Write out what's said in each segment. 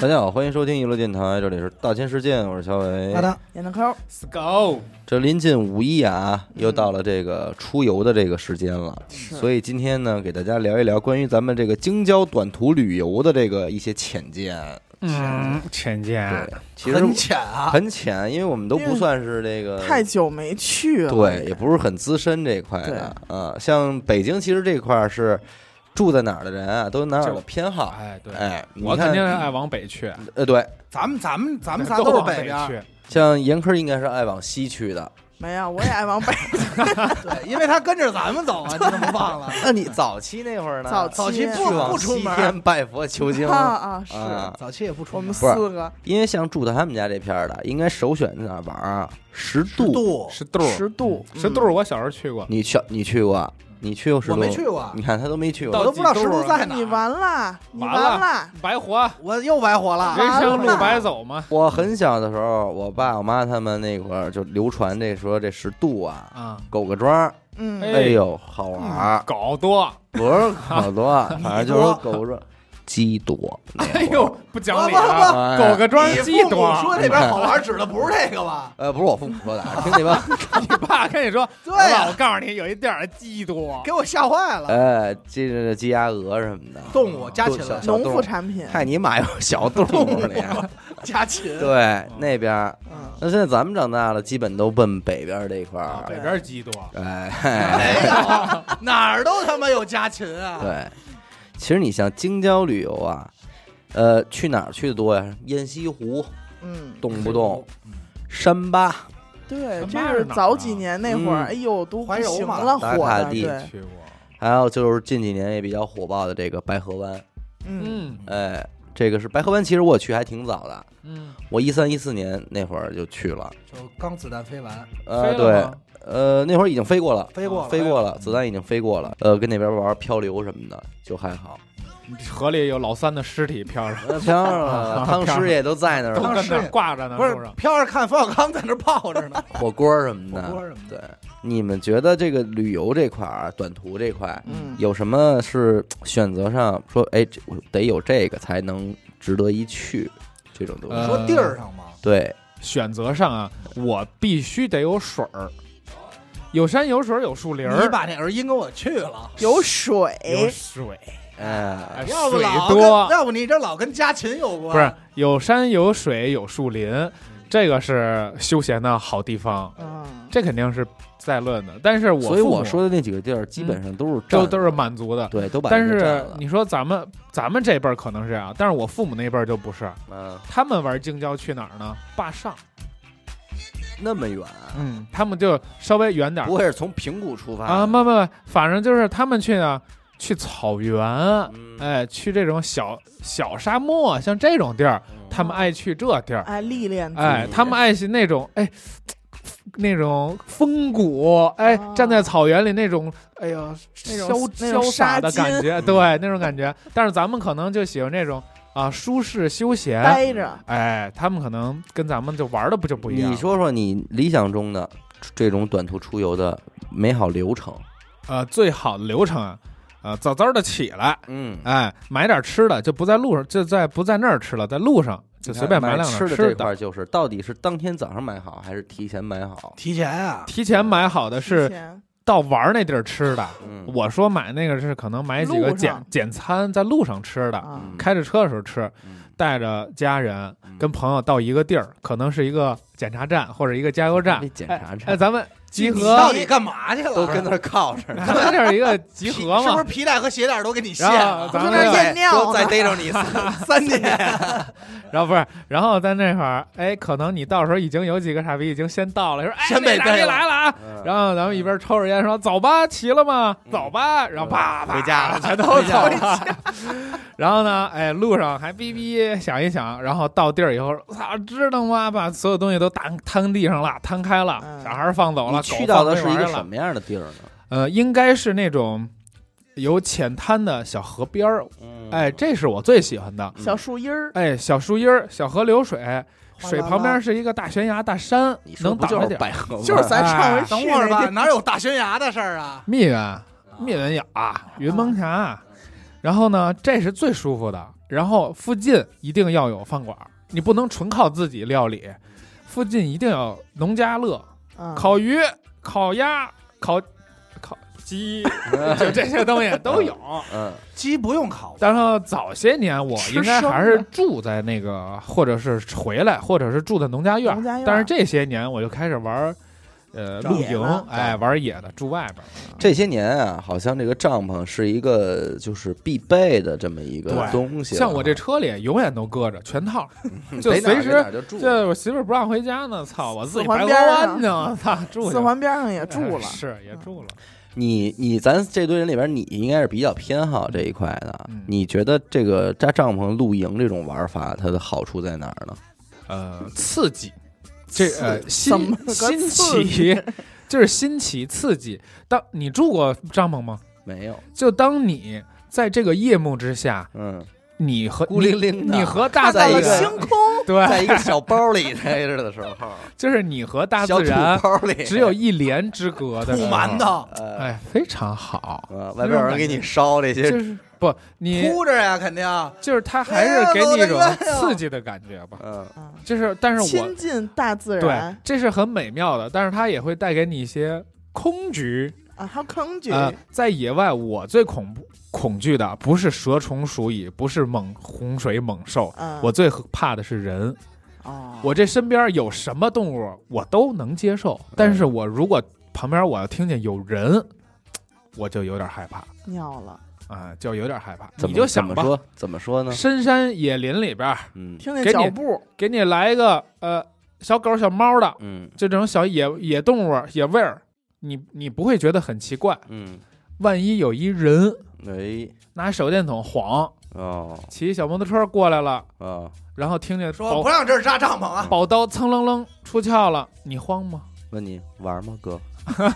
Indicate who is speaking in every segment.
Speaker 1: 大家好，欢迎收听娱乐电台，这里是大千世界，我是小伟。
Speaker 2: 哎
Speaker 3: 好的，
Speaker 2: 闫德抠，
Speaker 4: Let's go，
Speaker 1: 这临近五一啊，又到了这个出游的这个时间了，所以今天呢，给大家聊一聊关于咱们这个京郊短途旅游的这个一些浅见。
Speaker 4: 嗯，浅见，
Speaker 1: 对，其实
Speaker 3: 很浅啊，
Speaker 1: 很浅，因为我们都不算是这个
Speaker 2: 太久没去了，
Speaker 1: 对，也不是很资深这一块的啊。像北京，其实这块儿是住在哪儿的人啊，都有哪儿的偏好。
Speaker 4: 哎，对，
Speaker 1: 哎，你
Speaker 4: 我肯定
Speaker 1: 看，
Speaker 4: 是爱往北去，
Speaker 1: 呃，对，
Speaker 3: 咱们咱们咱们仨
Speaker 4: 都
Speaker 3: 都是
Speaker 4: 往
Speaker 3: 北边儿，
Speaker 4: 去，
Speaker 1: 像严科应该是爱往西去的。
Speaker 2: 没有，我也爱往北。
Speaker 3: 对，因为他跟着咱们走啊，你怎么忘了？
Speaker 1: 那你早期那会儿呢？
Speaker 2: 早
Speaker 3: 早期
Speaker 1: 去
Speaker 3: 不
Speaker 1: 往
Speaker 3: 不出
Speaker 1: 西
Speaker 3: 门儿，
Speaker 1: 天拜佛求 经
Speaker 2: 啊啊，是
Speaker 1: 啊
Speaker 3: 早期也不出
Speaker 2: 我
Speaker 3: 门
Speaker 2: 们
Speaker 3: 儿，
Speaker 2: 四个
Speaker 1: 因为像住他们家这片儿的，应该首选在哪儿玩儿啊？十渡。
Speaker 3: 度嗯
Speaker 4: 十渡，
Speaker 2: 十度，
Speaker 4: 十渡，我小时候去过，
Speaker 1: 你去你去过？你去过十渡？
Speaker 3: 我没去过
Speaker 1: 你，看他都没去
Speaker 3: 我
Speaker 1: 过
Speaker 4: 到。
Speaker 3: 都不知道
Speaker 4: 几
Speaker 3: 十
Speaker 4: 度
Speaker 3: 度
Speaker 4: 啊
Speaker 3: 在
Speaker 2: 嗯
Speaker 3: 哪
Speaker 2: 你
Speaker 3: 儿，
Speaker 2: 完了，你
Speaker 4: 完
Speaker 2: 完
Speaker 4: 了
Speaker 2: 了，
Speaker 4: 白活，
Speaker 3: 我又白活了。啊
Speaker 4: 人生
Speaker 2: 完
Speaker 4: 路
Speaker 2: 了
Speaker 4: 白走嘛，
Speaker 1: 我很小的时候，我爸我妈他们那会儿就流传这说这十渡啊，
Speaker 4: 啊，
Speaker 1: 狗个庄儿，
Speaker 2: 嗯
Speaker 4: 哎，
Speaker 1: 哎呦好玩
Speaker 3: 嗯
Speaker 1: 儿，
Speaker 4: 狗多，
Speaker 1: 不是好 多，反正就是狗个庄儿，鸡多。
Speaker 4: 哎
Speaker 1: 哎
Speaker 4: 呦，，不讲理
Speaker 3: 不
Speaker 1: 哎
Speaker 4: 啊，狗个庄
Speaker 3: 你
Speaker 4: 鸡
Speaker 3: 父母
Speaker 4: 多，
Speaker 3: 说那边好玩，指的不是这 个吧？
Speaker 1: 呃，不是我父母说的，听你吧。
Speaker 4: 你爸跟你说，
Speaker 3: 对啊
Speaker 4: 我
Speaker 3: 呀
Speaker 4: 老告诉你，有一地儿鸡多，
Speaker 3: 给我吓坏了。
Speaker 1: 哎，这个鸡鸭鹅什么的，
Speaker 3: 动物家禽
Speaker 1: 小
Speaker 3: 了，
Speaker 1: 小
Speaker 2: 农
Speaker 1: 动
Speaker 2: 副
Speaker 1: 物
Speaker 2: 产品，
Speaker 1: 嗨，你妈有小动物了 呀？
Speaker 3: 家禽。
Speaker 1: 对，那边儿。
Speaker 2: 嗯，
Speaker 1: 那现在咱们长大了，基本都奔北边儿这一块
Speaker 4: 啊
Speaker 1: 儿。
Speaker 4: 北边鸡多，
Speaker 1: 哎，
Speaker 3: 没
Speaker 1: 嘿
Speaker 3: 有，哪儿都他妈有家禽啊！
Speaker 1: 对，其实你像京郊旅游啊，呃，去哪儿去的多呀？雁西湖，
Speaker 2: 嗯，
Speaker 1: 动不动山巴
Speaker 2: 对，
Speaker 4: 他
Speaker 2: 这
Speaker 4: 妈
Speaker 2: 是
Speaker 4: 是哪儿
Speaker 2: 早
Speaker 4: 啊
Speaker 2: 几年那会
Speaker 1: 嗯
Speaker 2: 儿，哎呦，都不
Speaker 3: 怀柔
Speaker 2: 行
Speaker 3: 嘛
Speaker 2: 了，
Speaker 1: 打
Speaker 2: 火
Speaker 1: 卡
Speaker 2: 的，
Speaker 1: 地
Speaker 2: 对，
Speaker 4: 去过，
Speaker 1: 还有就是近几年也比较火爆的这个白河湾。
Speaker 2: 嗯，
Speaker 4: 嗯
Speaker 1: 哎，这个是白河湾，其实我去还挺早的，
Speaker 4: 嗯，
Speaker 1: 我一三一四年那会儿就去了。
Speaker 3: 就刚子弹飞完，
Speaker 1: 呃，
Speaker 4: 飞
Speaker 1: 对
Speaker 4: 了吗，
Speaker 1: 呃，那会儿已经飞过了。
Speaker 3: 飞过了，
Speaker 1: 飞过
Speaker 4: 哎
Speaker 1: 了，子弹已经飞过了。
Speaker 4: 嗯
Speaker 1: 呃，跟那边玩漂流什么的就还 好。
Speaker 4: 河里有老三的尸体飘着，
Speaker 1: 呃漂上 了，汤师爷都在那儿
Speaker 4: 都
Speaker 1: 了，
Speaker 4: 跟那儿挂着呢，
Speaker 3: 不是
Speaker 4: 树上
Speaker 3: 飘着看冯小刚在那儿抱着呢，
Speaker 1: 火锅什么
Speaker 3: 火锅
Speaker 1: 的。
Speaker 3: 什么的。
Speaker 1: 对，你们觉得这个旅游这块儿，短途这块，
Speaker 2: 嗯
Speaker 1: 有什么是选择上说，哎，这我得有这个才能值得一去这种东
Speaker 4: 呃
Speaker 1: 西？
Speaker 3: 说地儿上吗？
Speaker 1: 对，
Speaker 4: 选择上啊，我必须得有水儿，有山有水有树林
Speaker 3: 你
Speaker 4: 儿，
Speaker 3: 把那儿音给我去了，
Speaker 2: 有水，
Speaker 4: 有水，
Speaker 1: 哎，
Speaker 4: 哎
Speaker 3: 要不
Speaker 4: 水
Speaker 3: 老跟
Speaker 4: 多，
Speaker 3: 要不你这老跟家禽有关。
Speaker 4: 不是有山有水有树林，这个是休闲的好地方，
Speaker 2: 嗯，
Speaker 4: 这肯定是在论的。但是我
Speaker 1: 所以
Speaker 4: 父母
Speaker 1: 我说的那几个地儿，基本上都是
Speaker 4: 就
Speaker 1: 占，
Speaker 4: 都是满足的。
Speaker 1: 对，都把
Speaker 4: 但
Speaker 1: 人占
Speaker 4: 是
Speaker 1: 了
Speaker 4: 你说咱们咱们这辈儿可能是啊，但是我父母那辈儿就不是，
Speaker 1: 嗯，
Speaker 4: 他们玩京郊去哪儿呢？坝上，
Speaker 1: 那么远，
Speaker 4: 嗯，他们就稍微远点儿
Speaker 1: 不会是从平谷出发
Speaker 4: 嗯啊，
Speaker 1: 吗？
Speaker 4: 慢慢慢，反正就是他们去呢，去草原，
Speaker 1: 嗯
Speaker 4: 哎，去这种小小沙漠，像这种地儿，他
Speaker 1: 哦
Speaker 4: 们爱去这地儿，
Speaker 2: 哎，历练自己，
Speaker 4: 哎，他们爱去那种哎。那种风骨，哎，
Speaker 2: 哦
Speaker 4: 站在草原里那种，哎呀，
Speaker 2: 那
Speaker 4: 潇
Speaker 2: 种那种
Speaker 4: 潇洒的
Speaker 2: 纱巾
Speaker 4: 感觉，对，那种感觉。但是咱们可能就喜欢这种啊，舒适休闲，
Speaker 2: 待着，
Speaker 4: 哎，他们可能跟咱们就玩的不就不一样。
Speaker 1: 你说说你理想中的这种短途出游的美好流程？
Speaker 4: 呃，最好的流程啊，呃，早早的起来，
Speaker 1: 嗯，
Speaker 4: 哎，买点吃的，就不在路上，就在不在那儿吃了，在路上就随便买两个
Speaker 1: 吃的这
Speaker 4: 吃
Speaker 1: 块儿就是，到底是当天早上买好还是提前买好？
Speaker 3: 提前啊，
Speaker 4: 提前买好的
Speaker 2: 提
Speaker 4: 是
Speaker 2: 前
Speaker 4: 到玩儿那地儿吃的，
Speaker 1: 嗯，
Speaker 4: 我说买那个是可能买几个
Speaker 2: 路上
Speaker 4: 简简餐在路上吃的，
Speaker 2: 啊，
Speaker 4: 开着车的时候吃，
Speaker 1: 嗯
Speaker 4: 带着家人跟朋友到一个地儿，可能是一个检查站或者一个加油站
Speaker 1: 被，检查
Speaker 4: 哎，
Speaker 1: 站
Speaker 4: 咱们集
Speaker 3: 你
Speaker 4: 合
Speaker 3: 到，底干嘛去了？
Speaker 1: 都跟那儿靠着呢，
Speaker 4: 咱们这是一个集
Speaker 3: 皮
Speaker 4: 合
Speaker 3: 是不是
Speaker 4: 嘛，
Speaker 3: 皮带和鞋带都给你卸
Speaker 4: 然
Speaker 3: 了
Speaker 4: 后？
Speaker 2: 就
Speaker 4: 咱
Speaker 2: 在那
Speaker 4: 们
Speaker 2: 儿验尿
Speaker 1: 说
Speaker 2: 呢
Speaker 1: 再逮着你 三三年。
Speaker 4: 然后不是，然后在那块儿，哎，可能你到时候已经有几个傻逼已经先到了，说哎，
Speaker 3: 先被
Speaker 4: 那傻逼
Speaker 3: 逮了
Speaker 4: 来了啊，然后咱们一边抽着烟说走吧，齐了吗？走吧，然后啪
Speaker 1: 嗯
Speaker 4: 啪
Speaker 1: 回家了
Speaker 4: 全都走了。 然后呢，哎，路上还哔哔响一响，然后到地儿以后，操，知道吗？把所有东西都打摊地上了，摊开了，
Speaker 2: 嗯
Speaker 4: 小孩儿放走了，
Speaker 1: 你
Speaker 4: 狗
Speaker 1: 去
Speaker 4: 放
Speaker 1: 到的
Speaker 4: 那
Speaker 1: 是一
Speaker 4: 玩
Speaker 1: 个
Speaker 4: 意儿
Speaker 1: 什
Speaker 4: 了。
Speaker 1: 么样的地儿呢？
Speaker 4: 呃，应该是那种有浅滩的小河边儿，
Speaker 1: 嗯
Speaker 4: 哎，这是我最喜欢的。
Speaker 2: 小树荫儿，
Speaker 4: 哎，小树荫儿，小河流水，
Speaker 3: 哗啦啦
Speaker 4: 水旁边是一个大悬崖、大山
Speaker 1: 你，说
Speaker 4: 能
Speaker 1: 不
Speaker 4: 挡
Speaker 1: 就
Speaker 4: 着
Speaker 1: 是
Speaker 4: 点儿。
Speaker 1: 百合吗？
Speaker 2: 就是咱上回
Speaker 4: 哎
Speaker 3: 等
Speaker 2: 去
Speaker 3: 会儿
Speaker 2: 那
Speaker 3: 吧，
Speaker 2: 地
Speaker 4: 嗯
Speaker 3: 哪有大悬崖的事儿啊？
Speaker 4: 密云、密云崖、云蒙峡，啊然后呢，这是最舒服的。然后附近一定要有饭馆，你不能纯靠自己料理，附近一定要有农家乐，
Speaker 2: 嗯
Speaker 4: 烤鱼、烤鸭、烤烤 鸡，就这些东西都有。
Speaker 1: 嗯，
Speaker 3: 鸡不用烤，
Speaker 4: 然后早些年我应该还是住在那个，或者是回来，或者是住在农家院。
Speaker 2: 农家院
Speaker 4: 但是这些年我就开始玩儿，呃，露
Speaker 2: 野
Speaker 4: 营
Speaker 2: 了，
Speaker 4: 哎，玩野的，住外边儿。
Speaker 1: 这些年啊，好像这个帐篷是一个就是必备的这么一个
Speaker 4: 对
Speaker 1: 东西了。
Speaker 4: 像我这车里永远都搁着全套，
Speaker 1: 嗯
Speaker 4: 就
Speaker 1: 逮哪儿
Speaker 4: 随时
Speaker 1: 逮哪儿就住
Speaker 4: 这我媳妇儿不让回家呢，操，我自己
Speaker 2: 四环
Speaker 4: 白
Speaker 2: 边儿
Speaker 4: 光
Speaker 2: 上
Speaker 4: 呢，我操，住
Speaker 2: 四
Speaker 4: 去哎
Speaker 2: 环边上也住了，
Speaker 4: 是也住了。
Speaker 1: 你你咱这堆人里边，你应该是比较偏好这一块的。
Speaker 4: 嗯
Speaker 1: 你觉得这个扎帐篷露营这种玩法，它的好处在哪儿呢？
Speaker 4: 呃，刺激，这呃
Speaker 2: 怎
Speaker 4: 新
Speaker 2: 么个
Speaker 4: 新
Speaker 2: 刺激
Speaker 4: 奇， 就是新奇刺激。当你住过帐篷吗？
Speaker 1: 没有，
Speaker 4: 就当你在这个夜幕之下，
Speaker 1: 嗯，
Speaker 4: 你和
Speaker 1: 孤零零的
Speaker 4: 你和大自
Speaker 1: 在
Speaker 2: 到
Speaker 1: 一
Speaker 2: 了
Speaker 1: 个
Speaker 2: 星空，
Speaker 4: 对，
Speaker 1: 在一个小包里待着的时候，
Speaker 4: 就是你和大
Speaker 1: 小
Speaker 4: 自
Speaker 1: 土
Speaker 4: 然
Speaker 1: 包里
Speaker 4: 只有一帘之隔的
Speaker 3: 吐
Speaker 4: 时候，
Speaker 3: 馒头，
Speaker 1: 呃，
Speaker 4: 哎，非常好。
Speaker 1: 呃外边有人给你烧这些，
Speaker 4: 就是不，你
Speaker 3: 哭着呀，肯定。
Speaker 4: 就是它还是给
Speaker 2: 哎
Speaker 4: 你一种刺激的感觉吧。
Speaker 1: 嗯，
Speaker 2: 嗯
Speaker 4: 就是，但是我
Speaker 2: 亲啊近大自
Speaker 4: 对
Speaker 2: 然，
Speaker 4: 这是很美妙的，但是它也会带给你一些空局。
Speaker 2: 啊，还有坑局，
Speaker 4: 呃，在野外，我最恐怖恐惧的不是蛇虫鼠蚁，不是猛洪水猛兽，
Speaker 2: 嗯，
Speaker 4: 我最怕的是人。
Speaker 2: 哦
Speaker 4: 我这身边有什么动物我都能接受，但是我如果旁边我要听见有人，我就有点害怕
Speaker 2: 尿了，
Speaker 4: 啊，就有点害怕。
Speaker 1: 怎
Speaker 4: 你
Speaker 1: 么
Speaker 4: 就
Speaker 1: 怎
Speaker 4: 想
Speaker 1: 么
Speaker 4: 吧，
Speaker 1: 说？怎么说呢？
Speaker 4: 深山野林里边，
Speaker 1: 嗯
Speaker 2: 听见
Speaker 4: 给你
Speaker 2: 脚步，
Speaker 4: 给你来一个呃小狗小猫的，
Speaker 1: 嗯
Speaker 4: 就这种小野野动物野味儿，你你不会觉得很奇怪。
Speaker 1: 嗯，
Speaker 4: 万一有一人
Speaker 1: 哎，
Speaker 4: 拿手电筒晃，
Speaker 1: 哦
Speaker 4: 骑小摩托车过来了，
Speaker 1: 哦，
Speaker 4: 然后听见
Speaker 3: 说
Speaker 4: 宝
Speaker 3: 不让这儿扎帐篷啊，
Speaker 4: 宝刀蹭楞楞出鞘了，你慌吗？
Speaker 1: 问你玩吗， 哥？玩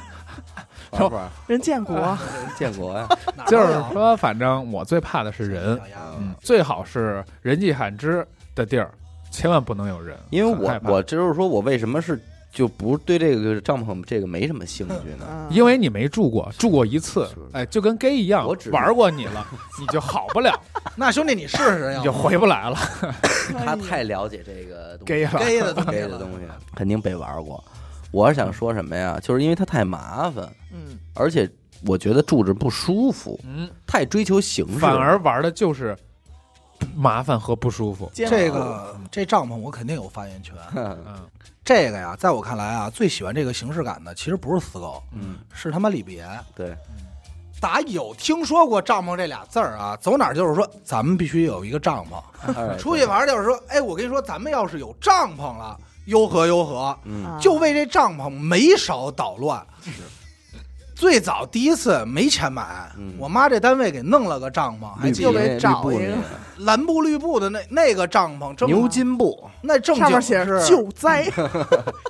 Speaker 4: 说
Speaker 1: 不玩？
Speaker 2: 人建
Speaker 1: 呃
Speaker 2: 国，
Speaker 1: 建国呀，
Speaker 3: 哪儿都
Speaker 4: 就
Speaker 3: 有
Speaker 4: 是说，反正我最怕的是人，
Speaker 3: 小鸭子
Speaker 4: 嗯，最好是人迹罕至的地儿，千万不能有人，
Speaker 1: 因为
Speaker 4: 很害
Speaker 1: 我
Speaker 4: 怕
Speaker 1: 我这就是说我为什么是就不对这个帐篷这个没什么兴趣呢？
Speaker 2: 嗯
Speaker 4: 因为你没住过，住过一次
Speaker 1: 是，
Speaker 4: 哎，就跟 gay 一样
Speaker 1: 我只，
Speaker 4: 玩过你了，你就好不了，
Speaker 3: 那兄弟你试试
Speaker 4: 你
Speaker 3: 呀
Speaker 4: 就，回不来了
Speaker 3: 嗯哎
Speaker 1: 他太了解这个东西
Speaker 4: ，gay 了，
Speaker 3: gay 的东西
Speaker 1: 给的东西，肯定被玩过。我是想说什么呀？就是因为它太麻烦，
Speaker 2: 嗯，
Speaker 1: 而且我觉得住着不舒服，
Speaker 4: 嗯，
Speaker 1: 太追求形式，
Speaker 4: 反而玩的就是麻烦和不舒服，
Speaker 2: 煎熬
Speaker 3: 这个这帐篷我肯定有发言权。
Speaker 4: 嗯，
Speaker 3: 这个呀，在我看来啊，最喜欢这个形式感的其实不是死狗，
Speaker 1: 嗯，
Speaker 3: 是他妈李别。
Speaker 1: 对，
Speaker 3: 打有听说过帐篷这俩字儿啊，走哪儿就是说咱们必须有一个帐篷。
Speaker 1: 哎
Speaker 3: 出去，玩儿就是说，哎，我跟你说，咱们要是有帐篷了，呦呵呦呵，
Speaker 1: 嗯
Speaker 2: 啊
Speaker 3: 就为这帐篷没少捣乱。最早第一次没钱买
Speaker 1: 嗯，
Speaker 3: 我妈这单位给弄了个帐篷，还
Speaker 1: 绿
Speaker 3: 记
Speaker 1: 布
Speaker 2: 就
Speaker 3: 得
Speaker 2: 得
Speaker 1: 那绿
Speaker 2: 找
Speaker 1: 布
Speaker 2: 一个
Speaker 1: 那
Speaker 3: 蓝布绿布的那那个帐篷，正
Speaker 1: 牛津布，
Speaker 3: 那正
Speaker 2: 上
Speaker 3: 经
Speaker 2: 面写着
Speaker 3: 是
Speaker 2: 救灾，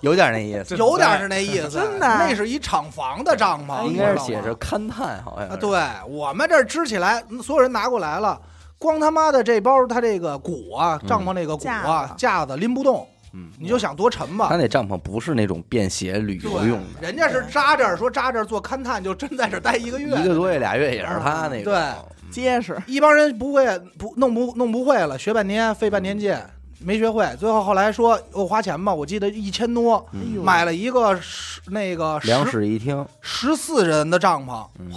Speaker 1: 有点那意思，
Speaker 4: 救
Speaker 3: 有点儿是那意思，
Speaker 2: 真的
Speaker 3: 那是一厂房的帐篷，
Speaker 1: 哎应该是
Speaker 3: 你知道
Speaker 1: 写
Speaker 3: 吗
Speaker 1: 着勘探，好像
Speaker 3: 啊，
Speaker 1: 是，
Speaker 3: 对我们这儿支起来，嗯所有人拿过来了，光他妈的这包它这个鼓啊，
Speaker 1: 嗯
Speaker 3: 帐篷那个鼓啊
Speaker 2: 架子，
Speaker 3: 架子拎不动，
Speaker 1: 嗯，
Speaker 3: 你就想多沉吧
Speaker 1: 他。那帐篷不是那种便携旅游
Speaker 3: 对
Speaker 1: 用的，，
Speaker 3: 人家是扎这儿说扎这儿做勘探，就真在这儿待一个
Speaker 1: 一
Speaker 3: 月。
Speaker 1: 个多月俩月也是他那种，
Speaker 3: 啊对
Speaker 2: 结实，
Speaker 3: 一帮人不会不弄不弄不会了，学半天费半年劲
Speaker 1: 嗯
Speaker 3: 没学会，最后后来说我花钱吧，我记得一千多。
Speaker 2: 哎
Speaker 1: 嗯
Speaker 2: 呦，
Speaker 3: 买了一个十那个
Speaker 1: 两
Speaker 3: 十
Speaker 1: 室一厅，
Speaker 3: 十四人的帐篷，
Speaker 1: 嗯，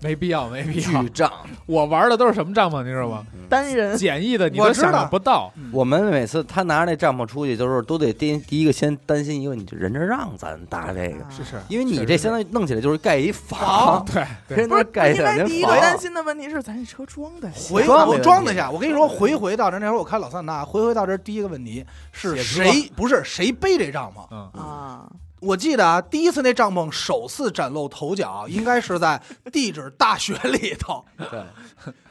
Speaker 4: 没必要，没必要
Speaker 1: 巨。帐。
Speaker 4: 我玩的都是什么帐篷，你知道吗？
Speaker 2: 单人
Speaker 4: 简易的你
Speaker 3: 我
Speaker 4: 都
Speaker 3: 知道
Speaker 4: 想象不到，
Speaker 1: 我们每次他拿着那帐篷出去，就是都得第第一个先担心一个，你就人家让咱搭这个，
Speaker 2: 啊
Speaker 4: 是是，
Speaker 1: 因为你
Speaker 4: 确
Speaker 1: 这
Speaker 4: 实
Speaker 1: 相当于弄起来就是盖一
Speaker 3: 房
Speaker 1: 房，
Speaker 4: 对对，
Speaker 1: 人
Speaker 2: 不
Speaker 1: 家
Speaker 2: 是
Speaker 1: 盖
Speaker 2: 应
Speaker 1: 起来
Speaker 2: 该
Speaker 1: 那
Speaker 2: 第一个担
Speaker 1: 房，
Speaker 2: 心的问题是咱这车装的行
Speaker 3: 回
Speaker 1: 装没
Speaker 3: 我
Speaker 1: 问
Speaker 3: 装
Speaker 1: 题
Speaker 3: 得下。我跟你说，回回到这儿那会儿，我看老三大，回回到这儿第一个问题是
Speaker 4: 写字
Speaker 3: 谁？不是谁背这帐篷？
Speaker 4: 嗯，
Speaker 2: 啊，
Speaker 3: 我记得啊，第一次那帐篷首次崭露头角，应该是在地质大学里头，
Speaker 1: 对。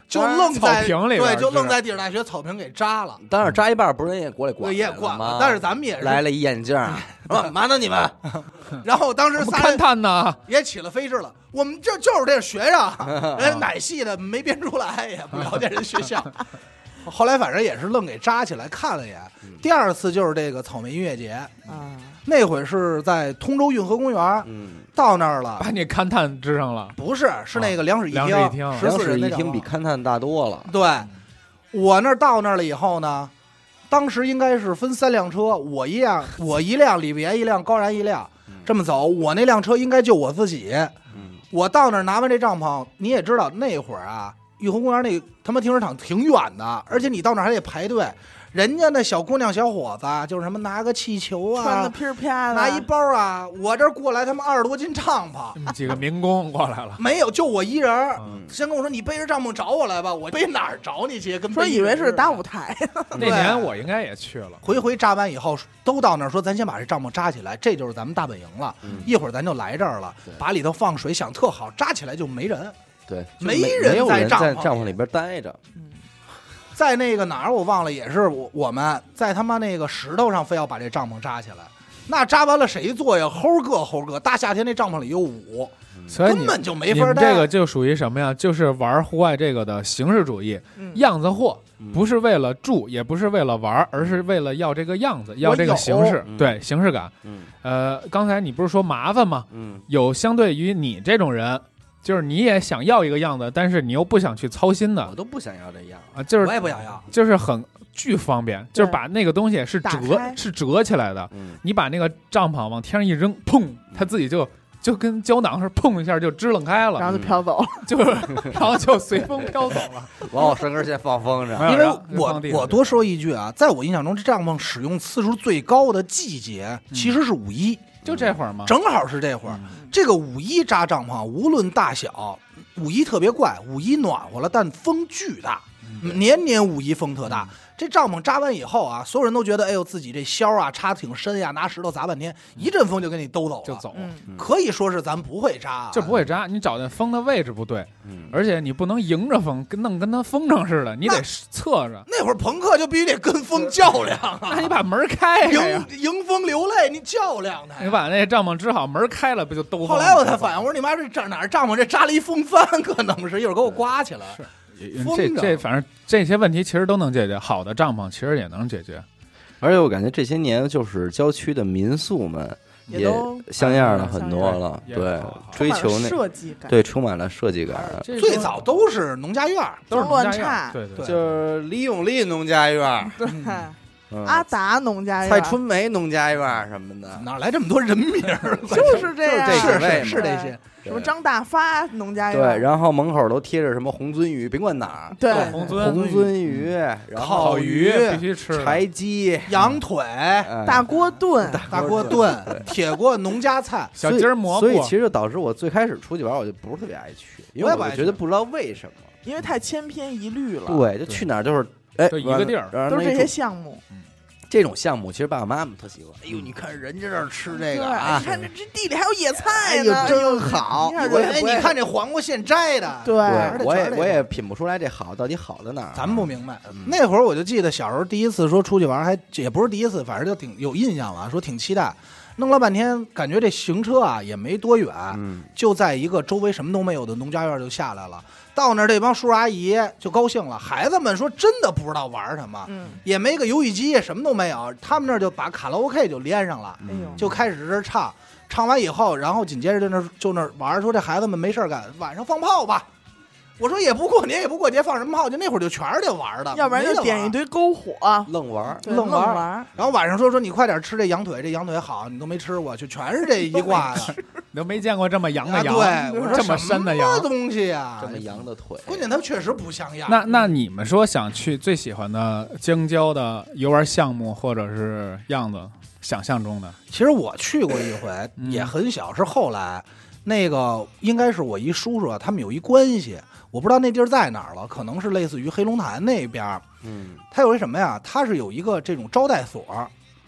Speaker 3: 就愣在
Speaker 4: 草坪里边
Speaker 3: 对，就是愣在地质大学草坪给扎了，
Speaker 1: 当然扎一半，不是人也过来
Speaker 3: 我
Speaker 1: 管
Speaker 3: 也
Speaker 1: 来了
Speaker 3: 管
Speaker 1: 吗
Speaker 3: 了。但是咱们也
Speaker 1: 来
Speaker 3: 是，
Speaker 1: 了一眼镜儿，说嘛呢你们？
Speaker 3: 然后当时
Speaker 4: 我们
Speaker 3: 仨
Speaker 4: 勘
Speaker 3: 人
Speaker 4: 探呢，
Speaker 3: 也起了飞智了。我们这就是这学 生，人哪系的没编出来，也不了解人学校。后来反正也是愣给扎起来看了一眼。
Speaker 1: 嗯
Speaker 3: 第二次就是这个草莓音乐节，
Speaker 2: 啊，
Speaker 3: 那会是在通州运河公园，
Speaker 1: 嗯，
Speaker 3: 到那儿了
Speaker 4: 把，你勘探支上了，
Speaker 3: 不是，是那个两室一
Speaker 4: 两室一厅
Speaker 3: 十
Speaker 1: 两
Speaker 3: 四
Speaker 1: 室
Speaker 3: 人
Speaker 1: 啊一
Speaker 3: 那啊
Speaker 1: 厅比勘探大多了。
Speaker 3: 对，我那儿到那儿了以后呢，当时应该是分三辆车，我一辆，我一辆，李别一辆，高然一辆，这么走。我那辆车应该就我自己。
Speaker 1: 嗯，
Speaker 3: 我到那儿拿完这帐篷，你也知道那会儿啊，玉红公园那他妈停车场挺远的，而且你到那儿还得排队。人家那小姑娘小伙子啊就是什么拿个气球
Speaker 2: 穿的
Speaker 3: 啊，
Speaker 2: 噼里啪啦
Speaker 3: 拿一包啊，我这儿过来他妈二十多斤帐篷，
Speaker 4: 嗯几个民工过来了，
Speaker 3: 没有，就我一人儿。
Speaker 4: 嗯
Speaker 3: 先跟我说你背着帐篷找我来吧，我背哪儿找你去？跟
Speaker 2: 说
Speaker 3: 背
Speaker 2: 以为
Speaker 3: 着
Speaker 2: 是
Speaker 3: 的
Speaker 2: 打舞台，
Speaker 4: 那年我应该也去了，
Speaker 3: 回回扎完以后都到那儿说，咱先把这帐篷扎起来，这就是咱们大本营了。
Speaker 1: 嗯
Speaker 3: 一会儿咱就来这儿了
Speaker 1: 对，
Speaker 3: 把里头放水，想特好，扎起来就没人。
Speaker 1: 对，就
Speaker 3: 没
Speaker 1: 没
Speaker 3: 人
Speaker 1: 没有
Speaker 3: 在
Speaker 1: 人
Speaker 3: 帐
Speaker 1: 在
Speaker 3: 篷
Speaker 1: 帐
Speaker 3: 里
Speaker 1: 篷里边待着，
Speaker 3: 在那个哪儿我忘了，也是我我们在他妈那个石头上非要把这帐篷扎起来。那扎完了谁坐呀？齁个齁个，大夏天那帐篷里有舞，
Speaker 4: 所以你
Speaker 3: 根本就没
Speaker 4: 你
Speaker 3: 法
Speaker 4: 们
Speaker 3: 待。
Speaker 4: 这个就属于什么呀？就是玩户外这个的形式主义，
Speaker 2: 嗯
Speaker 4: 样子货，
Speaker 1: 嗯
Speaker 4: 不是为了住，也不是为了玩儿，而是为了要这个样子，要这个形式，
Speaker 1: 嗯
Speaker 4: 对形式感。
Speaker 1: 嗯
Speaker 4: 呃，刚才你不是说麻烦吗？
Speaker 1: 嗯
Speaker 4: 有相对于你这种人，就是你也想要一个样子，但是你又不想去操心的
Speaker 1: 我都不想要这样，
Speaker 4: 啊，就是
Speaker 3: 我也不想要。
Speaker 4: 就是很巨方便，就是把那个东西是
Speaker 2: 打
Speaker 4: 折
Speaker 2: 开
Speaker 4: 是折起来的，
Speaker 1: 嗯，
Speaker 4: 你把那个帐篷往天上一扔，砰，它自己就。就跟胶囊似的，砰一下就支棱开
Speaker 2: 然
Speaker 4: 了，
Speaker 2: 后就飘走了。
Speaker 4: 就是然后就随风飘走了。
Speaker 1: 往我身根线放风
Speaker 4: 没
Speaker 1: 筝，
Speaker 4: 有
Speaker 3: 因为
Speaker 4: 然后就
Speaker 3: 我
Speaker 4: 放地上
Speaker 3: 我多说一句啊，在我印象中，这帐篷使用次数最高的季节其实是五
Speaker 1: 嗯
Speaker 3: 一，
Speaker 4: 就这会儿嘛，
Speaker 3: 正好是这会
Speaker 4: 嗯
Speaker 3: 儿。这个五一扎帐篷，啊无论大小，五一特别怪，五一暖和了，但风巨大，
Speaker 4: 嗯
Speaker 3: 年年五一风特大。这帐篷扎完以后啊，所有人都觉得，哎呦，自己这削啊插挺深呀、拿石头砸半天，一阵风就给你兜走了，
Speaker 4: 嗯就，走了，
Speaker 2: 嗯，
Speaker 3: 可以说是咱不会扎、啊，
Speaker 4: 就不会扎。你找那风的位置不对，
Speaker 1: 嗯，
Speaker 4: 而且你不能迎着风，跟弄跟它风筝似的，你
Speaker 3: 那
Speaker 4: 得侧着。
Speaker 3: 那会儿朋克就必须得跟风较量啊
Speaker 4: 那，你把门开开哎呀，
Speaker 3: 迎迎风流泪，你较量他
Speaker 4: 你
Speaker 3: 呀。
Speaker 4: 把那帐篷支好，门开了不就兜风了？
Speaker 3: 后来我才反应，我说你妈这这哪儿帐篷这扎了一风帆，可能是一会儿给我刮起来。风
Speaker 4: 这
Speaker 3: 筝
Speaker 4: 这反正这些问题其实都能解决，好的帐篷其实也能解决。
Speaker 1: 而且我感觉这些年就是郊区的民宿们
Speaker 2: 也
Speaker 1: 也
Speaker 2: 都
Speaker 1: 像样了很多
Speaker 4: 像样
Speaker 1: 了，
Speaker 4: 也
Speaker 1: 对
Speaker 4: 好好，
Speaker 1: 追求
Speaker 2: 充满了
Speaker 1: 那
Speaker 2: 设计感，
Speaker 1: 对充满了设计感，
Speaker 3: 最早都是农家院儿，
Speaker 4: 都是
Speaker 2: 乱差
Speaker 4: 对对，
Speaker 3: 对
Speaker 1: 就是李永利农家院儿，
Speaker 2: 对
Speaker 1: 嗯
Speaker 2: 阿达农家院，
Speaker 1: 蔡春梅农家院儿什么的，
Speaker 3: 哪来这么多人名 儿？
Speaker 2: 就是这样，
Speaker 1: 就是这几位
Speaker 3: 是是
Speaker 1: 嘛嗯
Speaker 3: 是这些，
Speaker 2: 什么张大发农家院，
Speaker 1: 对，然后门口都贴着什么红鳟鱼，甭管哪儿，
Speaker 2: 对
Speaker 4: 对红尊
Speaker 1: 红鳟鱼，然后
Speaker 3: 烤鱼
Speaker 4: 必须吃的，
Speaker 1: 柴鸡，
Speaker 3: 羊腿、
Speaker 1: 哎
Speaker 2: 大锅炖，
Speaker 3: 大锅炖、铁锅农家菜，
Speaker 4: 小鸡儿蘑菇
Speaker 1: 所以所以其实就导致我最开始出去玩，我就不是特别爱去，因
Speaker 3: 我
Speaker 1: 为
Speaker 3: 也不
Speaker 1: 我
Speaker 3: 爱去
Speaker 1: 觉得不知道为什么，
Speaker 2: 因为太千篇一律了，，
Speaker 1: 对，就去哪儿就是哎
Speaker 4: 就一个地儿
Speaker 1: 然后
Speaker 2: 都是这些
Speaker 1: 那种
Speaker 2: 项目。
Speaker 1: 这种项目，其实爸爸妈妈特喜欢。哎呦，你看人家这儿吃这
Speaker 2: 对，
Speaker 1: 个啊
Speaker 3: 哎
Speaker 2: 你，看这这地里还有野
Speaker 1: 哎
Speaker 2: 菜
Speaker 1: 呦
Speaker 2: 呢，
Speaker 1: 真好，
Speaker 2: 你看
Speaker 1: 我
Speaker 2: 我
Speaker 1: 也
Speaker 2: 也
Speaker 3: 哎，
Speaker 1: 不
Speaker 3: 你
Speaker 1: 爱
Speaker 3: 看这黄瓜现摘的，
Speaker 2: 对，
Speaker 1: 对，我
Speaker 3: 全
Speaker 1: 也
Speaker 3: 是这
Speaker 1: 我也品不出来这好到底好在哪儿。啊
Speaker 3: 咱们不明白
Speaker 1: 嗯。
Speaker 3: 那会儿我就记得小时候第一次说出去玩儿还，也不是第一次，反正就挺有印象了，说挺期待。弄了半天，感觉这行车啊也没多远，
Speaker 1: 嗯，
Speaker 3: 就在一个周围什么都没有的农家院就下来了。到那儿，这帮叔叔阿姨就高兴了。孩子们说真的不知道玩什么，
Speaker 2: 嗯，
Speaker 3: 也没个游戏机，什么都没有。他们那儿就把卡拉 OK 就连上了，
Speaker 2: 哎
Speaker 1: 嗯
Speaker 2: 呦，
Speaker 3: 就开始这唱。唱完以后，然后紧接着就那儿就那儿玩儿，说这孩子们没事儿干，晚上放炮吧。我说也不过年也不过节，放什么炮？就那会儿就全是这玩儿的，
Speaker 2: 要不然
Speaker 4: 啊
Speaker 3: 没得
Speaker 2: 就点
Speaker 3: 玩
Speaker 2: 一
Speaker 3: 儿。
Speaker 2: 堆篝火，
Speaker 1: 愣嗯玩儿。啊
Speaker 2: 对
Speaker 3: 愣
Speaker 2: 愣
Speaker 3: 玩儿
Speaker 2: 玩，
Speaker 3: 然后晚上说说你快点吃这羊腿，这羊腿好，你都没吃过，就全是这一挂的。
Speaker 4: 你都没见过这么羊的羊，
Speaker 3: 啊、对，我 说
Speaker 4: 这么深的羊
Speaker 3: 什么东西啊呀、
Speaker 1: 这么羊的腿，
Speaker 3: 关键它确实不像样。
Speaker 4: 那那你们说想去最喜欢的京郊的游玩项目或者是样子，想象中的
Speaker 3: 其实我去过一回，
Speaker 4: 嗯
Speaker 3: 也很小，是后来那个应该是我一叔叔啊，他们有一关系，我不知道那地儿在哪儿了，可能是类似于黑龙潭那边儿。
Speaker 1: 嗯，
Speaker 3: 他有一什么呀？他是有一个这种招待所儿，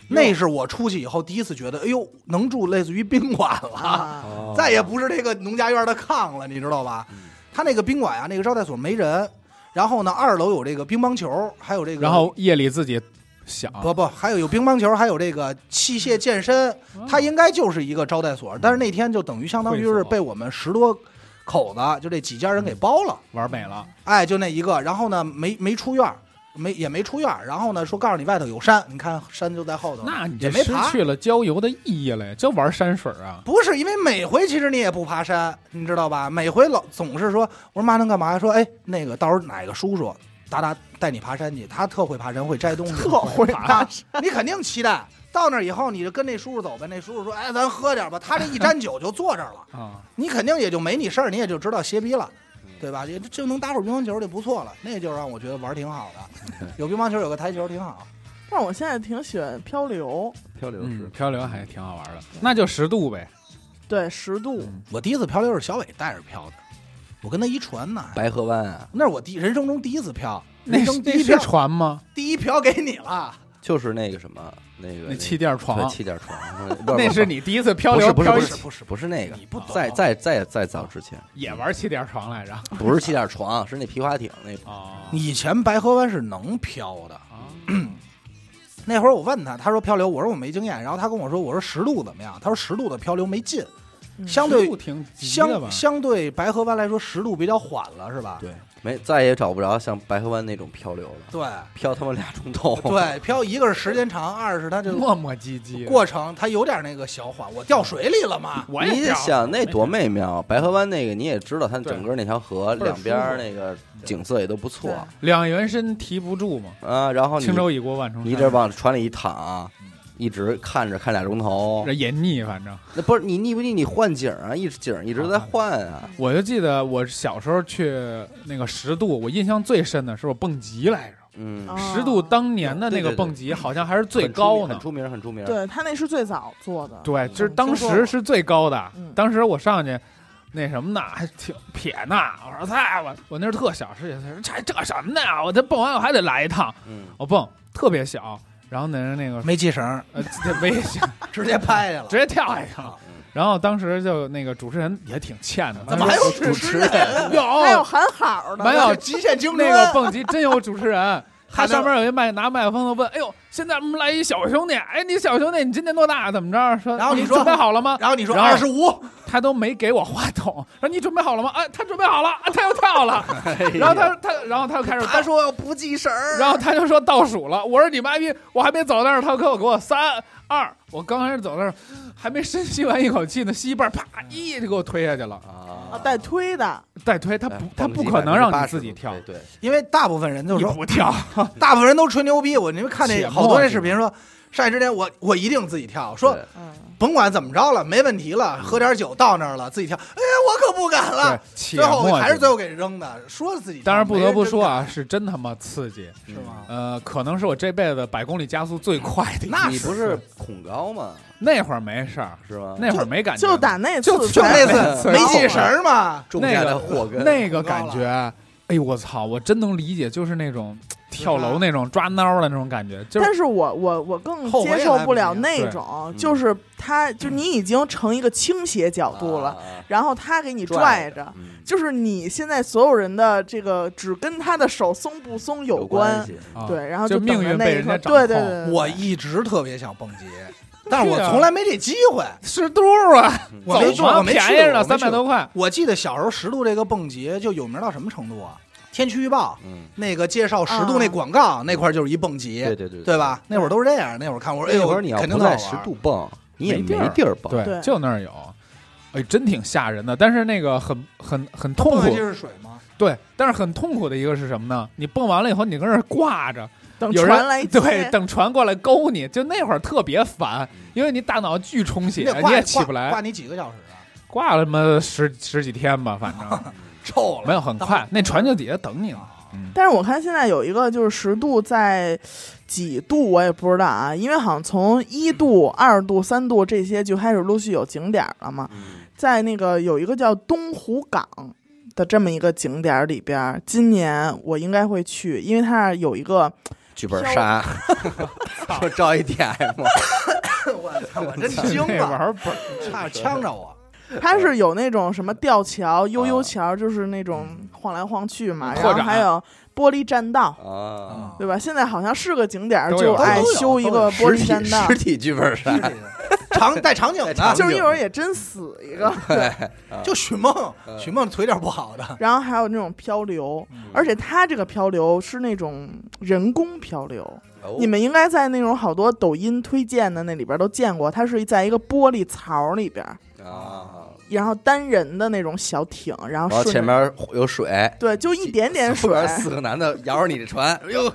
Speaker 3: 那是我出去以后第一次觉得，哎呦，能住类似于宾馆了。
Speaker 2: 啊，
Speaker 1: 哦
Speaker 4: 哦
Speaker 3: 再也不是这个农家院的炕了，你知道吧？他那个宾馆啊，那个招待所没人，然后呢，二楼有这个乒乓球，还有这个，
Speaker 4: 然后夜里自己想，
Speaker 3: 不不，还有有乒乓球，还有这个器械健身，它应该就是一个招待所，但是那天就等于相当
Speaker 4: 嗯
Speaker 3: 于
Speaker 4: 会
Speaker 3: 是
Speaker 4: 所
Speaker 3: 被我们十多口子就这几家人给包了，
Speaker 4: 玩美了，
Speaker 3: 哎，就那一个，然后呢，没没出院儿。没也没出院儿。然后呢，说告诉你外头有山，你看山就在后头，
Speaker 4: 那你
Speaker 3: 嗯也
Speaker 4: 这
Speaker 3: 没
Speaker 4: 失
Speaker 3: 爬。
Speaker 4: 去了郊游的意义了呀，就玩山水啊。
Speaker 3: 不是因为每回其实你也不爬山，你知道吧？每回老总是说，我说妈能干嘛？说哎，那个到时候哪个叔叔达达带你爬山去，他特会爬山，会摘东西，
Speaker 2: 特会
Speaker 3: 爬山，你肯定期待。到那儿以后，你就跟那叔叔走呗。那叔叔说：“哎，咱喝点吧。”他这一沾酒就坐这儿了，
Speaker 4: 啊，
Speaker 3: 你肯定也就没你事儿，你也就知道歇逼了，
Speaker 1: 嗯
Speaker 3: 对吧？也就能打会儿乒乓球就不错了，那就让我觉得玩儿挺好 的。有乒乓球，有个台球挺好。
Speaker 2: 但我现在挺喜欢漂流，
Speaker 1: 漂流
Speaker 4: 嗯，
Speaker 1: 是
Speaker 4: 漂流还挺好玩的，那就十度呗。
Speaker 2: 对，十度
Speaker 3: 我第一次漂流是小伟带着漂的，我跟他一船呢，
Speaker 1: 白河湾啊，
Speaker 3: 那是我第人生中第一次漂，
Speaker 4: 那
Speaker 3: 人
Speaker 4: 是
Speaker 3: 生第
Speaker 4: 那
Speaker 3: 一
Speaker 4: 是
Speaker 3: 漂，
Speaker 4: 船吗？
Speaker 3: 第一漂给你了。
Speaker 1: 就是那个什么那个
Speaker 4: 那气垫
Speaker 1: 对
Speaker 4: 床，
Speaker 1: 气垫床，
Speaker 4: 那是
Speaker 1: 你
Speaker 4: 你第一次漂流，
Speaker 1: 不是
Speaker 4: 漂
Speaker 1: 不
Speaker 4: 一
Speaker 1: 是
Speaker 3: 不是不是
Speaker 1: 不是那个
Speaker 3: 你不懂，啊
Speaker 1: 再再再再早之前，
Speaker 4: 也玩气垫床来着。
Speaker 1: 不是气垫床，是那皮划艇那
Speaker 4: 啊
Speaker 3: 以前白河湾是能漂的，
Speaker 4: 啊，
Speaker 3: 那会儿我问他，他说漂流，我说我没经验，然后他跟我说，我说十度怎么样？他说十度的漂流没劲，
Speaker 2: 嗯
Speaker 3: 相对
Speaker 4: 不挺急的吧
Speaker 3: 相？相对白河湾来说，十度比较缓了，是吧？
Speaker 1: 对，没再也找不着像白河湾那种漂流了，
Speaker 3: 对
Speaker 1: 漂他妈俩钟头。
Speaker 3: 对，漂一个是时间长，二是它这 个
Speaker 4: 磨磨唧唧的。
Speaker 3: 过程它有点那个小缓，我掉水里了嘛。
Speaker 4: 我也
Speaker 1: 你得
Speaker 4: 掉
Speaker 1: 想那多美妙，啊白河湾那个你也知道，它
Speaker 4: 对
Speaker 1: 整个那条河
Speaker 4: 倍儿舒
Speaker 1: 两
Speaker 4: 服
Speaker 1: 边儿那个景色也都不错
Speaker 4: 两元身提不住嘛。
Speaker 1: 啊。然后你
Speaker 4: 轻舟已过万重山，
Speaker 1: 你这往船里一躺，一直看着看俩钟头
Speaker 4: 这，也腻，反正
Speaker 1: 那不是你腻不腻？你换景啊，一直景儿一直在换啊。
Speaker 4: 我就记得我小时候去那个十渡，我印象最深的是我蹦极来着。
Speaker 1: 嗯，
Speaker 2: 啊
Speaker 4: 十渡当年的那个蹦极好像还是最高
Speaker 1: 很
Speaker 4: 呢，
Speaker 1: 出名，很出名。
Speaker 2: 对他那是最早做
Speaker 3: 啊
Speaker 2: 的，
Speaker 4: 对，就是
Speaker 2: 嗯
Speaker 4: 当时是最高的
Speaker 2: 嗯。
Speaker 4: 当时我上去，那什么呢，还挺撇呢。我说菜，我我那时候特小，十几岁，这这什么呢？啊我这蹦完我还得来一趟，
Speaker 1: 嗯，
Speaker 4: 我蹦特别小，然后那人那个
Speaker 3: 没系绳，
Speaker 4: 呃这没想
Speaker 3: 直接拍下了。
Speaker 4: 直接跳下去
Speaker 3: 啊
Speaker 4: 了。然后当时就那个主持人也挺欠的，
Speaker 3: 怎么还有主持人？啊
Speaker 2: 还有
Speaker 4: 有
Speaker 2: 喊好的，
Speaker 4: 哦没有
Speaker 3: 极限精
Speaker 4: 那 个蹦极真有主持人。他
Speaker 3: 还能
Speaker 4: 上面有一麦拿麦克风的问：“哎呦，现在我们来一小兄弟，哎，你小兄弟你今年多大？啊怎么着？说
Speaker 3: 然后
Speaker 4: 你
Speaker 3: 你说
Speaker 4: 准备好了吗？
Speaker 3: 然后你说
Speaker 4: 然后
Speaker 3: 二十五，
Speaker 4: 他都没给我话筒， 说你准备好了吗？哎，他准备好了，啊他又跳 了，然后他他然后他又开始
Speaker 2: 他
Speaker 4: 倒，
Speaker 2: 说要不记神儿，
Speaker 4: 然后他就说倒数了。我说你妈逼，我还没走到那儿，他给我给我三二，我刚开始走到那儿，还没深吸完一口气呢，吸一半，啪一就给我推下去了。
Speaker 1: 啊
Speaker 2: 啊带推的，
Speaker 4: 再推他
Speaker 1: 哎
Speaker 4: 不
Speaker 1: 蹦极
Speaker 4: 他不可能让你自己
Speaker 1: 80%
Speaker 4: 跳，
Speaker 1: 对，对
Speaker 3: 因为大部分人就
Speaker 4: 你
Speaker 3: 说啊
Speaker 4: 不 跳，
Speaker 3: 大部分人都吹牛逼，我你们看
Speaker 4: 且
Speaker 3: 那
Speaker 4: 默
Speaker 3: 好多那
Speaker 4: 是
Speaker 3: 视频说，上去之前我我一定自己跳，说
Speaker 1: 对
Speaker 2: 嗯，
Speaker 3: 甭管怎么着了，没问题了，喝点酒到那儿了自己跳，哎呀，我可不敢
Speaker 4: 对
Speaker 3: 了，，
Speaker 4: 且
Speaker 3: 最后
Speaker 4: 默
Speaker 3: 还是
Speaker 4: 契
Speaker 3: 最后给扔的，说自己跳，
Speaker 4: 当然不得不说
Speaker 3: 没
Speaker 4: 啊，是真他妈刺激，
Speaker 3: 人
Speaker 1: 嗯
Speaker 3: 真敢，是吗？
Speaker 4: 呃，可能是我这辈子百公里加速最快的一次。
Speaker 3: 那
Speaker 1: 你不是恐高吗？
Speaker 4: 那会儿没事儿，
Speaker 1: 是吗？
Speaker 4: 那会儿没感觉，
Speaker 2: 就打那次
Speaker 4: 就
Speaker 3: 就那
Speaker 4: 对
Speaker 3: 次没系绳儿嘛，
Speaker 1: 种
Speaker 4: 那
Speaker 1: 下
Speaker 4: 个
Speaker 1: 的祸根，
Speaker 4: 那个感觉，哎呦我操，我真能理解，就是啊那种跳楼那种抓挠的那种感觉，就是
Speaker 2: 但是我我我更
Speaker 3: 后悔
Speaker 2: 接
Speaker 3: 也
Speaker 2: 受
Speaker 3: 来
Speaker 2: 不
Speaker 3: 不及
Speaker 2: 了
Speaker 3: 对
Speaker 2: 那种，
Speaker 1: 嗯
Speaker 2: 就是他就你已经成一个倾斜角度了，
Speaker 1: 啊，
Speaker 2: 然后他给你
Speaker 1: 拽
Speaker 2: 拽着，
Speaker 1: 嗯
Speaker 2: 就是你现在所有人的这个只跟他的手松不松有
Speaker 1: 有关
Speaker 2: 关，
Speaker 1: 系。
Speaker 4: 啊
Speaker 2: 对，然后
Speaker 4: 就
Speaker 2: 等着
Speaker 4: 命运
Speaker 2: 那
Speaker 4: 被
Speaker 2: 一
Speaker 4: 人
Speaker 2: 刻，
Speaker 4: 家掌
Speaker 2: 对对
Speaker 4: 控
Speaker 2: 对，对
Speaker 3: 我
Speaker 2: 对
Speaker 3: 一直特别想蹦极，但是我
Speaker 4: 是啊
Speaker 3: 从来没这机会，
Speaker 4: 十度啊，
Speaker 3: 我没
Speaker 4: 走
Speaker 3: 去
Speaker 4: 吗
Speaker 3: 我没去
Speaker 4: 便宜
Speaker 3: 过
Speaker 4: 了
Speaker 3: 我没
Speaker 4: 三
Speaker 3: 去
Speaker 4: 百多块，
Speaker 3: 我记得小时候十渡这个蹦极就有名到什么程度啊？天气预报
Speaker 1: 嗯，
Speaker 3: 那个介绍十渡那广告那块儿就是一蹦极，
Speaker 1: 对对对
Speaker 3: 对？吧？那会儿都是这样，那会儿看我啊说，哎
Speaker 1: 那会
Speaker 3: 呦，
Speaker 1: 儿你要
Speaker 3: 肯定
Speaker 1: 不在
Speaker 3: 特好
Speaker 1: 十
Speaker 3: 玩
Speaker 1: 度蹦，你也
Speaker 4: 没
Speaker 1: 没
Speaker 4: 地
Speaker 1: 地
Speaker 4: 儿
Speaker 1: 儿蹦。
Speaker 4: 对，
Speaker 2: 对
Speaker 4: 就那儿有，哎，真挺吓人的，但是那个很很很痛
Speaker 3: 蹦下
Speaker 4: 苦
Speaker 3: 去，是水吗？
Speaker 4: 对，但是很痛苦的一个是什么呢？你蹦完了以后，你跟那儿挂着，
Speaker 2: 等
Speaker 4: 有
Speaker 2: 船 来
Speaker 4: 人
Speaker 2: 接，
Speaker 4: 对等船过来勾你，就那会儿特别烦
Speaker 1: 嗯，
Speaker 4: 因为你大脑巨充血，
Speaker 1: 啊
Speaker 3: 那
Speaker 4: 你
Speaker 3: 挂
Speaker 4: 也起不
Speaker 3: 挂
Speaker 4: 来
Speaker 3: 挂，你几个小时啊？
Speaker 4: 挂了他妈十十几天吧，反正。
Speaker 3: 臭了，
Speaker 4: 没 有很快，那船就底下等你了。嗯，
Speaker 2: 但是我看现在有一个就是十度在几度我也不知道啊，因为好像从一度、二度、三度这些就开始陆续有景点儿了嘛。
Speaker 1: 嗯
Speaker 2: 在那个有一个叫东湖港的这么一个景点儿里边儿，今年我应该会去，因为它那儿有一个
Speaker 1: 剧本杀， 说招一 DM，
Speaker 3: 我操，我 真
Speaker 4: 那
Speaker 3: 惊
Speaker 4: 玩
Speaker 3: 了，
Speaker 4: 儿本儿
Speaker 3: 差点呛着我。
Speaker 2: 它是有那种什么吊桥、悠悠桥，就是那种晃来晃去嘛，然后
Speaker 4: 拓嗯展哦
Speaker 2: 还有玻璃 栈道，
Speaker 1: 啊，
Speaker 2: 对吧？现在好像是个景点儿，
Speaker 4: 都有
Speaker 2: 就
Speaker 4: 都有
Speaker 2: 爱
Speaker 3: 都有
Speaker 2: 修一
Speaker 3: 都
Speaker 2: 个
Speaker 3: 有
Speaker 2: 玻
Speaker 1: 实
Speaker 2: 璃
Speaker 1: 体
Speaker 2: 栈道
Speaker 1: 实，体剧本杀，
Speaker 3: 场带场景
Speaker 1: 带啊场
Speaker 3: 的，
Speaker 1: 景
Speaker 2: 就是一会儿也真死一个。
Speaker 4: 嗯
Speaker 3: 就许梦，
Speaker 1: 嗯
Speaker 3: 许梦腿脚不好的，
Speaker 2: 然后还有那种漂流，
Speaker 4: 嗯
Speaker 2: 而且它这个漂流是那种人工漂流，
Speaker 1: 哦
Speaker 2: 你们应该在那种好多抖音推荐的那里边都见过，它是在一个玻璃槽里边，
Speaker 1: 啊，
Speaker 2: 然后单人的那种小艇，然
Speaker 1: 然
Speaker 2: 后
Speaker 1: 后
Speaker 2: 顺
Speaker 1: 哦
Speaker 2: 着
Speaker 1: 前面有水，
Speaker 2: 对，就一点点
Speaker 1: 后
Speaker 2: 水，
Speaker 1: 边四个男的摇着你的船，哎哟，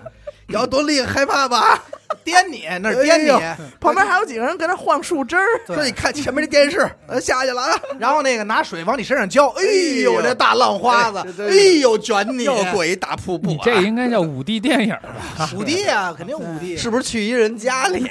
Speaker 1: 摇多厉害，害怕吧？
Speaker 3: 颠你那儿颠
Speaker 1: 哎
Speaker 3: 你，
Speaker 2: 旁边还有几个人搁那晃树枝儿，
Speaker 3: 对
Speaker 1: 说你看前面这电视，呃下去了啊，
Speaker 3: 然后那个拿水往你身上浇，哎
Speaker 1: 哎
Speaker 3: 呦
Speaker 1: 呦
Speaker 3: 这大浪花
Speaker 1: 哎
Speaker 3: 子，
Speaker 1: 这
Speaker 3: 哎呦卷你，
Speaker 1: 又过一大瀑布
Speaker 4: 你
Speaker 1: 啊，
Speaker 4: 这应该叫五 D 电影吧？
Speaker 3: 五 D 啊，肯定五 D。
Speaker 1: 是不是去一人家 里？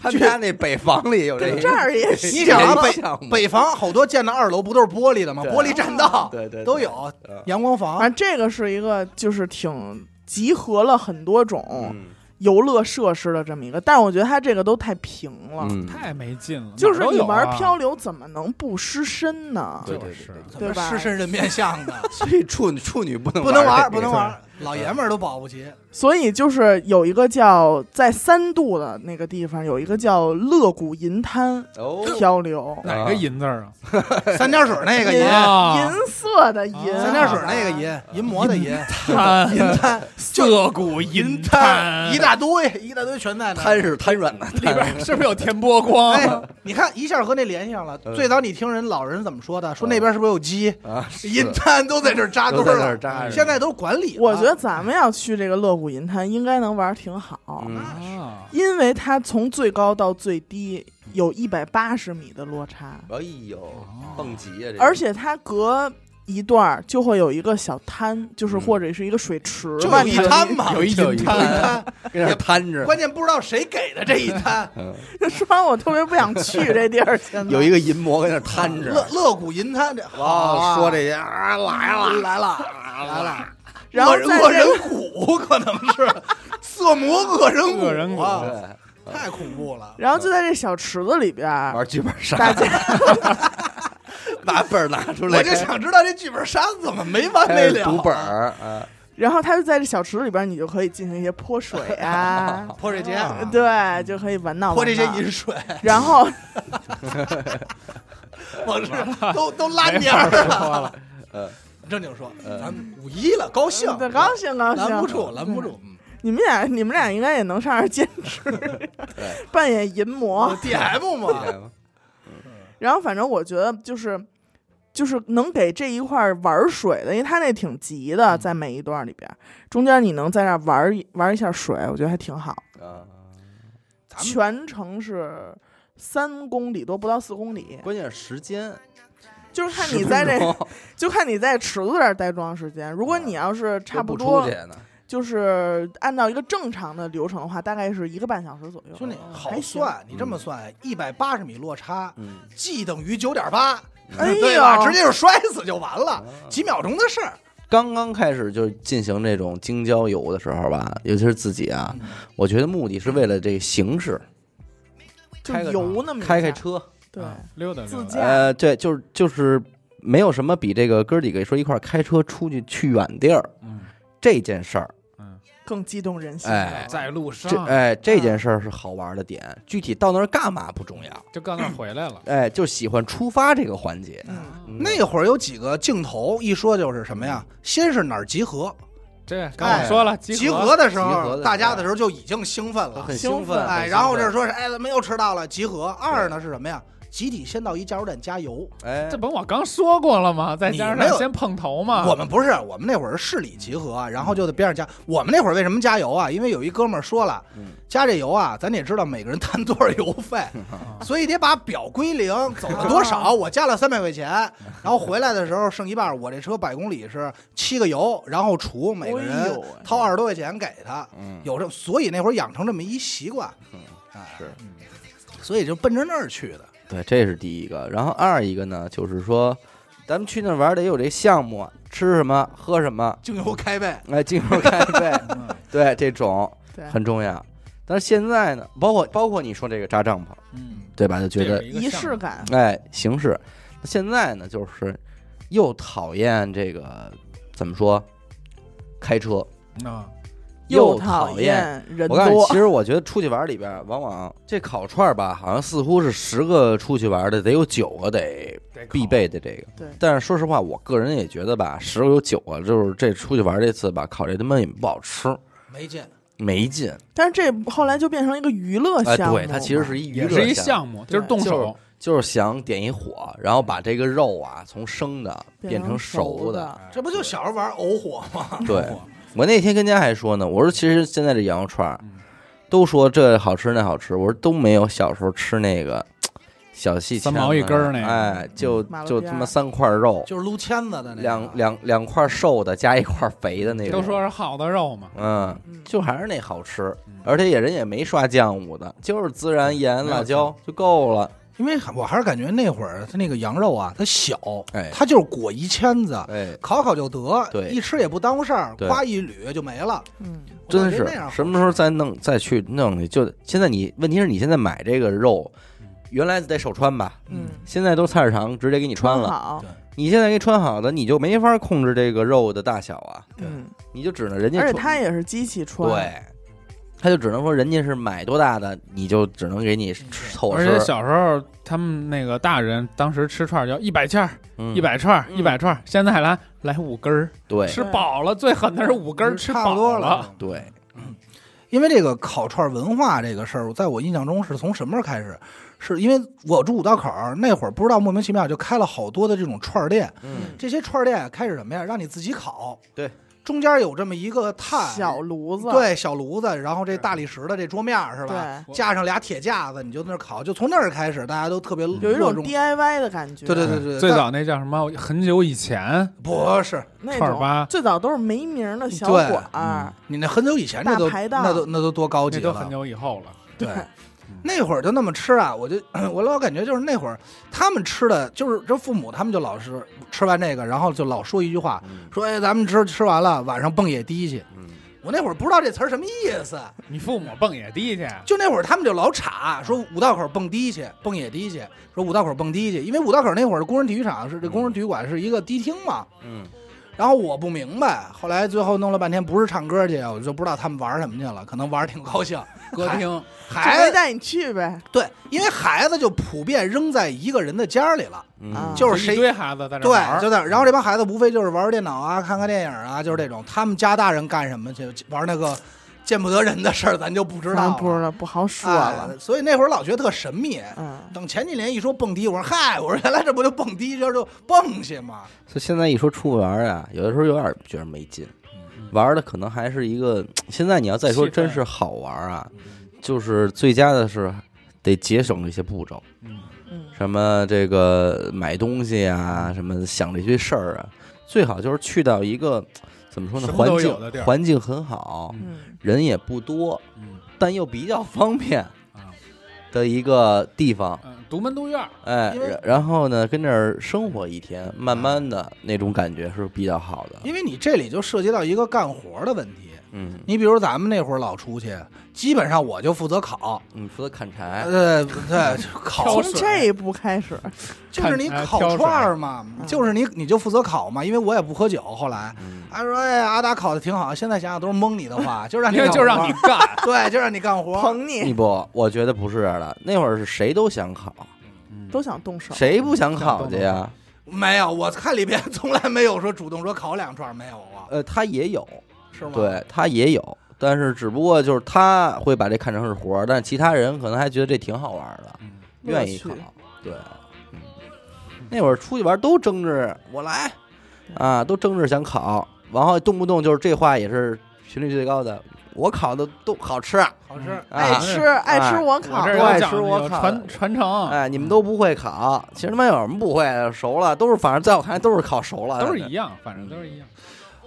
Speaker 1: 他们家那北房里有这
Speaker 2: 这
Speaker 1: 个，
Speaker 2: 儿也
Speaker 3: 你想啊，
Speaker 1: 这
Speaker 3: 北
Speaker 1: 项目
Speaker 3: 北房好多建的二楼不都是玻璃的吗？
Speaker 1: 对
Speaker 3: 玻璃栈道，
Speaker 1: 对对对
Speaker 3: 都有
Speaker 1: 嗯
Speaker 3: 阳光房
Speaker 2: 反。正这个是一个就是挺集合了很多种
Speaker 1: 嗯
Speaker 2: 游乐设施的这么一个，但是我觉得它这个都太平了，
Speaker 1: 嗯，
Speaker 4: 太没劲了，
Speaker 2: 就是
Speaker 4: 哪儿都
Speaker 2: 你
Speaker 4: 有啊
Speaker 2: 玩漂流怎么能不失身呢？
Speaker 1: 对
Speaker 4: 就
Speaker 1: 对
Speaker 4: 是
Speaker 1: 对对，
Speaker 3: 怎么
Speaker 2: 对吧
Speaker 3: 狮身人面像 的，
Speaker 1: 所以处女处女不能
Speaker 3: 不能
Speaker 1: 玩这
Speaker 3: 玩，
Speaker 1: 个
Speaker 3: 不能玩，老爷们儿都保不齐。
Speaker 2: 所以就是有一个叫在三度的那个地方有一个叫乐谷银滩
Speaker 1: 哦，
Speaker 2: 漂流，
Speaker 4: 哪个银字儿啊？
Speaker 3: 三点水那个
Speaker 2: 银
Speaker 3: 银，
Speaker 4: 啊
Speaker 2: 银色的银，
Speaker 3: 啊三点水那个银，银魔的银，
Speaker 4: 滩，
Speaker 3: 银滩，
Speaker 4: 涩谷银滩
Speaker 3: 一大堆，一大堆全在那儿。
Speaker 1: 瘫是瘫软的，
Speaker 4: 里边是不是有田波光？啊
Speaker 3: 哎，你看一下和那联系上了。
Speaker 1: 哦嗯
Speaker 3: 最早你听人老人怎么说的？说那边是不是有鸡？
Speaker 1: 啊，
Speaker 3: 银滩都在这儿扎堆
Speaker 1: 都在那儿
Speaker 3: 了，
Speaker 1: 扎着呢，
Speaker 3: 现在都管理了。
Speaker 2: 我觉得咱们要去这个乐谷银滩，应该能玩儿挺好，
Speaker 1: 嗯
Speaker 4: 啊，
Speaker 2: 因为它从最高到最低有一百八十米的落差，
Speaker 1: 哎呦，蹦极啊呀，这个
Speaker 2: 而且它隔一段儿就会有一个小滩，就是
Speaker 1: 嗯
Speaker 2: 或者是一个水池
Speaker 3: 就
Speaker 2: 吧，
Speaker 3: 有一滩嘛，
Speaker 4: 有一
Speaker 1: 就
Speaker 4: 银
Speaker 1: 一
Speaker 4: 滩，
Speaker 1: 滩，跟那儿瘫着，
Speaker 3: 关键不知道谁给的这一 滩。
Speaker 1: 嗯
Speaker 2: 说完我特别不想去这地 儿，现在
Speaker 1: 有一个银魔跟那儿瘫着，
Speaker 3: 乐乐谷银滩这好
Speaker 1: 哇，
Speaker 3: 啊
Speaker 1: 说这些啊，来了
Speaker 3: 来了来了，
Speaker 2: 然后
Speaker 3: 啊恶人
Speaker 2: 在
Speaker 3: 恶
Speaker 2: 这
Speaker 3: 人谷可能是色魔恶人谷，
Speaker 4: 恶人谷
Speaker 3: 啊，
Speaker 1: 对，
Speaker 3: 太恐怖了。
Speaker 2: 然后就在这小池子里边儿，
Speaker 1: 玩剧本杀，
Speaker 2: 大家
Speaker 1: 把本儿 拿出来，
Speaker 3: 我就想知道这剧本杀怎么没完没
Speaker 1: 开始
Speaker 3: 了。
Speaker 1: 哎读本儿，啊，
Speaker 2: 然后它就在这小池子里边儿，你就可以进行一些泼水
Speaker 3: ，
Speaker 2: 啊
Speaker 3: 泼水节，
Speaker 2: 对，就可以玩
Speaker 1: 啊
Speaker 2: 闹
Speaker 3: 泼这些
Speaker 2: 玩闹
Speaker 3: 饮水，
Speaker 2: 然后
Speaker 3: 往这都都拉蔫儿了。
Speaker 4: 了，
Speaker 3: 正经说，咱们五一了，高兴，
Speaker 2: 嗯对高兴高兴，
Speaker 3: 拦不住，拦不住。嗯
Speaker 2: 你们俩，你们俩应该也能上这儿兼 职，扮演淫魔。
Speaker 3: 嗯 D M 嘛，
Speaker 2: 然后反正我觉得就是，就是能给这一块儿玩水的，因为它那挺急
Speaker 3: 嗯
Speaker 2: 的，在每一段里边，中间你能在那儿玩一玩一下水，我觉得还挺好。
Speaker 1: 啊，
Speaker 3: 咱们
Speaker 2: 全程是三公里多，不到四公
Speaker 3: 哦
Speaker 2: 里，
Speaker 1: 关键是时间，
Speaker 2: 就是看
Speaker 1: 10
Speaker 2: 你在
Speaker 1: 分
Speaker 2: 这，
Speaker 1: 钟
Speaker 2: 就看你在池子这儿待多长时间。如果你要是差
Speaker 1: 啊不
Speaker 2: 多
Speaker 1: 出去，呢，
Speaker 2: 就是按照一个正常的流程的话，大概是一个半小时左右。
Speaker 3: 兄弟好
Speaker 2: 还行
Speaker 3: 算，你这么算，一百八十米落差
Speaker 1: 嗯，
Speaker 3: ，G 等于九点八，
Speaker 2: 哎呦
Speaker 3: 对吧？直接就摔死就完了，
Speaker 1: 嗯
Speaker 3: 几秒钟的事儿。
Speaker 1: 刚刚开始就是进行这种京郊游的时候吧，尤其是自己啊，我觉得目的是为了这形式，
Speaker 2: 就
Speaker 1: 开个
Speaker 2: 游那么一
Speaker 1: 开开
Speaker 2: 下，
Speaker 1: 车，
Speaker 2: 对，
Speaker 4: 啊溜达溜
Speaker 2: 自
Speaker 4: 达。
Speaker 2: 驾
Speaker 1: 呃，对，就是就是没有什么比这个哥几个说一块儿开车出去去远地儿
Speaker 4: 嗯
Speaker 1: 这件事儿，
Speaker 4: 嗯，
Speaker 2: 更激动人心。
Speaker 1: 哎
Speaker 4: 在路
Speaker 1: 这
Speaker 4: 上
Speaker 1: 哎这件事儿是好玩的点，具体到那儿干嘛不重要，
Speaker 4: 就刚那儿回来了，
Speaker 1: 哎，就喜欢出发这个环节，
Speaker 2: 嗯，
Speaker 1: 嗯
Speaker 3: 那会儿有几个镜头，一说就是什么呀？先是哪儿集合，
Speaker 4: 这刚我说了，集
Speaker 3: 集
Speaker 4: 合
Speaker 3: 合的时
Speaker 1: 集合的时
Speaker 3: 候，
Speaker 1: 候
Speaker 3: 大家的时候就已经兴奋
Speaker 1: 都
Speaker 3: 了
Speaker 1: 很，
Speaker 2: 兴
Speaker 1: 兴
Speaker 2: 奋
Speaker 1: 奋，
Speaker 3: 哎，然后这说是哎，咱们又迟到了，集合。二呢是什么呀？集体先到一加油站加油。
Speaker 1: 哎
Speaker 4: 这，不我刚说过了吗？再加
Speaker 3: 你没有
Speaker 4: 上先碰头嘛，
Speaker 3: 我们不是，我们那会儿是市里集合啊，然后就在边上加。我们那会儿为什么加油啊？因为有一哥们儿说了
Speaker 1: 嗯，
Speaker 3: 加这油啊，咱得知道每个人摊多少油 费，所以得把表归零，走了多少。我加了三百块钱，然后回来的时候剩一半。我这车百公里是七个油，然后除每个
Speaker 2: 哎
Speaker 3: 人
Speaker 2: 呦喂
Speaker 3: 掏二十多块钱给他。
Speaker 1: 嗯，
Speaker 3: 有这，所以那会儿养成这么一习惯，哎
Speaker 1: 是。
Speaker 3: 所以就奔着那儿去的。
Speaker 1: 对，这是第一个。然后二一个呢，就是说，咱们去那玩儿得有这项目，吃什么喝什么，
Speaker 3: 就油开背，
Speaker 1: 哎，进入 开背，
Speaker 4: 嗯
Speaker 1: 对，这种
Speaker 2: 对，
Speaker 1: 很重要。但是现在呢，包括包括你说这个扎帐篷，
Speaker 4: 嗯，
Speaker 1: 对吧？就觉
Speaker 4: 这
Speaker 1: 得
Speaker 4: 是一个
Speaker 2: 仪
Speaker 4: 项
Speaker 2: 式
Speaker 4: 目
Speaker 2: 感。
Speaker 1: 哎，形式。现在呢，就是又讨厌这个怎么说，开车，
Speaker 4: 啊，
Speaker 1: 又
Speaker 2: 讨
Speaker 1: 讨厌。
Speaker 2: 人
Speaker 1: 我告诉你，
Speaker 2: 多
Speaker 1: 其，实我觉得出去玩里边，往往这烤串儿吧，好像似乎是十个出去玩的得有九个得必备的这个。
Speaker 2: 对
Speaker 1: 但是说实话，我个人也觉得吧，十个有九个就是这出去玩这次吧，烤这他妈也不好吃，
Speaker 3: 没劲。
Speaker 1: 没劲。哎、
Speaker 2: 但是这后来就变成一个娱乐项目嘛。
Speaker 1: 呃对，它其实是一娱
Speaker 4: 也
Speaker 1: 乐
Speaker 4: 是一
Speaker 1: 项目，
Speaker 4: 项目，就是
Speaker 2: 对
Speaker 4: 动
Speaker 1: 就是
Speaker 4: 手，
Speaker 1: 就是想点一火，然后把这个肉啊从生的变成熟
Speaker 2: 熟
Speaker 1: 的。，
Speaker 3: 这不就小时候玩偶火吗？
Speaker 1: 对，我那天跟家还说呢，我说其实现在这羊肉串儿，
Speaker 4: 嗯
Speaker 1: 都说这好吃那好吃，我说都没有小时候吃那个小细
Speaker 4: 三
Speaker 1: 签
Speaker 4: 毛
Speaker 1: 子
Speaker 4: 一根儿那个嗯
Speaker 1: 哎，就
Speaker 2: 马路
Speaker 1: 就
Speaker 2: 边
Speaker 1: 他妈
Speaker 2: 儿
Speaker 1: 三块肉，
Speaker 3: 就是撸签子的那个啊
Speaker 1: 两两两块瘦的加一块肥的那种。
Speaker 4: 都说是好的肉嘛，
Speaker 1: 嗯
Speaker 2: 嗯，
Speaker 1: 就还是那好吃
Speaker 4: 嗯，
Speaker 1: 而且也人也没刷酱五的，就是孜然、盐、辣椒就够了。
Speaker 3: 因为我还是感觉那会儿它那个羊肉啊，它小，
Speaker 4: 嗯
Speaker 1: 哎
Speaker 3: 它就是裹一签子，
Speaker 1: 哎，
Speaker 3: 烤烤就得，
Speaker 1: 对
Speaker 3: 一吃也不耽误事儿，
Speaker 1: 对
Speaker 3: 夸一捋就没了。
Speaker 2: 嗯，
Speaker 3: 我
Speaker 1: 真
Speaker 3: 感觉
Speaker 1: 是
Speaker 3: 那样
Speaker 1: 什么时候再弄再去弄去？就现在你问题是你现在买这个肉
Speaker 4: 嗯，
Speaker 1: 原来得手穿吧，
Speaker 2: 嗯，
Speaker 1: 现在都菜市场直接给你穿了。
Speaker 2: 好，
Speaker 1: 你现在给穿好的，你就没法控制这个肉的大小啊，
Speaker 2: 嗯，
Speaker 1: 你就只能人家
Speaker 2: 而且
Speaker 1: 穿
Speaker 2: 它也是机器穿，
Speaker 1: 对，他就只能说人家是买多大的，你就只能给
Speaker 2: 嗯
Speaker 1: 你凑合
Speaker 4: 而且
Speaker 1: 吃。
Speaker 4: 小时候他们那个大人当时吃串儿叫一百串儿，
Speaker 1: 嗯
Speaker 4: 一百串儿，
Speaker 3: 嗯
Speaker 4: 一百串儿，现在来来五根儿，
Speaker 1: 对
Speaker 4: 吃饱了，最狠的是五根儿吃
Speaker 3: 嗯差不
Speaker 4: 饱
Speaker 3: 多
Speaker 4: 了，
Speaker 3: 了。
Speaker 1: 对，
Speaker 3: 因为这个烤串文化这个事儿，在我印象中是从什么时候开始？是因为我住五道口儿那会儿，不知道莫名其妙就开了好多的这种串儿店。
Speaker 1: 嗯，
Speaker 3: 这些串儿店开始什么呀？让你自己烤。
Speaker 1: 对，
Speaker 3: 中间有这么一个炭
Speaker 2: 小炉子，
Speaker 3: 对小炉子，然后这大理石的这桌面儿是吧？
Speaker 2: 对，
Speaker 3: 架上俩铁架子，你就在那儿烤，就从那儿开始，大家都特别
Speaker 2: 有一
Speaker 3: 热
Speaker 2: 种
Speaker 3: 衷。
Speaker 2: DIY 的感觉，
Speaker 3: 对对对对，
Speaker 4: 最
Speaker 3: 但
Speaker 4: 早那叫什么？很久以前，
Speaker 3: 不是
Speaker 2: 那
Speaker 4: 串儿吧
Speaker 2: 种最早都是没名儿的小
Speaker 3: 对
Speaker 2: 馆儿，
Speaker 3: 你那很久以前那都
Speaker 2: 大排档
Speaker 3: 那都那都多高级
Speaker 4: 那
Speaker 3: 了，
Speaker 4: 都很久以后了。
Speaker 3: 对，那会儿就那么吃啊，我就 我老感觉就是那会儿他们吃的，就是这父母他们就老是吃完这个，然后就老说一句话，说哎咱们吃吃完了晚上蹦野迪去。
Speaker 1: 嗯
Speaker 3: 我那会儿不知道这词儿什么意思，
Speaker 4: 你父母蹦野地去，
Speaker 3: 就那会儿他们就老岔说五道口蹦迪去，蹦野迪去，说五道口蹦迪去，因为五道口那会儿的工人体育场是这工人体育馆是一个迪厅嘛。
Speaker 1: 嗯，
Speaker 3: 然后我不明白，后来最后弄了半天不是唱歌去，我就不知道他们玩什么去了，可能玩得挺高兴。
Speaker 4: 歌厅
Speaker 2: 就
Speaker 3: 孩
Speaker 2: 没
Speaker 3: 子
Speaker 2: 带你去呗，
Speaker 3: 对，因为孩子就普遍扔在一个人的家里了，
Speaker 1: 嗯
Speaker 2: 啊
Speaker 3: 就是
Speaker 4: 一
Speaker 3: 谁
Speaker 4: 堆孩子在这玩
Speaker 3: 对，
Speaker 4: 儿
Speaker 3: 就，在，然后这帮孩子无非就是玩玩电脑啊，看看电影啊，就是这种。他们家大人干什么去玩那个见不得人的事儿，咱就不知道
Speaker 2: 咱
Speaker 3: 了，
Speaker 2: 不知道不好说
Speaker 3: 哎
Speaker 2: 了，
Speaker 3: 所以那会儿老觉得特神秘。
Speaker 2: 嗯，
Speaker 3: 等前几年一说蹦迪，我说嗨，我说原来这不就蹦迪，这就蹦去嘛。
Speaker 1: 所以现在一说出去玩儿啊，有的时候有点觉得没劲，玩儿的可能还是一个。现在你要再说
Speaker 4: 嗯气氛
Speaker 1: 真是好玩儿啊，就是最佳的是得节省这些步骤，
Speaker 4: 嗯
Speaker 2: 嗯
Speaker 1: 什么这个买东西啊，什么想这些事儿啊，最好就是去到一个怎么说呢，
Speaker 4: 什么
Speaker 1: 环
Speaker 4: 都有的地
Speaker 1: 境
Speaker 4: 儿
Speaker 1: 环境很好，
Speaker 2: 嗯，
Speaker 1: 人也不多，
Speaker 4: 嗯
Speaker 1: 但又比较方便
Speaker 4: 啊
Speaker 1: 的一个地方。
Speaker 4: 嗯，独门独院儿，
Speaker 1: 哎，
Speaker 3: 因为
Speaker 1: 然然后呢，跟这儿生活一天，慢慢的那种感觉是比较好的。
Speaker 3: 因为你这里就涉及到一个干活的问题。
Speaker 1: 嗯，
Speaker 3: 你比如咱们那会儿老出去，基本上我就负责烤，
Speaker 1: 你负责嗯砍柴，
Speaker 3: 呃，对，烤
Speaker 4: 哎挑
Speaker 2: 从
Speaker 4: 水
Speaker 2: 这一步开始，
Speaker 3: 就是你
Speaker 4: 看呃
Speaker 3: 烤
Speaker 4: 挑
Speaker 3: 串儿嘛，
Speaker 2: 嗯
Speaker 3: 就是你你就负责烤嘛，因为我也不喝酒。后来
Speaker 1: 嗯
Speaker 3: 他说：“哎，阿达烤的挺好。”现在想想都是蒙你的话，就让你
Speaker 4: 因为 就让你
Speaker 3: 干
Speaker 4: 干，
Speaker 3: 活儿，对，就让你干活儿。
Speaker 2: 捧
Speaker 1: 你
Speaker 2: 你
Speaker 1: 不，我觉得不是的。那会儿是谁都想考，
Speaker 4: 嗯
Speaker 2: 都想动手，
Speaker 1: 谁不想考去
Speaker 4: 想
Speaker 1: 呀？
Speaker 3: 没有，我看里边 从来没有说主动说烤两串儿，没有啊，
Speaker 1: 呃，他也有，
Speaker 3: 是吗？，
Speaker 1: 对他也有，但是只不过就是他会把这看成是活儿，但是其他人可能还觉得这挺好玩儿的，
Speaker 4: 嗯
Speaker 2: 乐
Speaker 1: 愿意
Speaker 2: 趣
Speaker 1: 考。对，嗯那会儿出去玩都争着我来啊，都争着想考，然后动不动就是这话也是频率最高的。我考的都好吃啊，
Speaker 3: 好吃。
Speaker 2: 爱
Speaker 1: 啊
Speaker 2: 吃爱吃
Speaker 1: 哎
Speaker 2: 我
Speaker 4: 我
Speaker 2: 烤
Speaker 3: 啊
Speaker 4: 这儿
Speaker 1: 我
Speaker 4: 有
Speaker 1: 爱
Speaker 4: 讲
Speaker 1: 吃
Speaker 4: 究
Speaker 1: 我烤
Speaker 4: 传传承，
Speaker 1: 哎，你们都不会考，其实他妈有什么不会的？熟了都是，反正在我看来都是考熟了，
Speaker 4: 都是一样，反正都是
Speaker 1: 嗯
Speaker 4: 一样。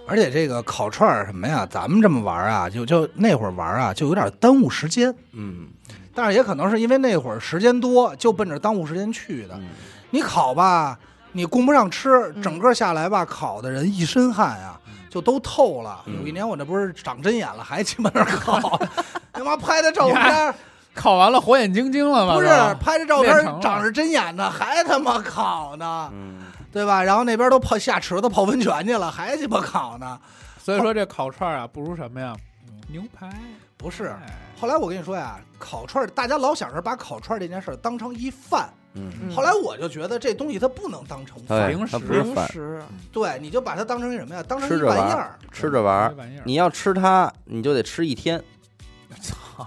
Speaker 3: 而且这个烤串儿什么呀，咱们这么玩儿啊，就就那会儿玩儿啊，就有点耽误时间。
Speaker 1: 嗯，
Speaker 3: 但是也可能是因为那会儿时间多，就奔着耽误时间去的。
Speaker 1: 嗯
Speaker 3: 你烤吧，你供不上吃，
Speaker 2: 嗯
Speaker 3: 整个下来吧，烤的人一身汗啊，就都透了。
Speaker 1: 嗯
Speaker 3: 有一年我这不是长针眼了，还鸡巴那儿烤，他妈拍的照片儿
Speaker 4: 考完了火眼金睛了吧？
Speaker 3: 不是
Speaker 4: 吧
Speaker 3: 拍的照片
Speaker 4: 练成
Speaker 3: 儿
Speaker 4: 了
Speaker 3: 长着针眼呢，还他妈烤呢，
Speaker 1: 嗯，
Speaker 3: 对吧？然后那边都泡下池子泡温泉去了，还鸡巴烤呢。
Speaker 4: 所以说这烤串儿啊，不如什么呀？牛排
Speaker 3: 不是
Speaker 4: 哎
Speaker 3: 后来我跟你说呀，烤串儿大家老想着把烤串儿这件事儿当成一饭，
Speaker 1: 嗯，
Speaker 2: 嗯
Speaker 3: 后来我就觉得这东西它不能当成饭，
Speaker 1: 对
Speaker 4: 零
Speaker 1: 它
Speaker 4: 食
Speaker 1: 不是
Speaker 2: 零
Speaker 1: 饭，
Speaker 2: 食，
Speaker 3: 对，你就把它当成什么呀？当成
Speaker 1: 吃
Speaker 3: 一
Speaker 1: 着
Speaker 3: 玩
Speaker 1: 玩
Speaker 3: 意儿。
Speaker 1: 吃着玩
Speaker 4: 这
Speaker 1: 儿。
Speaker 4: 玩意儿，
Speaker 1: 你要吃它，你就得吃一天，
Speaker 4: 操，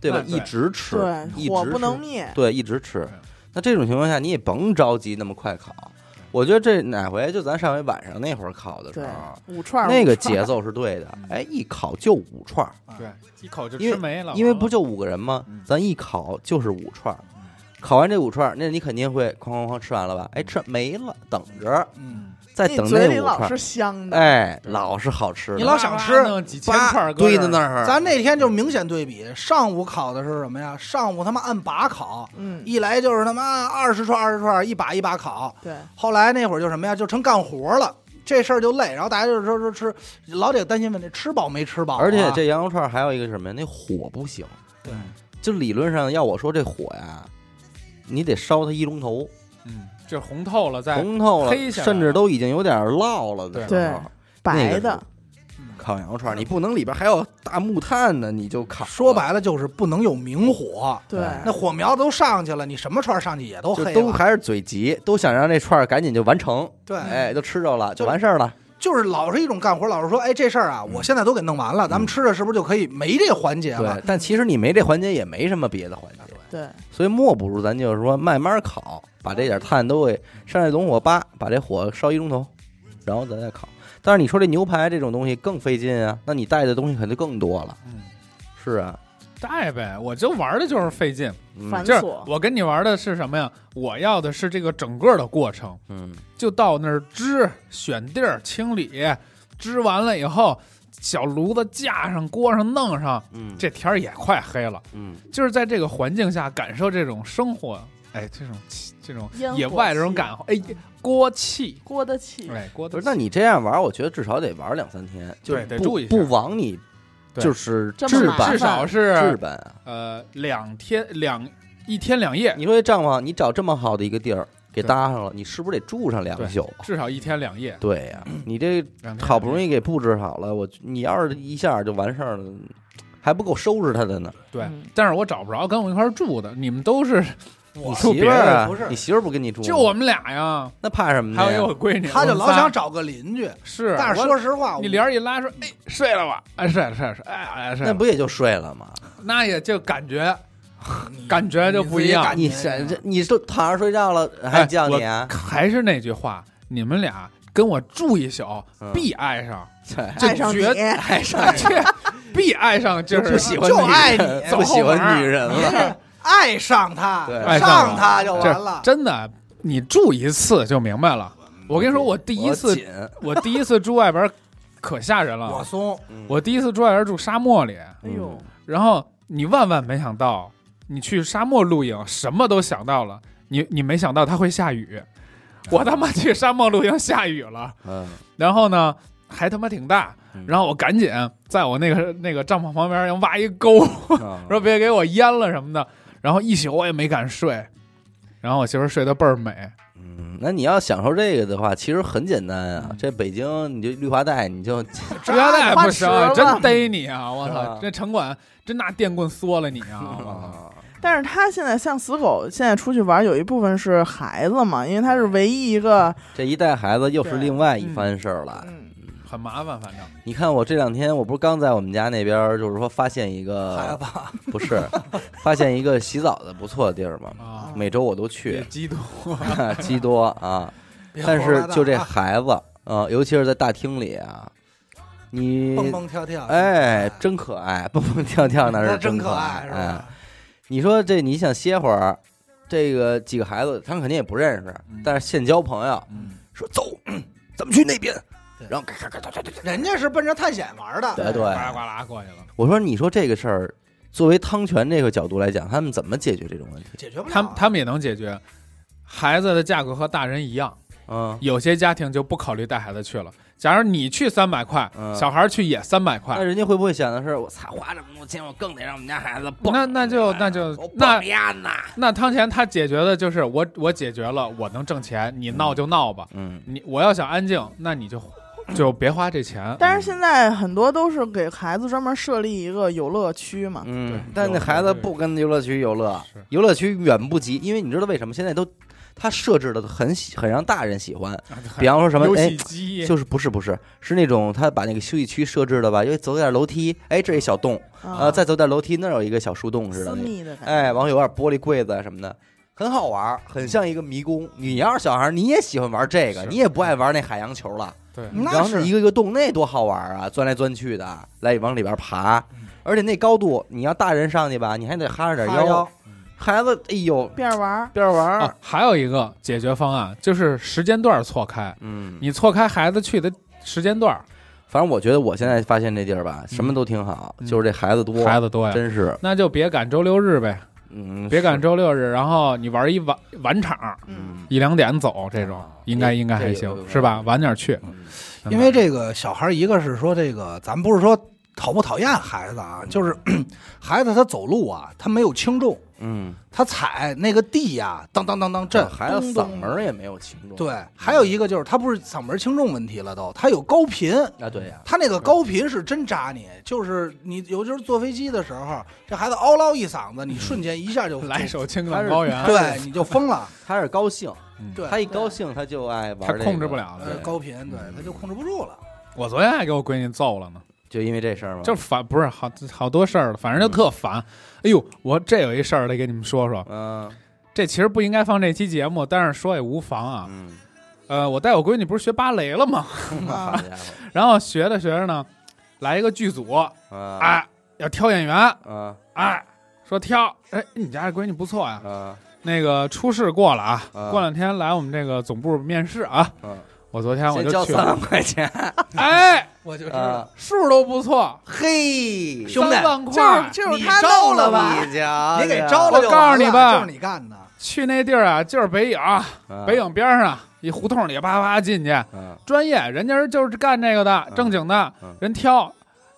Speaker 1: 对吧？
Speaker 4: 那对
Speaker 1: 一直吃，一
Speaker 2: 对，火
Speaker 1: 直
Speaker 2: 不能
Speaker 1: 吃，
Speaker 2: 灭，
Speaker 1: 对，一直吃
Speaker 4: 对。
Speaker 1: 那这种情况下，你也甭着急那么快烤。我觉得这哪回就咱上回晚上那会儿烤的时
Speaker 2: 对
Speaker 1: 候，，
Speaker 2: 五串儿
Speaker 1: 那个
Speaker 2: 五串儿
Speaker 1: 节奏是对的。
Speaker 4: 嗯
Speaker 1: 哎，一烤就五串儿，
Speaker 4: 对，一啊口就
Speaker 1: 因
Speaker 4: 吃没了，
Speaker 1: 因为不
Speaker 4: 完了
Speaker 1: 就五个人吗
Speaker 4: 嗯？
Speaker 1: 咱一烤就是五串儿，烤完这五串儿，那你肯定会哐哐哐吃完了吧？哎，吃没了，等着，
Speaker 3: 嗯，
Speaker 1: 再
Speaker 2: 你
Speaker 1: 等
Speaker 2: 嘴里
Speaker 1: 那五
Speaker 2: 老
Speaker 1: 串儿
Speaker 2: 是，香的，
Speaker 1: 哎，
Speaker 4: 对
Speaker 1: 老是好吃
Speaker 3: 你
Speaker 1: 的，
Speaker 3: 老想吃
Speaker 4: 弄几千
Speaker 3: 叭
Speaker 4: 块儿搁
Speaker 1: 堆
Speaker 4: 这
Speaker 1: 在
Speaker 4: 儿
Speaker 1: 那儿。
Speaker 3: 咱那天就明显对比，上午烤的是什么呀？上午他妈按把烤，
Speaker 2: 嗯，
Speaker 3: 一来就是他妈二十串二十串，一把一把烤。
Speaker 2: 对，
Speaker 3: 后来那会儿就什么呀，就成干活了，这事儿就累，然后大家就说说吃，老得担心问题，吃饱没吃饱啊、
Speaker 1: 而且这羊肉串儿还有一个什么呀？那火不行，
Speaker 4: 对，
Speaker 1: 就理论上要我说这火呀，你得烧它一龙头，
Speaker 4: 嗯，这红透了再
Speaker 1: 红透
Speaker 4: 黑
Speaker 1: 了，
Speaker 4: 下来
Speaker 1: 甚至都已经有点烙了的时
Speaker 2: 对
Speaker 1: 候，那
Speaker 2: 白
Speaker 1: 个
Speaker 2: 的，
Speaker 1: 烤羊肉串儿，你不能里边还有大木炭呢，你就烤了。
Speaker 3: 说白了就是不能有明火，
Speaker 2: 对，
Speaker 1: 哎
Speaker 3: 那火苗都上去了，你什么串儿上去也
Speaker 4: 哦
Speaker 3: 都
Speaker 1: 就
Speaker 3: 黑
Speaker 1: 都
Speaker 3: 了。
Speaker 1: 还是嘴急，都想让这串儿赶紧就完成，
Speaker 3: 对，
Speaker 1: 哎，就吃着了，就完事儿了。
Speaker 3: 就是老是一种干活，老是说，哎，这事儿啊，
Speaker 1: 嗯
Speaker 3: 我现在都给弄完了，咱们吃着是不是就可以没这环节了
Speaker 1: 对？，但其实你没这环节也没什么别的环节，
Speaker 2: 对，
Speaker 4: 哎
Speaker 1: 所以莫不如咱就是说慢慢烤，把这点炭都给上这龙火吧，把这火烧一钟头，然后咱再烤。但是你说这牛排这种东西更费劲啊，那你带的东西肯定更多了。
Speaker 4: 嗯
Speaker 1: 是啊，
Speaker 4: 带呗，我就玩的就是费劲，
Speaker 1: 嗯
Speaker 2: 烦
Speaker 4: 就是
Speaker 2: 繁琐
Speaker 4: 我跟你玩的是什么呀？我要的是这个整个的过程，
Speaker 1: 嗯，
Speaker 4: 就到那儿支选地儿清理，支完了以后，小炉子架上锅上弄上，
Speaker 1: 嗯，
Speaker 4: 这天儿也快黑了。
Speaker 1: 嗯
Speaker 4: 就是在这个环境下感受这种生活，哎，这种气这种
Speaker 2: 烟火
Speaker 4: 野外这种
Speaker 2: 气嗯
Speaker 4: 感，哎，锅气，
Speaker 2: 锅的气，
Speaker 4: 哎，锅
Speaker 1: 不
Speaker 4: 的
Speaker 1: 是，
Speaker 4: 气，
Speaker 1: 那你这样玩，我觉得至少得玩两三天，就
Speaker 4: 对
Speaker 1: 是
Speaker 4: 得
Speaker 1: 不
Speaker 4: 注意一下
Speaker 1: 不枉你
Speaker 4: 对
Speaker 1: 就是
Speaker 2: 这
Speaker 1: 置
Speaker 2: 么麻烦
Speaker 1: 办
Speaker 4: 至少
Speaker 1: 置
Speaker 4: 是
Speaker 1: 办啊。
Speaker 4: 呃两天两一天两夜，
Speaker 1: 你说这帐篷，你找这么好的一个地儿给
Speaker 4: 对
Speaker 1: 搭上了，你是不是得住上两
Speaker 4: 对
Speaker 1: 宿啊？
Speaker 4: 至少一天两夜，
Speaker 1: 对呀、你这
Speaker 4: 两天
Speaker 1: 好不容
Speaker 4: 易
Speaker 1: 易给布置好了，我你要是一下就完事儿了，还不够收拾他的呢。
Speaker 4: 对
Speaker 2: 嗯，
Speaker 4: 但是我找不着跟我一块儿住的，你们都是
Speaker 1: 你
Speaker 3: 我
Speaker 4: 说
Speaker 1: 媳
Speaker 4: 别
Speaker 1: 妇儿
Speaker 4: 人
Speaker 1: 啊
Speaker 3: 不是
Speaker 1: 你媳妇儿不跟你住吗，嗯
Speaker 4: 就我们俩呀，
Speaker 1: 那怕什么
Speaker 4: 还
Speaker 1: 的
Speaker 4: 有
Speaker 1: 呀？
Speaker 4: 一我闺女，
Speaker 3: 他就
Speaker 4: 我们
Speaker 3: 老
Speaker 4: 仨
Speaker 3: 想找个邻居，
Speaker 4: 是，
Speaker 3: 但是
Speaker 4: 我
Speaker 3: 说实话，
Speaker 4: 你
Speaker 3: 我
Speaker 4: 帘儿一拉说，哎，睡了吧？哎，睡了，睡了，睡了，哎，哎，睡
Speaker 1: 那
Speaker 4: 了，
Speaker 1: 不也就睡了吗？
Speaker 4: 那也就感觉
Speaker 3: 你
Speaker 4: 感觉就不一样
Speaker 1: 你
Speaker 3: 你自己感
Speaker 1: 这
Speaker 3: 觉
Speaker 1: 这你都躺着睡觉了，还
Speaker 4: 啊哎
Speaker 1: 叫你啊？
Speaker 4: 还是那句话，你们俩跟我住一宿，
Speaker 1: 嗯
Speaker 4: 必爱上，
Speaker 2: 爱上你
Speaker 4: 哎
Speaker 2: 哎
Speaker 4: 绝，爱上， 这必爱上，就是
Speaker 1: 不喜欢
Speaker 3: 就
Speaker 1: 女
Speaker 3: 爱
Speaker 1: 人
Speaker 3: 你
Speaker 1: 不喜欢女人
Speaker 3: 你
Speaker 1: 了。
Speaker 3: 是爱上他
Speaker 1: 对，
Speaker 4: 爱上
Speaker 3: 上他就完
Speaker 4: 这
Speaker 3: 了。
Speaker 4: 真的，你住一次就明白了。我跟你说，我第一次
Speaker 1: 我，紧
Speaker 4: 我第一次住外边儿可吓人
Speaker 3: 我
Speaker 4: 了。
Speaker 3: 松，
Speaker 1: 嗯
Speaker 4: 我第一次住外边儿住沙漠里，
Speaker 2: 哎呦，
Speaker 4: 然后你万万没想到，你去沙漠露营，什么都想到了，你你没想到它会下雨。我他妈去沙漠露营下雨了，
Speaker 1: 嗯，
Speaker 4: 然后呢还他妈挺大
Speaker 1: 嗯，
Speaker 4: 然后我赶紧在我那个那个帐篷旁边要挖一沟，说
Speaker 1: 嗯
Speaker 4: 别给我淹了什么的。然后一宿我也没敢睡，然后我媳妇儿睡得倍儿美，
Speaker 1: 嗯，那你要享受这个的话，其实很简单啊。
Speaker 4: 嗯
Speaker 1: 这北京你就绿化带，你就
Speaker 4: 这那不行
Speaker 2: 花，池
Speaker 4: 真
Speaker 2: 了
Speaker 4: 逮你啊！我
Speaker 1: 是
Speaker 4: 操
Speaker 1: 吧，
Speaker 4: 这城管真拿电棍缩了你 啊！我操，
Speaker 1: 啊
Speaker 2: 但是他现在像死狗，现在出去玩有一部分是孩子嘛，因为他是唯一一个，
Speaker 1: 这一带孩子又是
Speaker 2: 对
Speaker 1: 另外一番事儿了。
Speaker 2: 嗯，
Speaker 4: 很麻烦，反正
Speaker 1: 你看我这两天，我不是刚在我们家那边儿，就是说发现一
Speaker 3: 孩
Speaker 1: 个
Speaker 3: 子，
Speaker 1: 不是发现一个洗澡的不错的地儿嘛。
Speaker 4: 啊，
Speaker 1: 每周我都
Speaker 4: 别
Speaker 1: 嗯去，
Speaker 4: 激动，
Speaker 1: 基多啊。
Speaker 3: 别
Speaker 1: 但
Speaker 3: 胡说
Speaker 1: 是
Speaker 3: 八道
Speaker 1: 就这
Speaker 3: 啊
Speaker 1: 孩子啊，尤其是在大厅里啊，你
Speaker 3: 蹦蹦跳跳，
Speaker 1: 哎真可爱， 蹦蹦跳跳那
Speaker 3: 那
Speaker 1: 是
Speaker 3: 真
Speaker 1: 可
Speaker 3: 爱，是
Speaker 1: 哎
Speaker 3: 吧，？
Speaker 1: 你说这你想歇会儿，这个几个孩子他们肯定也不认识
Speaker 4: 嗯，
Speaker 1: 但是现交朋友，
Speaker 4: 嗯
Speaker 1: 说走，咱们去那边
Speaker 3: 对，
Speaker 1: 然后咔咔咔咔咔咔咔
Speaker 3: 人家是奔着探险玩的，
Speaker 1: 对
Speaker 4: 呱
Speaker 1: 对
Speaker 4: 啦呱啦过去了。
Speaker 1: 我说，你说这个事儿，作为汤泉这个角度来讲，他们怎么解决这种问题？
Speaker 3: 解决不了。
Speaker 4: 他们他们也能解决。孩子的价格和大人一样，
Speaker 1: 嗯，
Speaker 4: 有些家庭就不考虑带孩子去了。假如你去三百块，
Speaker 1: 嗯
Speaker 4: 小孩去也三百
Speaker 1: 那
Speaker 4: 块，
Speaker 1: 人家会不会想的是，我操，花这么多钱，我更得让我们家孩子蹦，
Speaker 4: 那那就那就
Speaker 1: 我蹦
Speaker 4: 那
Speaker 1: 呀呐，
Speaker 4: 那汤钱他解决的就是我我解决了，我能挣钱，你闹就闹吧。
Speaker 1: 嗯，
Speaker 4: 你我要想安静，那你就就别花这钱。
Speaker 2: 但是现在很多都是给孩子专门设立一个游乐区嘛，
Speaker 1: 嗯
Speaker 4: 对，
Speaker 1: 但那
Speaker 4: 有
Speaker 1: 孩子
Speaker 4: 有这个
Speaker 1: 不跟游乐区游乐
Speaker 4: 是，
Speaker 1: 游乐区远不及，因为你知道为什么现在都他设置的很喜很让大人喜欢， 比方说什么
Speaker 4: 游
Speaker 1: 哎
Speaker 4: 戏。机，
Speaker 1: 就是不是不是是那种他把那个休息区设置的吧，因为走点楼梯，哎，这一小洞，
Speaker 2: 啊
Speaker 1: 呃，，再走点楼梯，那儿有一个小树洞似的
Speaker 2: 私
Speaker 1: 那，
Speaker 2: 密的感觉，
Speaker 1: 哎，往后有点玻璃柜子什么的，很好玩儿，很像一个迷宫。你要是小孩儿，你也喜欢玩这个，
Speaker 4: 是
Speaker 1: 你也不爱玩那海洋球了。
Speaker 4: 对，
Speaker 1: 然
Speaker 3: 那
Speaker 1: 后那一
Speaker 3: 是
Speaker 1: 个一个洞，那多好玩儿啊，钻来钻去的，来往里边爬，
Speaker 4: 嗯
Speaker 1: 而且那高度，你要大人上去吧，你还得哈着点
Speaker 3: 哈腰
Speaker 1: 孩子，哎呦，
Speaker 2: 边儿玩儿，
Speaker 1: 边玩儿，
Speaker 4: 嗯啊，还有一个解决方案就是时间段儿错开，
Speaker 1: 嗯，
Speaker 4: 你错开孩子去的时间段儿，
Speaker 1: 反正我觉得我现在发现这地儿吧，什么都挺好，
Speaker 4: 嗯
Speaker 1: 就是这孩子多，
Speaker 4: 孩子多呀，
Speaker 1: 真是，
Speaker 4: 那就别赶周六日呗，
Speaker 1: 嗯，
Speaker 4: 别赶
Speaker 1: 是，
Speaker 4: 周六日，然后你玩一晚晚场，
Speaker 2: 嗯，
Speaker 4: 一两点走这种
Speaker 1: 啊，
Speaker 4: 应该
Speaker 1: 这
Speaker 4: 应该还
Speaker 1: 这个有
Speaker 4: 行，
Speaker 1: 点
Speaker 4: 是吧？晚点去，
Speaker 1: 嗯
Speaker 3: 因为这个小孩，一个是说这个，咱不是说讨不讨厌孩子啊，就是 孩子他走路啊，他没有轻重，
Speaker 1: 嗯，
Speaker 3: 他踩那个地呀、当当当当震。
Speaker 1: 孩子嗓门儿也没有轻重，
Speaker 3: 对，还有一个就是他不是嗓门轻重问题了都，他有高频，
Speaker 1: 啊，对呀，
Speaker 3: 他那个高频是真扎你，就是你尤其是坐飞机的时候，这孩子嗷唠一嗓子，你瞬间一下就
Speaker 4: 来首青
Speaker 1: 还
Speaker 4: 藏
Speaker 1: 是
Speaker 4: 高原，
Speaker 3: 对，你就疯了，
Speaker 1: 他是高兴，
Speaker 4: 嗯
Speaker 3: 对
Speaker 1: 他一高兴他就爱玩儿这个，啊
Speaker 4: 他控制不了
Speaker 3: 呃
Speaker 4: 的。
Speaker 3: 高频，对，他就控制不住了。
Speaker 4: 我昨天还给我闺女揍了呢，
Speaker 1: 就因为这事儿吗？
Speaker 4: 就烦，不是好好多事儿了，反正就特烦。哎呦，我这有一事儿得给你们说说，
Speaker 1: 嗯
Speaker 4: 这其实不应该放这期节目，但是说也无妨啊。
Speaker 1: 嗯，
Speaker 4: 呃，我带我闺女不是学芭蕾了吗？
Speaker 1: 好家
Speaker 3: 啊
Speaker 1: 伙，
Speaker 4: 然后学着学着呢，来一个剧组，
Speaker 1: 啊
Speaker 4: 哎，要挑演员，
Speaker 1: 啊
Speaker 4: 哎，说挑，哎，你家这闺女不错呀，
Speaker 1: 啊
Speaker 4: 那个初试过了啊，
Speaker 1: 啊
Speaker 4: 过两天来我们这个总部面试啊。
Speaker 1: 嗯
Speaker 4: 我昨天我
Speaker 1: 先
Speaker 4: 就
Speaker 1: 交
Speaker 4: 去
Speaker 1: 三
Speaker 4: 了，
Speaker 1: 万块 钱，
Speaker 4: 哎，
Speaker 3: 我就知道，
Speaker 1: 啊
Speaker 4: 数都不错，
Speaker 1: 嘿，
Speaker 3: 兄弟
Speaker 4: 三万
Speaker 2: 就是
Speaker 4: 块。
Speaker 2: 就是
Speaker 3: 你
Speaker 2: 他
Speaker 3: 招
Speaker 2: 弄了
Speaker 3: 了
Speaker 2: 吧？
Speaker 1: 你家
Speaker 3: 你给招了就
Speaker 4: 我告诉
Speaker 3: 完了
Speaker 4: 你吧
Speaker 3: 就是你干的。
Speaker 4: 去那地儿啊，就是北影，
Speaker 1: 啊
Speaker 4: 北影嗯边上一胡同里叭叭进去，
Speaker 1: 啊
Speaker 4: 专业人家就是干这个的，
Speaker 1: 嗯
Speaker 4: 正经的
Speaker 1: 嗯，
Speaker 4: 人挑，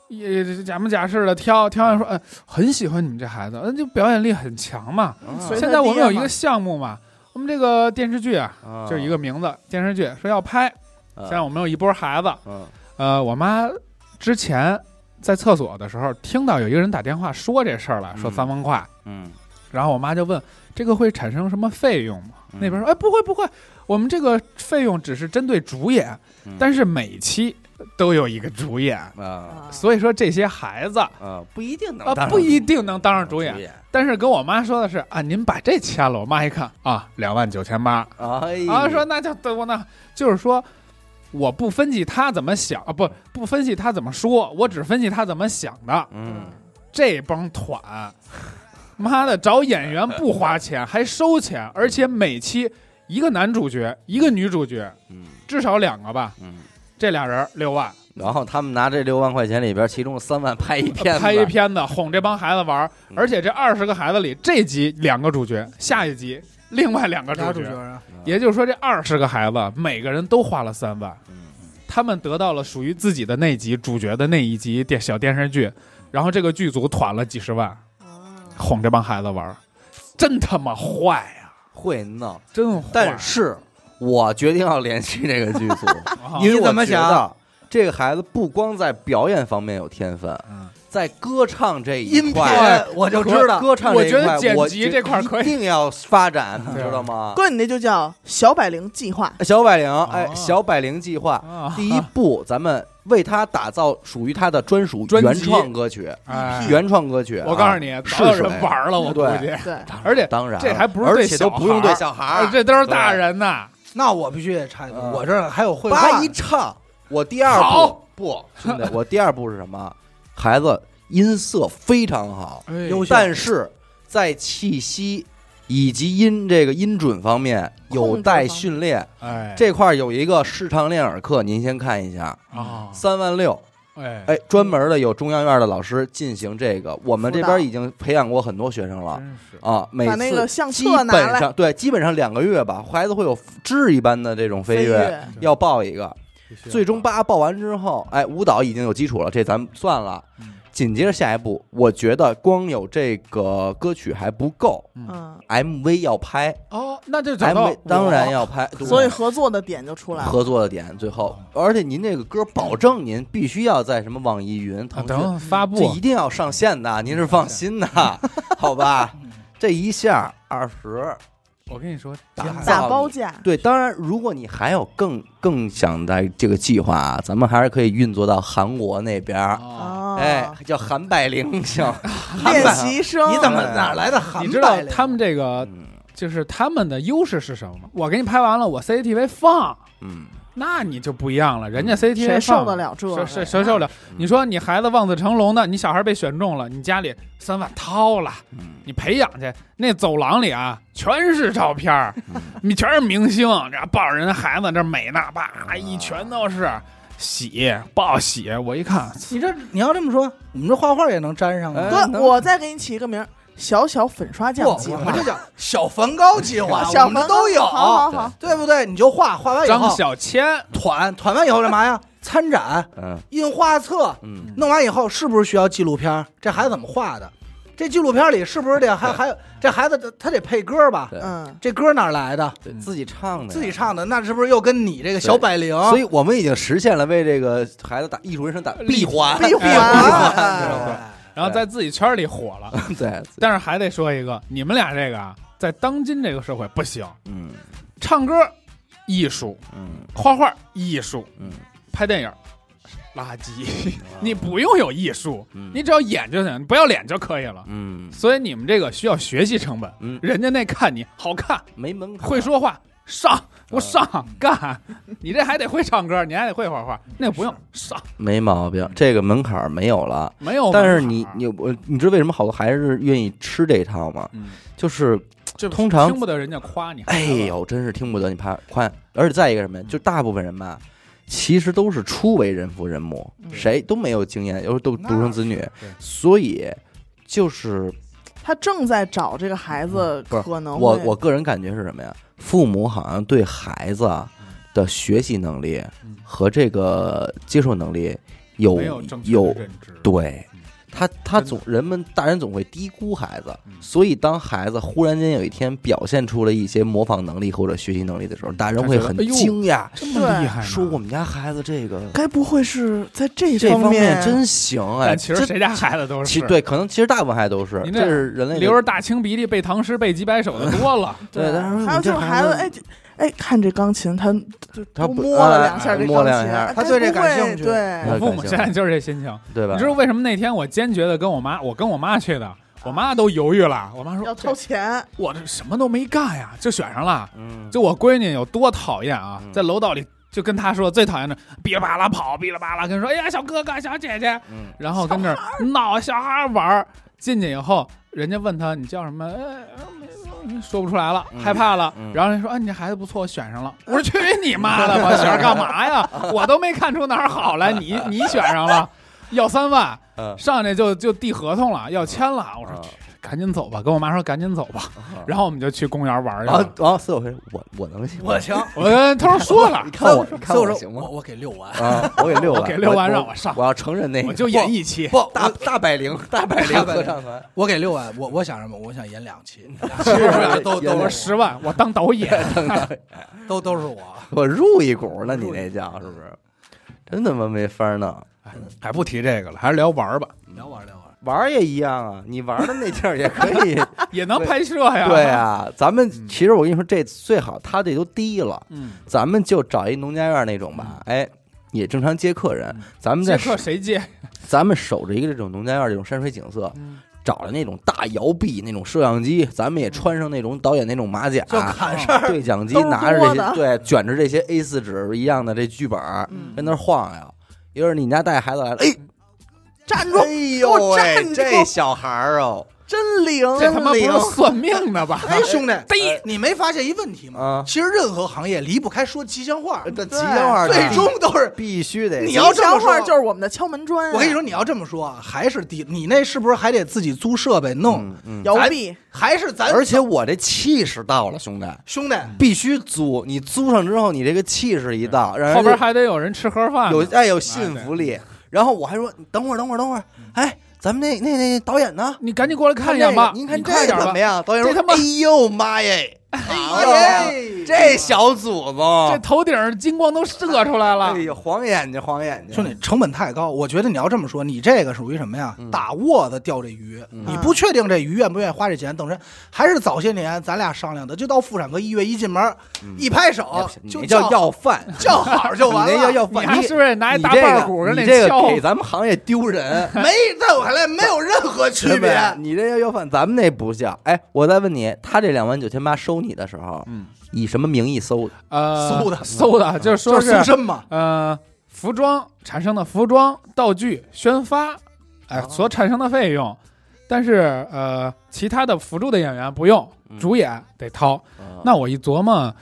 Speaker 4: 也假模假式的挑，挑完说，嗯，很喜欢你们这孩子，嗯，就表演力很强嘛。
Speaker 1: 啊
Speaker 2: 所以
Speaker 4: 现在我们有
Speaker 2: 他
Speaker 4: 一
Speaker 2: 爹嘛
Speaker 4: 个项目嘛，我们这个电视剧啊，
Speaker 1: 啊
Speaker 4: 就是一个名字，电视剧说要拍，现在
Speaker 1: 啊
Speaker 4: 我们有一波孩子，
Speaker 1: 嗯
Speaker 4: 呃，我妈之前在厕所的时候听到有一个人打电话说这事儿来，
Speaker 1: 嗯
Speaker 4: 说三万块，
Speaker 1: 嗯
Speaker 4: 然后我妈就问这个会产生什么费用吗？
Speaker 1: 嗯
Speaker 4: 那边说，哎，不会不会，我们这个费用只是针对主演，
Speaker 1: 嗯
Speaker 4: 但是每期都有一个主演，
Speaker 1: 啊
Speaker 4: 所以说这些孩子。
Speaker 1: 啊不一定能
Speaker 4: 啊
Speaker 1: 当上
Speaker 4: 不一定能当上主演
Speaker 1: 演
Speaker 4: 但是跟我妈说的是啊，您把这签了。我妈一看啊，两万九千八，
Speaker 1: 哎
Speaker 4: 啊，说那就对我那就是说，我不分析他怎么想啊，不不分析他怎么说，我只分析他怎么想的。
Speaker 1: 嗯
Speaker 4: 这帮团，妈的找演员不花钱还收钱，而且每期一个男主角一个女主角，
Speaker 1: 嗯
Speaker 4: 至少两个吧，
Speaker 1: 嗯，
Speaker 4: 这俩人六万，
Speaker 1: 然后他们拿这六万块钱里边，其中三万拍一片，
Speaker 4: 拍一，片子哄这帮孩子玩儿
Speaker 1: 嗯，
Speaker 4: 而且这二十个孩子里，这集两个主角，下一集另外两个
Speaker 3: 俩
Speaker 4: 主
Speaker 3: 主角
Speaker 4: 角。
Speaker 3: 啊，
Speaker 4: 也就是说，这二十个孩子每个人都花了三万，
Speaker 1: 嗯
Speaker 4: 他们得到了属于自己的那集主角的那一集电小电视剧，然后这个剧组团了几十万
Speaker 2: 啊
Speaker 4: 哄这帮孩子玩儿，真他妈坏呀、
Speaker 1: 会闹，
Speaker 4: 真坏！
Speaker 1: 但是我决定要联系这个剧 组，
Speaker 4: 啊
Speaker 1: 因为
Speaker 3: 你怎么
Speaker 1: 我觉
Speaker 3: 想
Speaker 1: 得这个孩子不光在表演方面有天分，
Speaker 4: 嗯
Speaker 1: 在歌唱这一
Speaker 3: 音频
Speaker 1: 块，
Speaker 3: 我就知道，
Speaker 1: 歌唱
Speaker 4: 我
Speaker 1: 这一
Speaker 4: 觉得
Speaker 1: 块，
Speaker 4: 剪
Speaker 1: 我
Speaker 4: 辑
Speaker 1: 觉
Speaker 4: 这块儿可以
Speaker 1: 一定要发 展，你
Speaker 4: 对
Speaker 1: 知道吗？
Speaker 2: 哥，你那就叫小百灵计划，
Speaker 1: 小百灵，哎
Speaker 4: 啊，
Speaker 1: 小百灵计划
Speaker 4: 啊
Speaker 1: 第一步，咱们为他打造属于他的专属
Speaker 4: 专
Speaker 1: 原
Speaker 4: 辑
Speaker 1: 创歌曲，
Speaker 4: 哎
Speaker 1: 原创歌曲啊。
Speaker 4: 我告诉你，
Speaker 1: 是
Speaker 4: 早有
Speaker 1: 谁
Speaker 4: 人玩了，我估计，
Speaker 2: 对，
Speaker 4: 而且
Speaker 1: 当然了，
Speaker 4: 这还不是
Speaker 1: 而
Speaker 4: 对
Speaker 1: 且都
Speaker 4: 小
Speaker 1: 不用
Speaker 4: 孩
Speaker 1: 对
Speaker 4: 儿
Speaker 1: 小孩
Speaker 4: 啊
Speaker 1: 儿，
Speaker 4: 这都是大人呐，
Speaker 3: 那我必须得插一句，
Speaker 1: 嗯
Speaker 3: 我这儿还有会
Speaker 1: 叭
Speaker 3: 话
Speaker 1: 一，唱，我第二步
Speaker 4: 好
Speaker 1: 不，兄弟，我第二步是什么？孩子音色非常好，
Speaker 4: 哎
Speaker 3: 优秀
Speaker 1: 但是在气息以及音这个音准方面有待训练。
Speaker 4: 哎
Speaker 1: 这块儿有一个视唱练耳课，您先看一下，
Speaker 2: 哦
Speaker 4: 啊
Speaker 1: 三万六，
Speaker 4: 哎
Speaker 1: 哎，专门的有中央院的老师进行这个，我们这
Speaker 2: 辅
Speaker 1: 边
Speaker 2: 导嗯
Speaker 1: 已经培养过很多学生了。
Speaker 4: 真是
Speaker 1: 啊，每
Speaker 2: 把
Speaker 1: 次
Speaker 2: 那个相
Speaker 1: 基
Speaker 2: 册拿
Speaker 1: 本
Speaker 2: 来
Speaker 1: 上对，基本上两个月吧，孩子会有质一般的这种
Speaker 2: 飞
Speaker 1: 跃，
Speaker 2: 跃，
Speaker 1: 要报一个。最终
Speaker 4: 把
Speaker 1: 八报完之后，哎，舞蹈已经有基础了，这咱们算了。
Speaker 4: 嗯
Speaker 1: 紧接着下一步，我觉得光有这个歌曲还不够
Speaker 2: 嗯，
Speaker 1: ，MV 要拍
Speaker 4: 哦，那就找到
Speaker 1: ，MV 当然
Speaker 4: 我
Speaker 1: 要拍，对
Speaker 2: 所以合作的点就出来了。
Speaker 1: 合作的点最后，而且您这个歌保证您必须要在什么网易云、
Speaker 4: 啊
Speaker 1: 腾讯
Speaker 4: 等发
Speaker 1: 这
Speaker 4: 布
Speaker 1: 一定要上线的，您是放心的，
Speaker 2: 嗯
Speaker 1: 好吧？这一下二十，
Speaker 4: 我跟你说，
Speaker 1: 打
Speaker 4: 天哪
Speaker 1: 造
Speaker 2: 打
Speaker 1: 你
Speaker 2: 包价，
Speaker 1: 对，当然，如果你还有更更想在这个计划啊，咱们还是可以运作到韩国那边儿，
Speaker 4: 哦
Speaker 2: 哦，
Speaker 1: 哎，叫韩百灵小，韩
Speaker 2: 练
Speaker 1: 百
Speaker 2: 习生，
Speaker 3: 你怎么哪来的韩
Speaker 4: 你知道
Speaker 3: 拜类？
Speaker 4: 他们这个
Speaker 1: 嗯
Speaker 4: 就是他们的优势是什么吗？我给你拍完了，我 CCTV 放，
Speaker 1: 嗯，
Speaker 4: 那你就不一样了，人家
Speaker 2: 谁
Speaker 4: CCTV
Speaker 2: 受
Speaker 4: 放
Speaker 2: 得。了这
Speaker 4: 谁
Speaker 2: 个？
Speaker 4: 谁谁受得了？你说你孩子望子成龙的，你小孩被选中了，你家里三万掏了，
Speaker 1: 嗯
Speaker 4: 你培养去，那走廊里啊全是照片儿，你全是明星，这抱着人家孩子这美那吧一全都是喜报喜，我一看，
Speaker 3: 你这你要这么说，我们这画画也能粘上啊
Speaker 1: 哎？
Speaker 2: 哥，
Speaker 1: 能
Speaker 2: 我再给你起一个名儿，小小粉刷
Speaker 3: 不，
Speaker 2: 匠计
Speaker 3: 我
Speaker 2: 划
Speaker 3: 们这叫小梵高计划，
Speaker 2: 小
Speaker 3: 我们
Speaker 2: 朋
Speaker 3: 这
Speaker 2: 友
Speaker 3: 都有，
Speaker 2: 好好好，
Speaker 3: 对不对？你就画，画完以
Speaker 4: 张
Speaker 3: 后
Speaker 4: 小千
Speaker 3: 团团完以后干嘛呀？参展、
Speaker 1: 嗯
Speaker 3: 印画册，
Speaker 1: 嗯，
Speaker 3: 弄完以后是不是需要纪录片儿？这孩子怎么画的？这纪录片里是不是得还还有这孩子他得配歌吧？
Speaker 1: 对
Speaker 2: 嗯，
Speaker 3: 这歌哪儿来的？
Speaker 1: 对自己唱的，
Speaker 3: 自己。唱的，那是不是又跟你这个小百灵？
Speaker 1: 所以我们已经实现了为这个孩子打艺术人生打闭环，
Speaker 2: 闭环
Speaker 3: 哎
Speaker 4: 然后在自己圈里火了，
Speaker 1: 对，
Speaker 4: 但是还得说一个，你们俩这个啊，在当今这个社会不行，
Speaker 1: 嗯
Speaker 4: 唱歌艺术，
Speaker 1: 嗯
Speaker 4: 画画艺术，
Speaker 1: 嗯，
Speaker 4: 拍电影垃圾，
Speaker 1: 啊
Speaker 4: 你不用有艺术，
Speaker 1: 嗯
Speaker 4: 你只要演就行，你不要脸就可以了。
Speaker 1: 嗯
Speaker 4: 所以你们这个需要学习成本，
Speaker 1: 嗯
Speaker 4: 人家那看你好看，
Speaker 1: 没门槛
Speaker 4: 会说话。上，我
Speaker 1: 嗯
Speaker 4: 上干，你这还得会唱歌，你还得会画画，那不用上，
Speaker 1: 没毛病，这个门槛儿没有了。
Speaker 4: 没哦有门
Speaker 1: 但
Speaker 4: 槛儿。
Speaker 1: 是你你我你知道为什么好多还是愿意吃这一套吗？
Speaker 4: 嗯，
Speaker 1: 就是
Speaker 4: 这
Speaker 1: 通常
Speaker 4: 听不得人家夸你，
Speaker 1: 哎
Speaker 4: 还
Speaker 1: 呦，真是听不得你怕宽。而且再一个什
Speaker 2: 嗯
Speaker 1: 么呀，就大部分人吧，其实都是初为人父人母，
Speaker 2: 嗯
Speaker 1: 谁都没有经验，又是都独生子女
Speaker 4: 对，
Speaker 1: 所以就是
Speaker 2: 他正在找这个孩子，
Speaker 1: 不是
Speaker 2: 可能
Speaker 1: 我
Speaker 2: 会
Speaker 1: 我个人感觉是什么呀？父母好像对孩子的学习能力
Speaker 4: 嗯
Speaker 1: 和这个接受能力有
Speaker 4: 没有正确
Speaker 1: 有
Speaker 4: 的认知。
Speaker 1: 对
Speaker 4: 嗯
Speaker 1: 他，他
Speaker 4: 真的
Speaker 1: 总人们大人总会低估孩子
Speaker 4: 嗯，
Speaker 1: 所以当孩子忽然间有一天表现出了一些模仿能力或者学习能力的时候，大人会很
Speaker 4: 他觉得哎呦哎
Speaker 1: 惊讶，
Speaker 4: 这么厉害呢，
Speaker 1: 说我们家孩子这个
Speaker 2: 该不会是在这
Speaker 1: 这方
Speaker 2: 面
Speaker 1: 真行哎，
Speaker 4: 啊但其实
Speaker 1: 这
Speaker 4: 谁家孩子都
Speaker 1: 其
Speaker 4: 是，
Speaker 1: 对，可能其实大部分孩子都是，
Speaker 4: 您这
Speaker 1: 这是人类的
Speaker 4: 留着大清鼻涕背唐诗背几百首的 多了，
Speaker 1: 对，但是
Speaker 2: 还有
Speaker 1: 这
Speaker 2: 就是孩子，哎这哎，看这钢琴，他就
Speaker 1: 他
Speaker 2: 都
Speaker 1: 不
Speaker 2: 摸了两
Speaker 1: 哎
Speaker 2: 下这钢琴，
Speaker 1: 摸两下
Speaker 2: 哎
Speaker 3: 他对这
Speaker 2: 该不会
Speaker 3: 感兴趣
Speaker 2: 对，
Speaker 4: 我父母现在就是这心情。
Speaker 1: 对吧？
Speaker 4: 你知道为什么那天我坚决的跟我妈，我跟我妈去的，我妈都犹豫了。我妈说
Speaker 2: 要掏
Speaker 4: 这
Speaker 2: 钱，
Speaker 4: 我这什么都没干呀，就选上了。
Speaker 1: 嗯，
Speaker 4: 就我闺女有多讨厌啊，
Speaker 1: 嗯
Speaker 4: 在楼道里就跟她说最讨厌的，哔啦吧啦跑，哔啦吧啦跟说，哎呀小哥哥小姐姐，
Speaker 1: 嗯
Speaker 4: 然后跟这儿闹小孩玩儿。进去以后，人家问他你叫什么，呃没说不出来了，
Speaker 1: 嗯
Speaker 4: 害怕了。
Speaker 1: 嗯
Speaker 4: 然后人说，啊，你这孩子不错，我选上了。我说去你妈的吧，选干嘛呀？ 我都没看出哪儿好来，你你选上了，要三万，
Speaker 1: 嗯
Speaker 4: 上去就就递合同了，要签了。我说
Speaker 1: 嗯
Speaker 4: 去，赶紧走吧，跟我妈说赶紧走吧。然后我们就去公园玩儿去
Speaker 1: 然后
Speaker 4: 了。
Speaker 1: 然后四友会，啊我我能行吗，
Speaker 3: 我 行，
Speaker 4: 我跟他说说了
Speaker 1: 你，看我，
Speaker 3: 所以
Speaker 1: 你看
Speaker 3: 所以
Speaker 1: 我
Speaker 3: 我
Speaker 1: 行
Speaker 3: 说
Speaker 1: 吗
Speaker 3: 我？我给六万，
Speaker 1: 啊，我给六万，
Speaker 4: 我给六万
Speaker 1: 我
Speaker 4: 让我上
Speaker 1: 我要承认那个，
Speaker 4: 我就演一期。
Speaker 3: 不，
Speaker 1: 大
Speaker 3: 我
Speaker 1: 大百灵，大百灵
Speaker 3: 大百
Speaker 1: 合
Speaker 3: 灵
Speaker 1: 唱团，
Speaker 3: 我给六万，我我想什么？我想演两期，两期是不是都
Speaker 1: 演
Speaker 3: 都
Speaker 4: 我
Speaker 3: 都
Speaker 1: 两
Speaker 3: 是
Speaker 4: 十万，我当导 演。
Speaker 3: 我都都是我，
Speaker 1: 我入一股了，你那叫是不是？真他妈没法弄，
Speaker 4: 还哎不提这个了，还是聊玩儿吧，
Speaker 3: 聊玩聊玩。
Speaker 1: 玩儿也一样啊，你玩儿的那地儿也可以，
Speaker 4: 也能拍摄 呀。
Speaker 1: 对啊，咱们
Speaker 4: 嗯
Speaker 1: 其实我跟你说，这最好，他这都低了，
Speaker 4: 嗯，
Speaker 1: 咱们就找一农家院那种吧，哎，也正常接客人
Speaker 4: 嗯，
Speaker 1: 咱们
Speaker 4: 接
Speaker 1: 在
Speaker 4: 客谁接？
Speaker 1: 咱们守着一个这种农家院这种山水景色，
Speaker 4: 嗯
Speaker 1: 找着那种大摇臂那种摄像机，咱们也穿上那种导演那种马甲，
Speaker 3: 就
Speaker 4: 啊
Speaker 3: 砍事儿，
Speaker 1: 对讲机
Speaker 2: 兜儿
Speaker 1: 拿着
Speaker 2: 多
Speaker 1: 这些
Speaker 2: 的
Speaker 1: 对卷着这些 A 四纸一样的这剧本儿，
Speaker 2: 嗯
Speaker 1: 跟那儿晃悠。一会儿你们家带孩子来了，哎，
Speaker 2: 站住
Speaker 1: 哎，
Speaker 2: 给
Speaker 1: 呦
Speaker 2: 我站
Speaker 1: 喂，
Speaker 2: 住
Speaker 1: 这小孩儿哦，
Speaker 2: 真灵，
Speaker 4: 这他妈不
Speaker 1: 真灵
Speaker 4: 是算命的吧？
Speaker 3: 哎，兄弟，
Speaker 4: 对
Speaker 3: 你没发现一问题吗
Speaker 1: 啊？
Speaker 3: 其实任何行业离不开说吉祥话，
Speaker 1: 呃这吉祥
Speaker 4: 呃
Speaker 1: 话
Speaker 4: 啊
Speaker 3: 最终都是。
Speaker 1: 必须得
Speaker 3: 你
Speaker 2: 吉
Speaker 3: 要这
Speaker 2: 祥
Speaker 3: 么说
Speaker 2: 话就是我们的敲门砖。
Speaker 3: 我跟你说，，你要这么说，啊，还是低。你那是不是还得自己租设备弄？
Speaker 1: 嗯嗯，
Speaker 2: 摇
Speaker 3: 咱
Speaker 2: 臂，
Speaker 3: 还是咱
Speaker 1: 而且我这气势到了，兄弟。
Speaker 3: 兄弟，
Speaker 1: 必须租，你租上之后，你这个气势一到，让人
Speaker 4: 嗯后边
Speaker 1: 家
Speaker 4: 还得有人吃盒饭呢。啊
Speaker 1: 有哎有信服力。然后我还说，等会儿等会儿等会儿，哎，咱们那那那导演呢？
Speaker 4: 你赶紧过来嗯看一
Speaker 1: 这
Speaker 4: 眼吧
Speaker 1: 个，您
Speaker 4: 你
Speaker 1: 看
Speaker 4: 快
Speaker 1: 这
Speaker 4: 点
Speaker 1: 个怎
Speaker 4: 吧
Speaker 1: 么。样？导演
Speaker 4: 这
Speaker 1: 说
Speaker 4: 他妈
Speaker 1: 哎呦妈耶！
Speaker 3: 哎
Speaker 4: 哎
Speaker 1: 好呀，这小祖宗
Speaker 4: 这，头顶儿金光都射出来了
Speaker 1: 哎，呦，晃眼睛，晃眼睛，
Speaker 3: 兄弟，成本太高，我觉得你要这么说，你这个属于什么呀？
Speaker 4: 嗯
Speaker 3: 打窝子钓这鱼，你
Speaker 4: 啊
Speaker 3: 不确定这鱼愿不愿意花这钱。等着，还是早些年咱俩商量的，就到妇产科医院一进门，
Speaker 4: 嗯
Speaker 3: 一拍
Speaker 1: 哎
Speaker 3: 手
Speaker 1: 不是你
Speaker 3: 就
Speaker 1: 那叫
Speaker 3: 要
Speaker 1: 要饭，
Speaker 3: 叫好就完了。，
Speaker 1: 你那叫要
Speaker 4: 你
Speaker 1: 饭，
Speaker 4: 还
Speaker 1: 你
Speaker 4: 是不是拿一
Speaker 1: 你
Speaker 4: 大
Speaker 1: 这
Speaker 4: 棒
Speaker 1: 个
Speaker 4: 骨跟
Speaker 1: 你
Speaker 4: 那
Speaker 1: 这
Speaker 4: 敲
Speaker 1: 个？给咱们行业丢人
Speaker 3: 没，在我看来没有任何区
Speaker 1: 对不
Speaker 3: 别
Speaker 1: 对。你这要要饭，咱们那不叫。哎，我再问你，他这两万九千八收你的时候，
Speaker 4: 嗯，
Speaker 1: 以什么名义搜的？
Speaker 4: 呃，
Speaker 3: 搜的
Speaker 4: 搜的，就是
Speaker 3: 就
Speaker 4: 说
Speaker 3: 是搜
Speaker 4: 是
Speaker 3: 身嘛，
Speaker 4: 呃，服装产生的服装、道具、宣发，哎，
Speaker 1: 哦
Speaker 4: 所产生的费用。但是呃，其他的辅助的演员不用，
Speaker 1: 嗯
Speaker 4: 主演得掏。
Speaker 1: 嗯
Speaker 4: 那我一琢磨，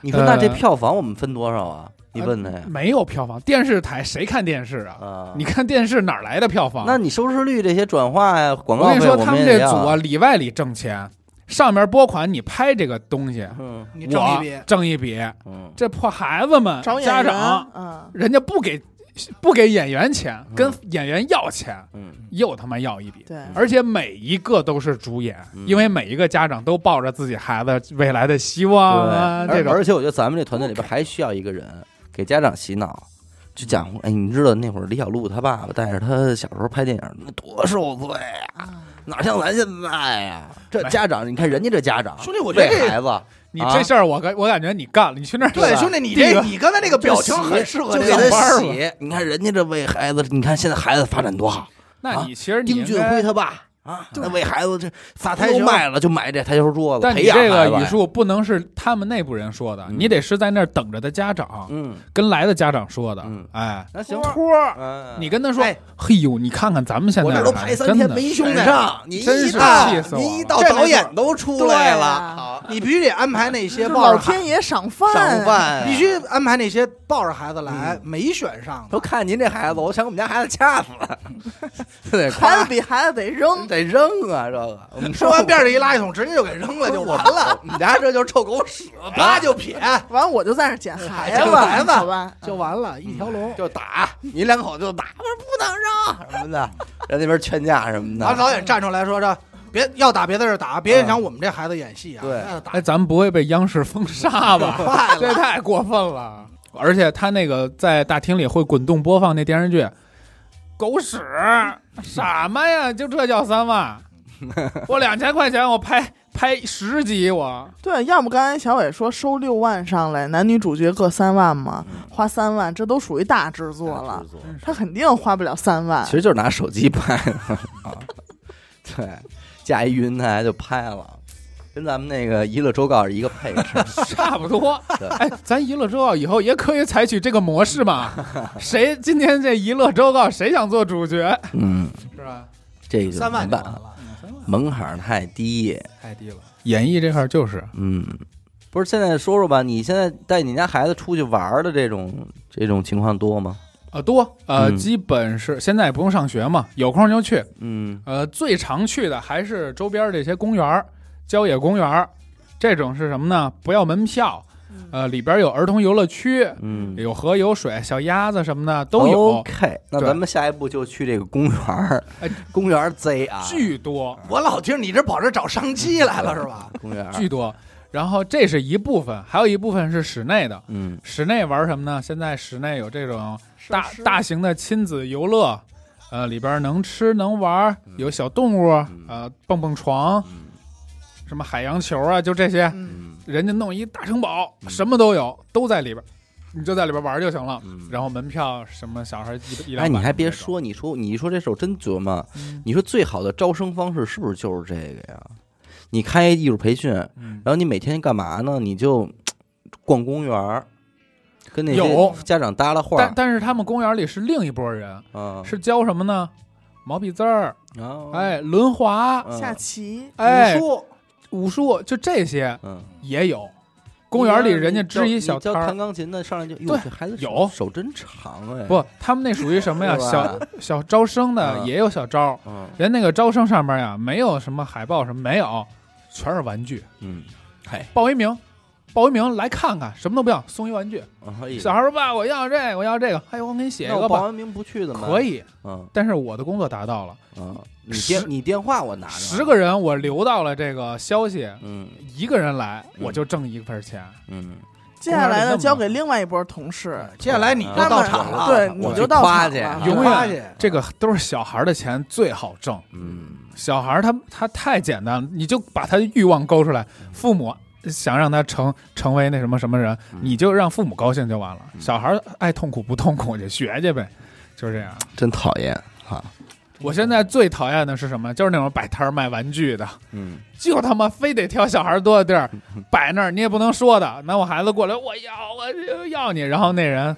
Speaker 1: 你说那这
Speaker 4: 呃
Speaker 1: 票房我们分多少啊？你问他呀
Speaker 4: 呃。没有票房，电视台谁看电视啊？
Speaker 1: 啊，
Speaker 4: 你看电视哪儿来的票房？
Speaker 1: 那你收视率这些转化呀、广
Speaker 4: 我
Speaker 1: 告
Speaker 4: 跟
Speaker 1: 费，
Speaker 4: 你说，他
Speaker 1: 们
Speaker 4: 们
Speaker 1: 也
Speaker 4: 这
Speaker 1: 要
Speaker 4: 组啊，，里外里挣钱，上面拨款，你拍这个东西，
Speaker 1: 嗯
Speaker 3: 你挣一笔
Speaker 4: 我，挣一笔。
Speaker 1: 嗯，
Speaker 4: 这破孩子们
Speaker 2: 找演
Speaker 4: 家
Speaker 2: 员
Speaker 4: 长，
Speaker 2: 嗯，
Speaker 4: 人家不给不给演员钱，跟演员要钱，
Speaker 1: 嗯
Speaker 4: 又他妈要一笔。
Speaker 2: 对，
Speaker 4: 而且每一个都是主演，
Speaker 1: 嗯
Speaker 4: 因为每一个家长都抱着自己孩子未来的希望啊，
Speaker 1: 对
Speaker 4: 这
Speaker 1: 而
Speaker 4: 种
Speaker 1: 而且我觉得咱们这团队里边还需要一个人给家长洗脑，就讲哎，你知道那会儿李小璐他爸爸带着他小时候拍电影，那多受罪啊，哪像咱现在呀、这
Speaker 4: 没
Speaker 1: 家长，你看人家这家长，
Speaker 3: 兄弟我觉得
Speaker 1: 为
Speaker 3: 这
Speaker 1: 孩子
Speaker 4: 你这事儿我感我感觉你干了，你去那儿
Speaker 1: 对
Speaker 3: 对，
Speaker 1: 吧
Speaker 3: 兄弟，你
Speaker 4: 这
Speaker 3: 这
Speaker 4: 个
Speaker 3: 你刚才那个表情很适合
Speaker 1: 就
Speaker 3: 这
Speaker 1: 给
Speaker 3: 个班
Speaker 1: 他
Speaker 3: 儿
Speaker 1: 洗，你看人家这为孩子，你看现在孩子发展多好，
Speaker 4: 那你其实你
Speaker 1: 丁
Speaker 4: 应
Speaker 1: 俊
Speaker 4: 该
Speaker 1: 晖他爸啊，那为孩子这
Speaker 3: 撒台
Speaker 1: 都
Speaker 3: 球
Speaker 1: 卖了就买这台球桌子，
Speaker 4: 但
Speaker 1: 培
Speaker 4: 你
Speaker 1: 养
Speaker 4: 这
Speaker 1: 孩子
Speaker 4: 个语
Speaker 1: 呀，
Speaker 4: 数不能是他们内部人说的，
Speaker 1: 嗯
Speaker 4: 你得是在那儿等着的家长、
Speaker 1: 嗯，
Speaker 4: 跟来的家长说的。
Speaker 1: 嗯
Speaker 4: 哎，
Speaker 1: 那行
Speaker 4: 托儿，
Speaker 1: 嗯
Speaker 4: 你跟他说，
Speaker 1: 哎
Speaker 4: 嘿呦，你看看咱们现
Speaker 1: 我
Speaker 4: 在
Speaker 1: 这
Speaker 4: 的
Speaker 1: 都
Speaker 4: 孩
Speaker 1: 排
Speaker 4: 子
Speaker 1: 三
Speaker 4: 真
Speaker 1: 天
Speaker 4: 的
Speaker 1: 没选上，啊你
Speaker 4: 真
Speaker 1: 一
Speaker 4: 是
Speaker 1: 到
Speaker 4: 气死我了
Speaker 1: 你一到
Speaker 3: 这没
Speaker 1: 导演
Speaker 3: 错
Speaker 1: 都出来
Speaker 2: 对
Speaker 1: 了，
Speaker 2: 啊
Speaker 1: 好
Speaker 3: 你必须得安排那
Speaker 2: 这
Speaker 3: 些抱
Speaker 2: 老
Speaker 3: 着孩
Speaker 2: 天爷赏饭，
Speaker 1: 赏饭啊
Speaker 3: 必须安排那些抱着孩子来没选上
Speaker 1: 都
Speaker 3: 的，
Speaker 1: 看您这孩子，我想我们家孩子掐死 了，得
Speaker 2: 孩
Speaker 1: 夸
Speaker 2: 子比孩子得扔，
Speaker 1: 得扔啊，这个我们
Speaker 3: 说完边儿这一垃圾桶直接就给扔了就完了，啊嗯
Speaker 1: 你家这就是臭狗 屎，
Speaker 3: 啪就撇
Speaker 2: 完我就在那儿捡孩
Speaker 3: 捡
Speaker 2: 子，
Speaker 3: 孩子
Speaker 2: 好吧，
Speaker 3: 就完了，一条龙。
Speaker 1: 就打， 你两口子就打，我说不能扔什么的，人那边劝架什么
Speaker 3: 然后
Speaker 1: 的，
Speaker 3: 导演站出来说这。别要打，别在这儿打，别影响我们这孩子演戏啊！
Speaker 1: 对
Speaker 3: 哎打
Speaker 4: 哎，咱们不会被央视封杀 吧？这太过分了！而且他那个在大厅里会滚动播放那电视剧，狗屎什么呀？就这叫 三万？我两千块钱我拍拍十集我。
Speaker 2: 对，要不刚才小伟说收六万上来，男女主角各三万嘛，花三万，这都属于大制作了，他肯定花不了三万
Speaker 1: 其。实就是拿手机拍的 啊，对，架一云台就拍了，跟咱们那个娱乐周告是一个配置。
Speaker 4: 差不多
Speaker 1: 对。
Speaker 4: 哎，咱娱乐周告以后也可以采取这个模 式嘛？谁今天这娱乐周告谁想做主角
Speaker 1: 嗯，
Speaker 4: 是吧？
Speaker 1: 这个
Speaker 3: 三万
Speaker 1: 没
Speaker 3: 就
Speaker 1: 办
Speaker 3: 完
Speaker 1: 法，
Speaker 3: 了，
Speaker 1: 门槛太低。
Speaker 4: 太低了，演艺这块儿就是
Speaker 1: 嗯，不是，现在说说吧，你现在带你家孩子出去玩儿的这种这种情况多吗？
Speaker 4: 呃多呃，
Speaker 1: 嗯
Speaker 4: 基本是现在也不用上学嘛，有空就去。
Speaker 1: 嗯，
Speaker 4: 呃，最常去的还是周边这些公园儿、郊野公园儿，这种是什么呢？不要门票，呃，里边有儿童游乐区，
Speaker 1: 嗯
Speaker 4: 有河有水，小鸭子什么的都有，
Speaker 1: OK，那
Speaker 4: 对
Speaker 1: 咱们下一步就去这个公园儿
Speaker 4: 哎，
Speaker 1: 公园儿贼啊，
Speaker 4: 巨多。
Speaker 3: 我老听你这跑这找商机来了是 吧？
Speaker 1: 公园儿，
Speaker 4: 巨多。然后这是一部分，还有一部分是室内的。
Speaker 1: 嗯
Speaker 4: 室内玩什么呢？现在室内有这种大
Speaker 2: 设施
Speaker 4: 大型的亲子游乐，呃，里边能吃能玩，有小动物，呃，蹦蹦床，
Speaker 1: 嗯
Speaker 4: 什么海洋球啊，就这些。
Speaker 2: 嗯，
Speaker 1: 嗯
Speaker 4: 人家弄一大城堡，什么都有，都在里边，你就在里边玩就行了。
Speaker 1: 嗯。
Speaker 4: 然后门票什么，小孩一一两
Speaker 1: 哎，
Speaker 4: 百
Speaker 1: 你还
Speaker 4: 那
Speaker 1: 别
Speaker 4: 种
Speaker 1: 说，你说你说这事儿我真琢磨，
Speaker 4: 嗯
Speaker 1: 你说最好的招生方式是不是就是这个呀？你开艺术培训，然
Speaker 4: 嗯
Speaker 1: 后你每天干嘛呢？你就逛公园儿，跟那
Speaker 4: 有
Speaker 1: 些家长搭了话
Speaker 4: 但
Speaker 1: 儿，
Speaker 4: 但是他们公园里是另一拨人，
Speaker 1: 嗯，
Speaker 4: 是教什么呢？毛笔字儿，
Speaker 1: 哦，
Speaker 4: 哎，轮滑，
Speaker 1: 嗯
Speaker 2: 下棋，
Speaker 4: 哎
Speaker 3: 武，术
Speaker 4: 武术就这些
Speaker 1: 嗯，
Speaker 4: 也有。 公园里人家支一小
Speaker 1: 教
Speaker 4: 摊
Speaker 1: 弹
Speaker 4: 儿，
Speaker 1: 钢琴的上来就，哟
Speaker 4: 对
Speaker 1: 这孩子手
Speaker 4: 有
Speaker 1: 手真长哎，，
Speaker 4: 不，他们那属于什么呀？
Speaker 1: 是
Speaker 4: 小
Speaker 1: 吧
Speaker 4: 小招生的
Speaker 1: 嗯
Speaker 4: 也有小招，
Speaker 1: 嗯
Speaker 4: 人那个招生上面呀，没有什么海报什么，没有，全是玩具。
Speaker 1: 嗯，
Speaker 4: 报一名，报一名来看看，什么都不要，送一玩具。
Speaker 1: 哎呀
Speaker 4: 小孩说：“爸，我要这个，我要这个。”哎呦，我给你写一
Speaker 1: 那
Speaker 4: 个
Speaker 1: 我报
Speaker 4: 吧。
Speaker 1: 完名不去怎么办？
Speaker 4: 可以，
Speaker 1: 嗯
Speaker 4: 但是我的工作达到了，
Speaker 1: 嗯，你
Speaker 4: 十
Speaker 1: 电你电话我拿着，
Speaker 4: 十个，人我留到了这个消息，
Speaker 1: 嗯
Speaker 4: 一个人来
Speaker 1: 嗯
Speaker 4: 我就挣一份钱。
Speaker 1: 嗯，
Speaker 2: 接下来
Speaker 4: 公园里那
Speaker 2: 呢，
Speaker 4: 么
Speaker 2: 交给另外一波同事，
Speaker 3: 接下来你就
Speaker 1: 他们
Speaker 3: 到场了，
Speaker 2: 对，
Speaker 1: 我
Speaker 2: 你
Speaker 1: 去
Speaker 2: 就到
Speaker 1: 夸
Speaker 2: 场
Speaker 1: 去
Speaker 2: 了。啊
Speaker 4: 永
Speaker 3: 夸去
Speaker 4: 远这个都是小孩的钱最好挣。
Speaker 1: 嗯，
Speaker 4: 小孩儿他他太简单了，你就把他的欲望勾出来。父母想让他成成为那什么什么人，
Speaker 1: 嗯
Speaker 4: 你就让父母高兴就完了。
Speaker 1: 嗯
Speaker 4: 小孩儿爱痛苦不痛苦就学去呗，就是这样。
Speaker 1: 真讨厌啊，
Speaker 4: 我现在最讨厌的是什么？就是那种摆摊儿卖玩具的，
Speaker 1: 嗯，
Speaker 4: 就他妈非得挑小孩儿多的地儿摆那儿，你也不能说的。那我孩子过来，我要我就要你，然后那人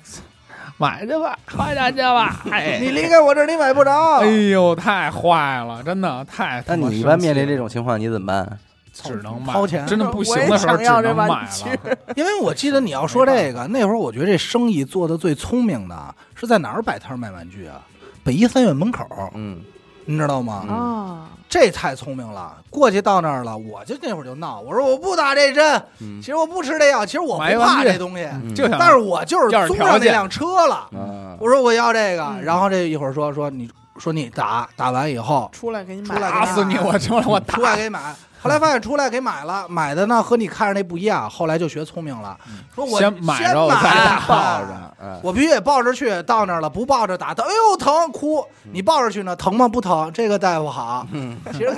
Speaker 4: 买去吧，花点去吧。哎，
Speaker 3: 你离开我这儿，你买不着
Speaker 4: 哎。呦，太坏了，真的太他
Speaker 1: 那
Speaker 4: 妈生气了。
Speaker 1: 你一般面临这种情况你怎么办？
Speaker 4: 只能买，
Speaker 3: 掏钱
Speaker 4: 真的不行的时候
Speaker 2: 我也想
Speaker 4: 只
Speaker 2: 要这
Speaker 4: 能买
Speaker 2: 玩
Speaker 4: 了。
Speaker 2: 具
Speaker 3: 因为我记得你要说这个，那会儿我觉得这生意做的最聪明的是在哪儿摆摊儿卖玩具啊？北医三院门口，
Speaker 1: 嗯
Speaker 3: 你知道吗？
Speaker 1: 嗯
Speaker 2: 啊，
Speaker 3: 这太聪明了。过去到那儿了，我就那会儿就闹，我说我不打这针，
Speaker 1: 嗯
Speaker 3: 其实我不吃这药，其实我不
Speaker 4: 买玩
Speaker 3: 怕
Speaker 4: 具
Speaker 3: 这东西，
Speaker 1: 嗯
Speaker 4: 就想，
Speaker 3: 但是我就是
Speaker 4: 要是
Speaker 3: 租
Speaker 4: 条
Speaker 3: 上那
Speaker 4: 件
Speaker 3: 辆车了。
Speaker 1: 啊，
Speaker 3: 我说我要这个，
Speaker 2: 嗯
Speaker 3: 然后这一会儿说说你说你打打完以后
Speaker 2: 出来给你买啊
Speaker 3: 出
Speaker 2: 一
Speaker 3: 来
Speaker 2: 个，
Speaker 3: 给
Speaker 4: 打死你，我就我打
Speaker 3: 出来给买，后来发现出来给买了，买的呢和你看着那不一样，后来就学聪明了，说我
Speaker 4: 先买
Speaker 3: 嗯买
Speaker 4: 着我再打
Speaker 1: 抱着，嗯
Speaker 3: 我必须得抱着去，到那儿了不抱着打疼，哎呦疼哭，你抱着去呢疼吗？不疼，这个大夫 好，
Speaker 1: 嗯
Speaker 3: 其实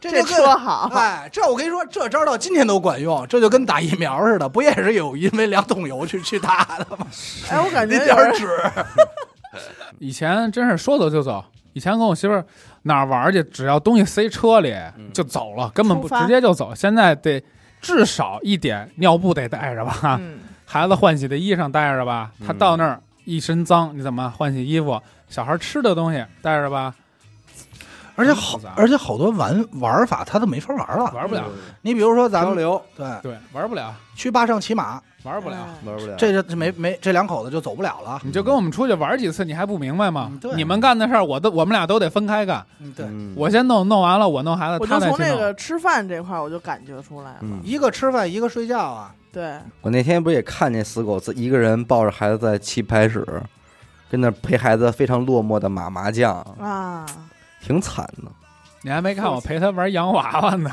Speaker 3: 这
Speaker 2: 这
Speaker 3: 就
Speaker 2: 车
Speaker 3: 跟。
Speaker 2: 好，
Speaker 3: 哎，这我跟你说，这招到今天都管用，这就跟打疫苗似的，不 也是有因为两桶油去去打的吗？
Speaker 2: 哎，我感觉
Speaker 3: 那
Speaker 2: 有
Speaker 3: 点儿
Speaker 2: 人
Speaker 3: 纸，
Speaker 4: 以前真是说走就走。以前跟我媳妇儿哪儿玩儿去，只要东西塞车里
Speaker 3: 嗯
Speaker 4: 就走了，根本不
Speaker 2: 出发
Speaker 4: 直接就走。现在得至少一点尿布得带着吧，
Speaker 2: 嗯，
Speaker 4: 孩子换洗的衣裳带着吧。他
Speaker 1: 嗯
Speaker 4: 到那儿一身脏，你怎么换洗衣服？小孩吃的东西带着吧，
Speaker 3: 而且好
Speaker 4: 复杂，
Speaker 3: 而且好多玩玩法他都没法玩了。
Speaker 4: 玩不
Speaker 1: 嗯
Speaker 4: 了，
Speaker 3: 你比如说咱
Speaker 1: 交
Speaker 3: 们
Speaker 1: 流
Speaker 3: 对
Speaker 4: 对，玩不了，
Speaker 3: 去坝上骑马，
Speaker 4: 玩不了。
Speaker 2: 哎
Speaker 1: 玩不了，
Speaker 3: 这这没没这两口子就走不了了。
Speaker 4: 你就跟我们出去玩几次，你还不明白吗
Speaker 3: 嗯？对
Speaker 4: 你们干的事儿，我都我们俩都得分开干。
Speaker 3: 嗯，对，
Speaker 1: 嗯
Speaker 4: 我先弄弄完了，我弄孩
Speaker 2: 我
Speaker 4: 子，
Speaker 2: 就
Speaker 4: 他再
Speaker 2: 从
Speaker 4: 去
Speaker 2: 这
Speaker 4: 弄。
Speaker 2: 个吃饭这块儿我就感觉出来了，
Speaker 1: 嗯，
Speaker 3: 一个吃饭，一个睡觉啊。
Speaker 2: 对，
Speaker 1: 我那天不也看见死狗子一个人抱着孩子在棋牌室，跟那儿陪孩子非常落寞的打麻将，
Speaker 2: 啊，
Speaker 1: 挺惨 的。
Speaker 4: 你还没看我陪他玩洋娃娃 呢，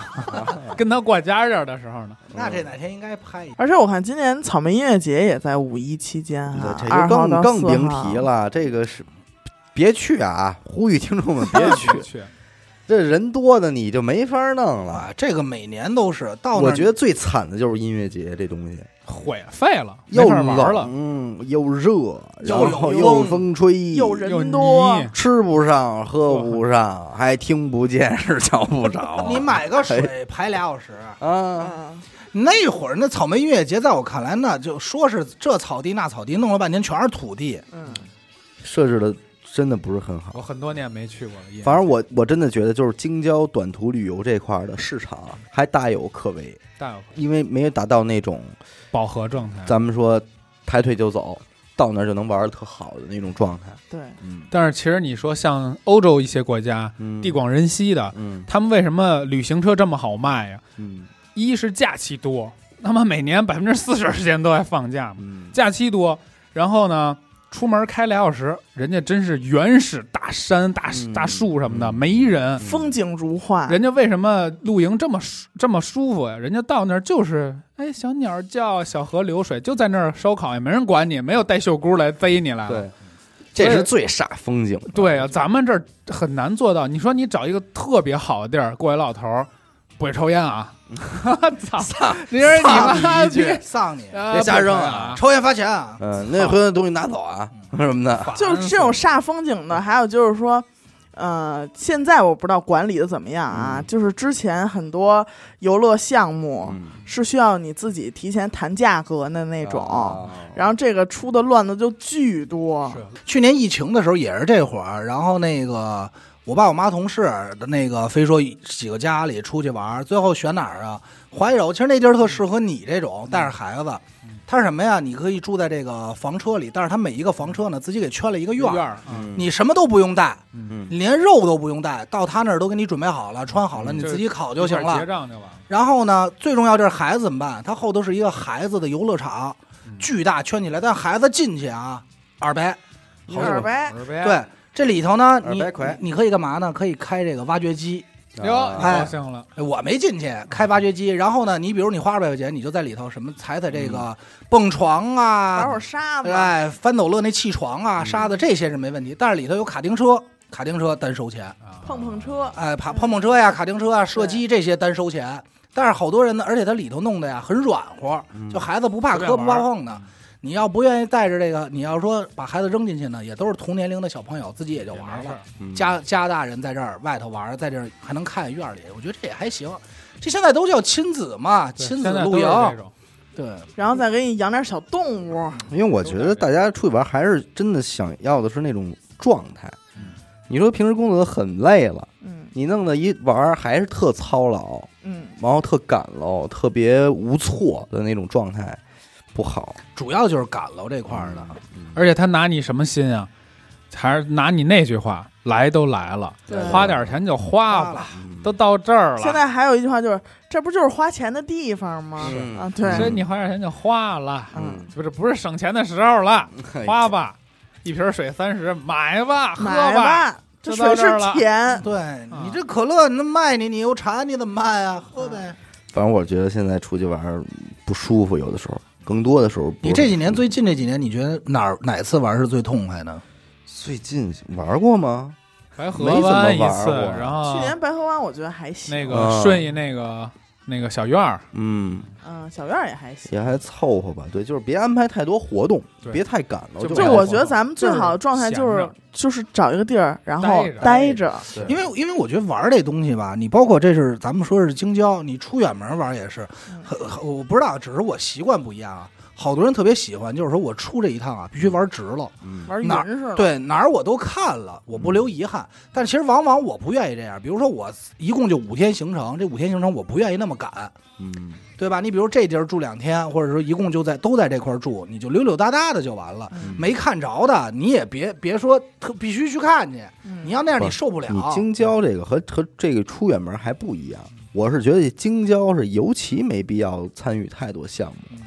Speaker 4: 跟他过家家的时候 呢。
Speaker 1: 嗯
Speaker 3: 那这哪天应该拍一
Speaker 2: 而且我看今年草莓音乐节也在五一期间
Speaker 1: 嗯
Speaker 2: 哈
Speaker 1: 这，
Speaker 2: 二
Speaker 1: 就
Speaker 2: 号到
Speaker 1: 更更
Speaker 2: 四
Speaker 1: 别
Speaker 2: 号
Speaker 1: 提，了，这个是别去啊！呼吁听众们别去，
Speaker 4: 去，
Speaker 1: 这人多的你就没法弄了。
Speaker 3: 啊，这个每年都是哎到那
Speaker 1: 我
Speaker 3: 儿
Speaker 1: 觉得最惨的就是音乐节这东西，
Speaker 4: 毁废了，没
Speaker 1: 又
Speaker 4: 法玩
Speaker 1: 冷
Speaker 4: 了，
Speaker 1: 又热，然
Speaker 3: 又有
Speaker 1: 后
Speaker 3: 风。
Speaker 1: 又风吹，
Speaker 2: 又人
Speaker 4: 又
Speaker 2: 多
Speaker 4: 泥，
Speaker 1: 吃不上，喝不上，还听不见，是瞧不着
Speaker 3: 你买个水排俩小时，
Speaker 1: 啊，
Speaker 2: 嗯，
Speaker 3: 那会儿那草莓音乐节，在我看来，那就说是这草地那草地，弄了半天全是 土地。
Speaker 2: 嗯，
Speaker 1: 设置的真的不是很好。
Speaker 4: 我很多年没去过了。也
Speaker 1: 反正我我真的觉得，就是京郊短途旅游这块儿的市场啊还大有可为，
Speaker 4: 大有
Speaker 1: 因为没有达到那种
Speaker 4: 饱和状态，
Speaker 1: 咱们说抬腿就走，到那儿就能玩的特好的那种状态。
Speaker 2: 对，
Speaker 1: 嗯
Speaker 4: 但是其实你说像欧洲一些国家，
Speaker 1: 嗯
Speaker 4: 地广人稀的，
Speaker 1: 嗯
Speaker 4: 他们为什么旅行车这么好卖呀？
Speaker 1: 嗯
Speaker 4: 一是假期多，他们每年百分之四十时间都在放假嘛。
Speaker 1: 嗯，
Speaker 4: 假期多，然后呢，出门开俩小时，人家真是原始大山、大
Speaker 1: 嗯
Speaker 4: 大树什么的，
Speaker 1: 嗯
Speaker 4: 没人。
Speaker 2: 风景如画，
Speaker 4: 人家为什么露营这么舒这么舒服呀？人家到那儿就是，哎，小鸟叫，小河流水，就在那儿烧烤，也没人管你，没有带袖箍来逮你来了。
Speaker 1: 对，这是最煞风景。
Speaker 4: 对啊，咱们这儿很难做到。你说你找一个特别好的地儿，过一老头儿不会抽烟啊， 操！你说你妈
Speaker 3: 丧你一句
Speaker 4: 逼，
Speaker 3: 丧你，
Speaker 4: 啊
Speaker 1: 啊别瞎扔
Speaker 4: 啊！
Speaker 3: 抽烟罚钱啊！
Speaker 1: 嗯，那回头东西拿走啊，什么
Speaker 4: 嗯
Speaker 1: 的。
Speaker 2: 就是这种煞风景的，还有就是说，呃，现在我不知道管理的怎么样啊，
Speaker 1: 嗯
Speaker 2: 就是之前很多游乐项目是需要你自己提前谈价格的那种，
Speaker 1: 啊
Speaker 2: 然后这个出的乱子就巨多，
Speaker 4: 是
Speaker 3: 去年疫情的时候也是这会儿，然后那个我爸我妈同事的那个非说几个家里出去玩儿，最后选哪儿啊？怀柔，其实那地儿特适合你这
Speaker 4: 嗯
Speaker 3: 种带着孩子。它是什么呀？你可以住在这个房车里，但是它每一个房车呢，自己给圈了一个院
Speaker 4: 院
Speaker 3: 儿，
Speaker 4: 儿，嗯
Speaker 1: 嗯
Speaker 3: 你什么都不用带，
Speaker 1: 嗯
Speaker 3: 你连肉都不用带，到他那儿都给你准备好了，穿好了，
Speaker 4: 嗯
Speaker 3: 你
Speaker 4: 就是
Speaker 3: 自己烤就行
Speaker 4: 一块儿结
Speaker 3: 了。
Speaker 4: 账就完了。
Speaker 3: 然后呢，最重要就是孩子怎么办？它后头是一个孩子的游乐场
Speaker 4: 嗯，
Speaker 3: 巨大圈起来，但孩子进去啊，二百，
Speaker 2: 一
Speaker 3: 好
Speaker 2: 耳
Speaker 3: 久。
Speaker 2: 呗，
Speaker 4: 耳呗，
Speaker 3: 对，这里头呢，
Speaker 1: 二
Speaker 3: 你
Speaker 1: 百块
Speaker 3: 你可以干嘛呢？可以开这个挖掘机。
Speaker 4: 哟，你
Speaker 1: 啊
Speaker 3: 哎
Speaker 4: 高兴了，
Speaker 3: 哎我没进去开挖掘机，然后呢，你比如你花二百块钱，你就在里头什么踩踩这个蹦床
Speaker 2: 玩会
Speaker 3: 啊，
Speaker 2: 儿沙子，
Speaker 3: 哎，翻斗乐那气床啊、沙子这些是没问题，但是里头有卡丁车，卡丁车单收钱，
Speaker 4: 啊
Speaker 2: 碰碰车，
Speaker 3: 哎，跑碰碰车呀、卡丁车啊、射击这些单收钱。但是好多人呢，而且它里头弄的呀很软和，
Speaker 1: 嗯
Speaker 3: 就孩子不怕磕不怕碰的。你要不愿意带着这个，你要说把孩子扔进去呢，也都是同年龄的小朋友，自己也就
Speaker 4: 也
Speaker 3: 玩
Speaker 4: 没事
Speaker 3: 了
Speaker 4: 儿。。
Speaker 1: 嗯
Speaker 3: 家家大人在这儿外头玩儿，在这儿还能看院儿里，我觉得这也还行。这现在都叫亲子嘛，
Speaker 4: 对
Speaker 3: 亲子
Speaker 4: 现在
Speaker 3: 露
Speaker 4: 都是这
Speaker 3: 营，
Speaker 4: 种，
Speaker 3: 对，
Speaker 2: 然后再给你养点小动物，
Speaker 1: 因为我觉得大家出去玩还是真的想要的是那种状态
Speaker 4: 嗯。
Speaker 1: 你说平时工作很累了，
Speaker 2: 嗯
Speaker 1: 你弄得一玩儿还是特操劳，
Speaker 2: 嗯，
Speaker 1: 然后特赶喽，特别无措的那种状态，不好。
Speaker 3: 主要就是赶楼这块儿的。
Speaker 4: 嗯而且他拿你什么心啊？还是拿你那句话，来都来了，
Speaker 2: 对
Speaker 4: 花点钱就花
Speaker 3: 花了
Speaker 4: 吧，
Speaker 1: 嗯
Speaker 4: 都到这儿了。
Speaker 2: 现在还有一句话就是，这不就是花钱的地方吗？
Speaker 1: 是
Speaker 3: 嗯
Speaker 2: 啊，对，
Speaker 4: 所以你花点钱就花了，
Speaker 2: 嗯，
Speaker 4: 不是不是省钱的时候了，
Speaker 1: 哎
Speaker 4: 花吧，一瓶水三十，买吧，喝
Speaker 2: 买
Speaker 4: 吧，
Speaker 2: 吧，这
Speaker 4: 就
Speaker 2: 水
Speaker 4: 到
Speaker 2: 是
Speaker 4: 这儿了
Speaker 2: 钱，
Speaker 3: 对
Speaker 4: 嗯
Speaker 3: 你这可乐，你那卖你，你又馋，你怎么办呀？喝
Speaker 4: 嗯
Speaker 3: 呗。
Speaker 1: 反正我觉得现在出去玩儿不舒服，有的时候，更多的时候不是
Speaker 3: 你这几年最近这几年，你觉得哪儿哪次玩是最痛快的？
Speaker 1: 最近玩过吗？
Speaker 4: 白河
Speaker 1: 没怎么
Speaker 4: 湾一
Speaker 1: 玩
Speaker 4: 次，
Speaker 1: 过
Speaker 4: 然后
Speaker 2: 去年嗯白河湾我觉得还行，
Speaker 4: 嗯那
Speaker 1: 啊
Speaker 4: 个顺义那个那个小院儿，
Speaker 1: 嗯，
Speaker 2: 嗯，小院儿也还行。
Speaker 1: 也还凑合吧。对，就是别安排太多活动，
Speaker 4: 对
Speaker 1: 别太赶了。
Speaker 4: 就
Speaker 1: 就
Speaker 2: 就
Speaker 4: 对
Speaker 2: 我觉得咱们最好的状态就
Speaker 4: 就是
Speaker 2: 是
Speaker 4: 闲
Speaker 2: 就是找一个地儿，然后
Speaker 4: 待着
Speaker 2: 待着，
Speaker 3: 因为因为我觉得玩这东西吧，你包括这是咱们说是京郊，你出远门玩也是，
Speaker 4: 嗯
Speaker 3: 很很我不知道，只是我习惯不一样啊。好多人特别喜欢，就是说我出这一趟啊，必须玩值了。
Speaker 1: 嗯
Speaker 2: 玩
Speaker 3: 哪
Speaker 2: 云似的。，
Speaker 3: 对哪儿我都看了，我不
Speaker 2: 嗯
Speaker 3: 留遗憾。但其实往往我不愿意这样，比如说我一共就五天行程，这五天行程我不愿意那么赶，
Speaker 1: 嗯，
Speaker 3: 对吧？你比如这地儿住两天，或者说一共就在都在这块儿住，你就溜溜达达的就完了。
Speaker 2: 嗯
Speaker 3: 没看着的你也别别说特必须去看去，
Speaker 2: 嗯
Speaker 3: 你要那样
Speaker 1: 不
Speaker 3: 你受不了。
Speaker 1: 你京郊这个和和这个出远门还不一样。我是觉得京郊是尤其没必要参与太多项目，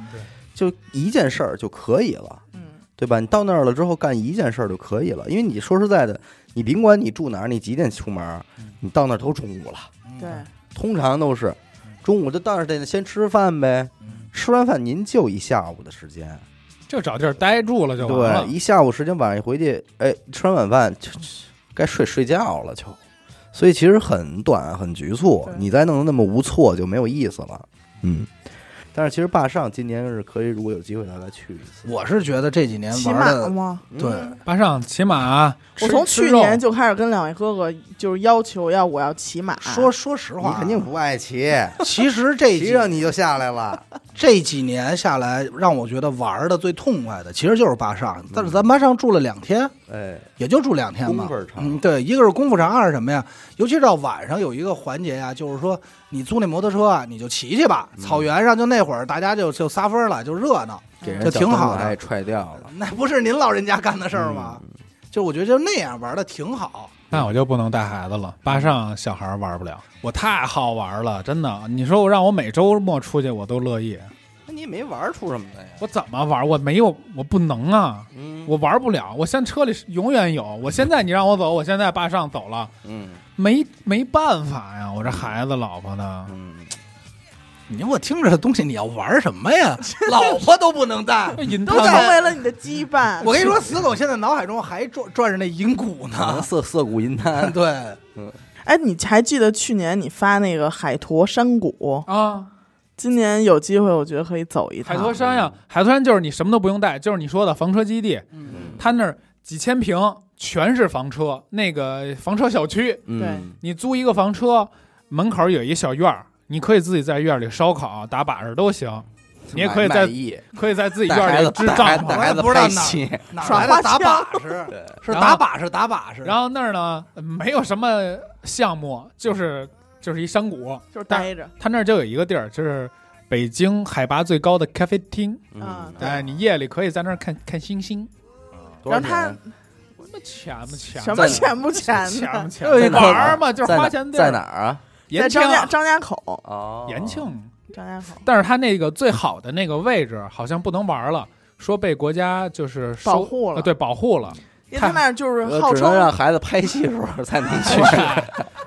Speaker 1: 就一件事儿就可以了。
Speaker 2: 嗯
Speaker 1: 对吧？你到那儿了之后干一件事儿就可以了，因为你说实在的，你甭管你住哪儿，你几点出门儿
Speaker 4: 嗯，
Speaker 1: 你到那儿都中午了，
Speaker 3: 嗯
Speaker 2: 对，
Speaker 1: 通常都是中午就到那儿得先吃饭呗，
Speaker 3: 嗯
Speaker 1: 吃完饭您就一下午的时间，
Speaker 4: 就找地儿待住了就完
Speaker 1: 对，
Speaker 4: 了。
Speaker 1: 一下午时间晚上一回去，哎，吃完晚饭就就该睡睡觉了就，所以其实很短很局促
Speaker 2: 对，
Speaker 1: 你再弄得那么无措就没有意思了，嗯。但是其实坝上今年是可以，如果有机会大家去一次。嗯
Speaker 3: 我是觉得这几年
Speaker 2: 骑
Speaker 3: 嗯玩
Speaker 2: 马
Speaker 3: 的，
Speaker 2: 吗？
Speaker 3: 对，
Speaker 4: 巴上骑马，
Speaker 2: 我
Speaker 4: 吃
Speaker 2: 从
Speaker 4: 吃
Speaker 2: 去
Speaker 4: 肉
Speaker 2: 年就开始跟两位哥哥就是要求要我要骑马，
Speaker 3: 说说实话
Speaker 1: 你
Speaker 3: 啊，
Speaker 1: 肯定不爱骑，
Speaker 3: 其实这
Speaker 1: 骑
Speaker 3: 几
Speaker 1: 上你就下来了。
Speaker 3: 这几年下来，让我觉得玩的最痛快的，其实就是坝上。但是咱坝上住了两天，
Speaker 1: 哎，
Speaker 3: 也就住两天嘛。
Speaker 1: 功夫儿长
Speaker 3: 嗯，对，一个是功夫长，二是什么呀？尤其到晚上有一个环节呀、就是说你租那摩托车啊，你就骑去
Speaker 1: 嗯
Speaker 3: 吧。草原上就那会儿大家就就撒分了，就热闹。
Speaker 1: 给人
Speaker 3: 这挺好的
Speaker 1: 还踹掉了。
Speaker 3: 那不是您老人家干的事儿吗？
Speaker 1: 嗯
Speaker 3: 就我觉得就那样玩的挺好。
Speaker 4: 那我就不能带孩子了，巴上小孩儿玩不了，我太好玩了，真的。你说我让我每周末出去，我都乐意。
Speaker 1: 那你也没玩出什么来呀？
Speaker 4: 我怎么玩？我没有，我不能啊，
Speaker 1: 嗯
Speaker 4: 我玩不了。我现在车里是永远有，我现在你让我走，我现在巴上走了，
Speaker 1: 嗯
Speaker 4: 没没办法呀，我这孩子老婆呢？
Speaker 1: 嗯，
Speaker 3: 你说我听着这东西，你要玩什 么呀？老婆都不能带。
Speaker 4: 引
Speaker 2: 都
Speaker 4: 他
Speaker 2: 成
Speaker 4: 们
Speaker 2: 为了你的羁绊。
Speaker 3: 我跟你说，死狗现在脑海中还转转着那 银鼓
Speaker 2: 啊
Speaker 3: 呢。
Speaker 1: 涩涩谷银滩，
Speaker 3: 对，
Speaker 2: 哎，你还记得去年你发那个海坨山谷？
Speaker 4: 啊，
Speaker 2: 今年有机会，我觉得可以走一
Speaker 4: 海
Speaker 2: 趟。
Speaker 4: 坨山呀、海坨山就是你什么都不用带，就是你说的房车基地，
Speaker 1: 嗯
Speaker 4: 他那儿几千平全是房车，那个房车小区，
Speaker 1: 嗯
Speaker 4: 你租一个房车，门口有一小院儿，你可以自己在院儿里烧烤、打把式都行。你也可以
Speaker 1: 卖
Speaker 4: 在
Speaker 1: 艺，
Speaker 4: 可以在自己
Speaker 1: 带
Speaker 4: 院
Speaker 1: 孩
Speaker 4: 里
Speaker 1: 子
Speaker 4: 支
Speaker 1: 带孩
Speaker 4: 帐
Speaker 1: 子
Speaker 4: 篷
Speaker 1: 带，孩子
Speaker 3: 我也不知道
Speaker 1: 拍
Speaker 3: 哪儿
Speaker 1: 戏，
Speaker 4: 啊
Speaker 3: 哪
Speaker 2: 耍
Speaker 3: 来的
Speaker 2: 花
Speaker 3: 打
Speaker 2: 枪
Speaker 3: 把式？
Speaker 1: 对
Speaker 3: 是
Speaker 4: 然
Speaker 3: 打
Speaker 4: 后
Speaker 3: 把式，打把式。
Speaker 4: 然后那儿呢没有什么项目，就是就是一山谷，
Speaker 2: 就是待着
Speaker 4: 他那儿就有一个地儿，就是北京海拔最高的咖啡厅，
Speaker 1: 嗯，
Speaker 2: 对
Speaker 4: 哎，你夜里可以在那儿看看星星。
Speaker 1: 多少
Speaker 2: 然后他
Speaker 1: 钱
Speaker 4: 那钱不钱？
Speaker 2: 什么
Speaker 1: 在哪
Speaker 2: 钱不钱
Speaker 4: 钱
Speaker 2: 的
Speaker 4: 不，钱？
Speaker 1: 在哪
Speaker 4: 玩
Speaker 1: 儿
Speaker 4: 儿嘛，就是
Speaker 1: 在
Speaker 4: 花
Speaker 1: 哪
Speaker 4: 钱地
Speaker 1: 在
Speaker 4: 儿
Speaker 1: 哪。儿啊？
Speaker 2: 在
Speaker 4: 延庆
Speaker 2: 张家
Speaker 4: 啊，
Speaker 2: 张家口，
Speaker 1: 哦，
Speaker 4: 延庆。
Speaker 2: 张家口
Speaker 4: 但是他那个最好的那个位置好像不能玩了，说被国家就是收
Speaker 2: 保护了
Speaker 4: 呃对，保护了。
Speaker 2: 因为他那儿就是
Speaker 1: 呃
Speaker 2: 号
Speaker 1: 只能
Speaker 2: 称
Speaker 1: 让孩子拍戏的时候才能去，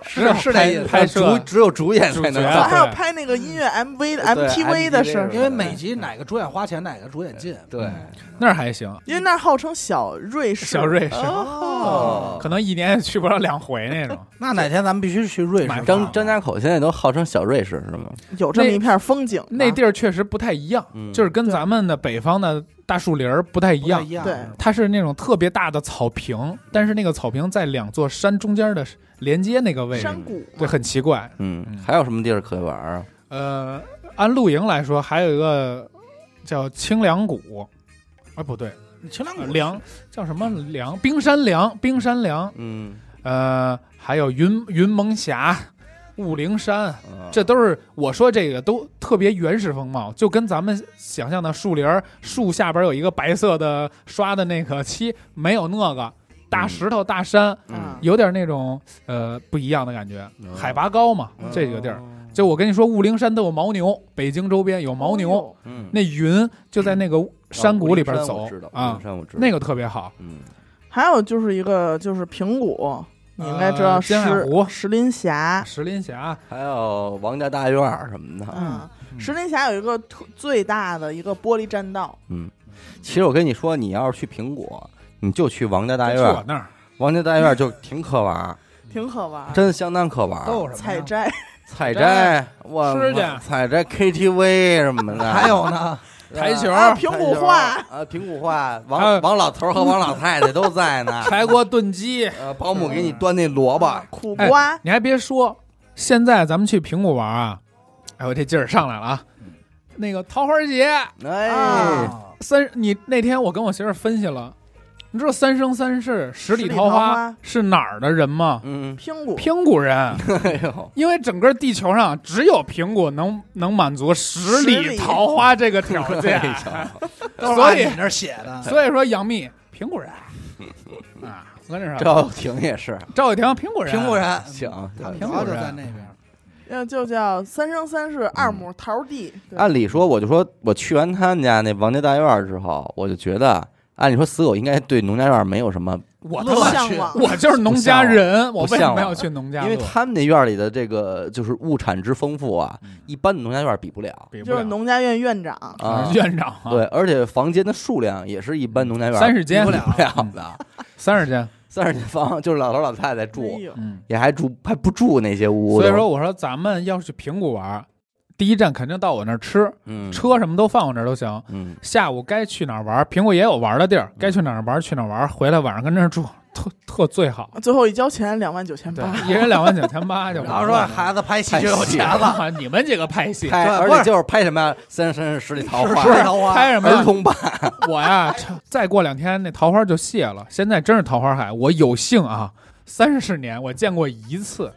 Speaker 4: 是
Speaker 1: 是这意思。
Speaker 4: 拍摄
Speaker 1: 主只有主演才能
Speaker 4: 主角
Speaker 1: 到
Speaker 2: 还有
Speaker 4: 对
Speaker 2: 拍那个音乐 MV
Speaker 1: 对
Speaker 2: 的 MTV 的
Speaker 1: MTV
Speaker 2: 事儿
Speaker 1: 是
Speaker 3: 因为每集哪个主演花钱，哪个主演进。
Speaker 1: 对，
Speaker 4: 那儿还行，
Speaker 2: 因为那儿号称小瑞士，
Speaker 4: 小瑞士
Speaker 2: 哦，
Speaker 4: 可能一年也去不了两回那种。
Speaker 3: 那哪天咱们必须去瑞
Speaker 4: 买
Speaker 3: 士。
Speaker 1: 张张家口现在都号称小瑞士是吗？
Speaker 2: 有这么一片风景吧，
Speaker 4: 那地儿确实不太一样，
Speaker 1: 嗯
Speaker 4: 就是跟咱们的北方的大树林儿不太一
Speaker 3: 不太
Speaker 4: 样
Speaker 3: 一。样，
Speaker 2: 对
Speaker 4: 它是那种特别大的草坪，但是那个草坪在两座山中间的连接那个位置，
Speaker 2: 山谷
Speaker 4: 对，很奇怪。
Speaker 1: 嗯
Speaker 4: 嗯，
Speaker 1: 还有什么地儿可以玩儿啊？
Speaker 4: 呃，按露营来说，还有一个叫清凉谷，啊，不对，
Speaker 3: 清凉
Speaker 4: 呃
Speaker 3: 谷
Speaker 4: 凉叫什么凉？冰山凉，冰山凉。
Speaker 1: 嗯，
Speaker 4: 呃，还有云云蒙峡、雾灵山，
Speaker 1: 啊
Speaker 4: 嗯这都是我说这个都特别原始风貌，就跟咱们想象的树林儿，树下边有一个白色的刷的那个漆，没有那个大石头、大山，
Speaker 1: 嗯
Speaker 4: 有点那种呃不一样的感觉。
Speaker 1: 嗯
Speaker 4: 海拔高嘛，这几个地儿。
Speaker 1: 哦
Speaker 4: 就我跟你说，雾灵山都有牦牛，北京周边有牦牛，，
Speaker 1: 嗯，
Speaker 4: 那云就在那个山谷里边走啊，
Speaker 1: 哦山我知道，
Speaker 4: 那个特别好。
Speaker 1: 嗯，
Speaker 2: 还有就是一个就是平谷，你应该知道
Speaker 4: 呃
Speaker 2: 石
Speaker 4: 尖海湖
Speaker 2: 石林峡，
Speaker 4: 石林峡，
Speaker 1: 还有王家大院儿什么的，
Speaker 2: 嗯，
Speaker 4: 嗯
Speaker 2: 石林峡有一个特最大的一个玻璃栈道，
Speaker 1: 嗯，其实我跟你说，你要是去苹果，你就去王家大
Speaker 4: 去
Speaker 1: 院
Speaker 4: 我
Speaker 1: 儿，
Speaker 4: 那儿
Speaker 1: 王家大院儿就挺可玩儿，
Speaker 2: 挺可
Speaker 4: 嗯
Speaker 2: 玩。
Speaker 1: 真相当可玩儿，
Speaker 3: 都有什么呀
Speaker 2: 采摘，
Speaker 1: 采摘，我
Speaker 4: 吃去
Speaker 1: 采摘 KTV 什么 的，
Speaker 3: 还有呢，
Speaker 4: 台球、
Speaker 2: 啊平谷画，
Speaker 1: 啊，平谷画，
Speaker 4: 还有。
Speaker 1: 王王老头儿和王老太太都在呢
Speaker 4: 柴锅炖鸡。
Speaker 1: 呃，保姆给你端那萝卜，
Speaker 2: 苦
Speaker 4: 哎
Speaker 2: 瓜，
Speaker 4: 你还别说，现在咱们去平谷玩啊，哎我这劲儿上来了啊。那个桃花节
Speaker 1: 哎
Speaker 2: 啊，
Speaker 3: 啊
Speaker 4: 三，你那天我跟我媳妇儿分析了，你知道三生三世十
Speaker 2: 十
Speaker 4: 里桃
Speaker 2: 里桃
Speaker 4: 花
Speaker 2: 花
Speaker 4: 是哪儿的人吗？
Speaker 1: 嗯，
Speaker 2: 平谷，
Speaker 4: 平谷人，
Speaker 1: 哎呦，
Speaker 4: 因为整个地球上只有平谷能能满足十
Speaker 2: 十
Speaker 4: 里
Speaker 2: 里
Speaker 4: 桃花这个条件，
Speaker 1: 哎呦
Speaker 3: 都是
Speaker 4: 所
Speaker 3: 按
Speaker 4: 以
Speaker 3: 你那儿写的。
Speaker 4: 所以说杨幂平谷人啊，我跟你说，
Speaker 1: 赵又廷也是，
Speaker 4: 赵又廷平谷人，
Speaker 3: 平谷人，
Speaker 1: 行，
Speaker 3: 他们
Speaker 4: 平
Speaker 3: 主
Speaker 4: 谷
Speaker 3: 要就
Speaker 4: 人
Speaker 3: 在那边。
Speaker 2: 呃，就叫三生三世二亩桃地，对
Speaker 1: 按理说，我就说我去完他们家那王家大院儿之后，我就觉得，按理说死狗应该对农家院儿没有什么，
Speaker 4: 我他
Speaker 3: 乐
Speaker 4: 妈
Speaker 3: 趣
Speaker 2: 向往，
Speaker 4: 我就是农家人，我
Speaker 1: 不
Speaker 4: 为
Speaker 1: 像啊
Speaker 4: 什
Speaker 1: 了
Speaker 4: 么要去农家
Speaker 1: 因
Speaker 4: 乐？
Speaker 1: 为他们那院儿里的这个就是物产之丰富啊，一般的农家院儿比不了
Speaker 4: 比不
Speaker 2: 就
Speaker 4: 了
Speaker 2: 是农家院院长，哎
Speaker 1: 啊。
Speaker 4: 院长啊，
Speaker 1: 对，而且房间的数量也是一般农家院儿
Speaker 4: 三十间嗯
Speaker 1: 比不了的，啊
Speaker 4: 三十间，
Speaker 1: 三十间房就是老头老太太
Speaker 2: 哎
Speaker 1: 住，
Speaker 2: 呦
Speaker 4: 嗯，
Speaker 1: 也还住还不住那些屋。
Speaker 4: 所以说，我说咱们要是去平谷玩儿，第一站肯定到我那儿吃，
Speaker 1: 嗯，
Speaker 4: 车什么都放我那儿都行。
Speaker 1: 嗯，
Speaker 4: 下午该去哪儿玩儿，平谷也有玩儿的地儿，该去哪儿玩儿去哪儿玩儿，回来晚上跟那儿住，特特 最好。
Speaker 2: 最后一交钱两万九千
Speaker 4: 对
Speaker 2: 八，，
Speaker 4: 一人两万九千八就完
Speaker 3: 然
Speaker 4: 了。
Speaker 3: 后说孩子拍戏就有钱了，
Speaker 4: 了， 你们几个拍戏
Speaker 1: 拍，
Speaker 3: 对
Speaker 1: 而
Speaker 3: 不
Speaker 1: 且
Speaker 3: 是
Speaker 1: 就是拍什么呀？三生十里桃花，
Speaker 3: 是啊是桃花
Speaker 4: 拍什么
Speaker 1: 儿
Speaker 4: 呀？
Speaker 1: 童版。
Speaker 4: 我呀，再过两天那桃花就谢了。现在真是桃花海，我有幸啊，三十年我见过一次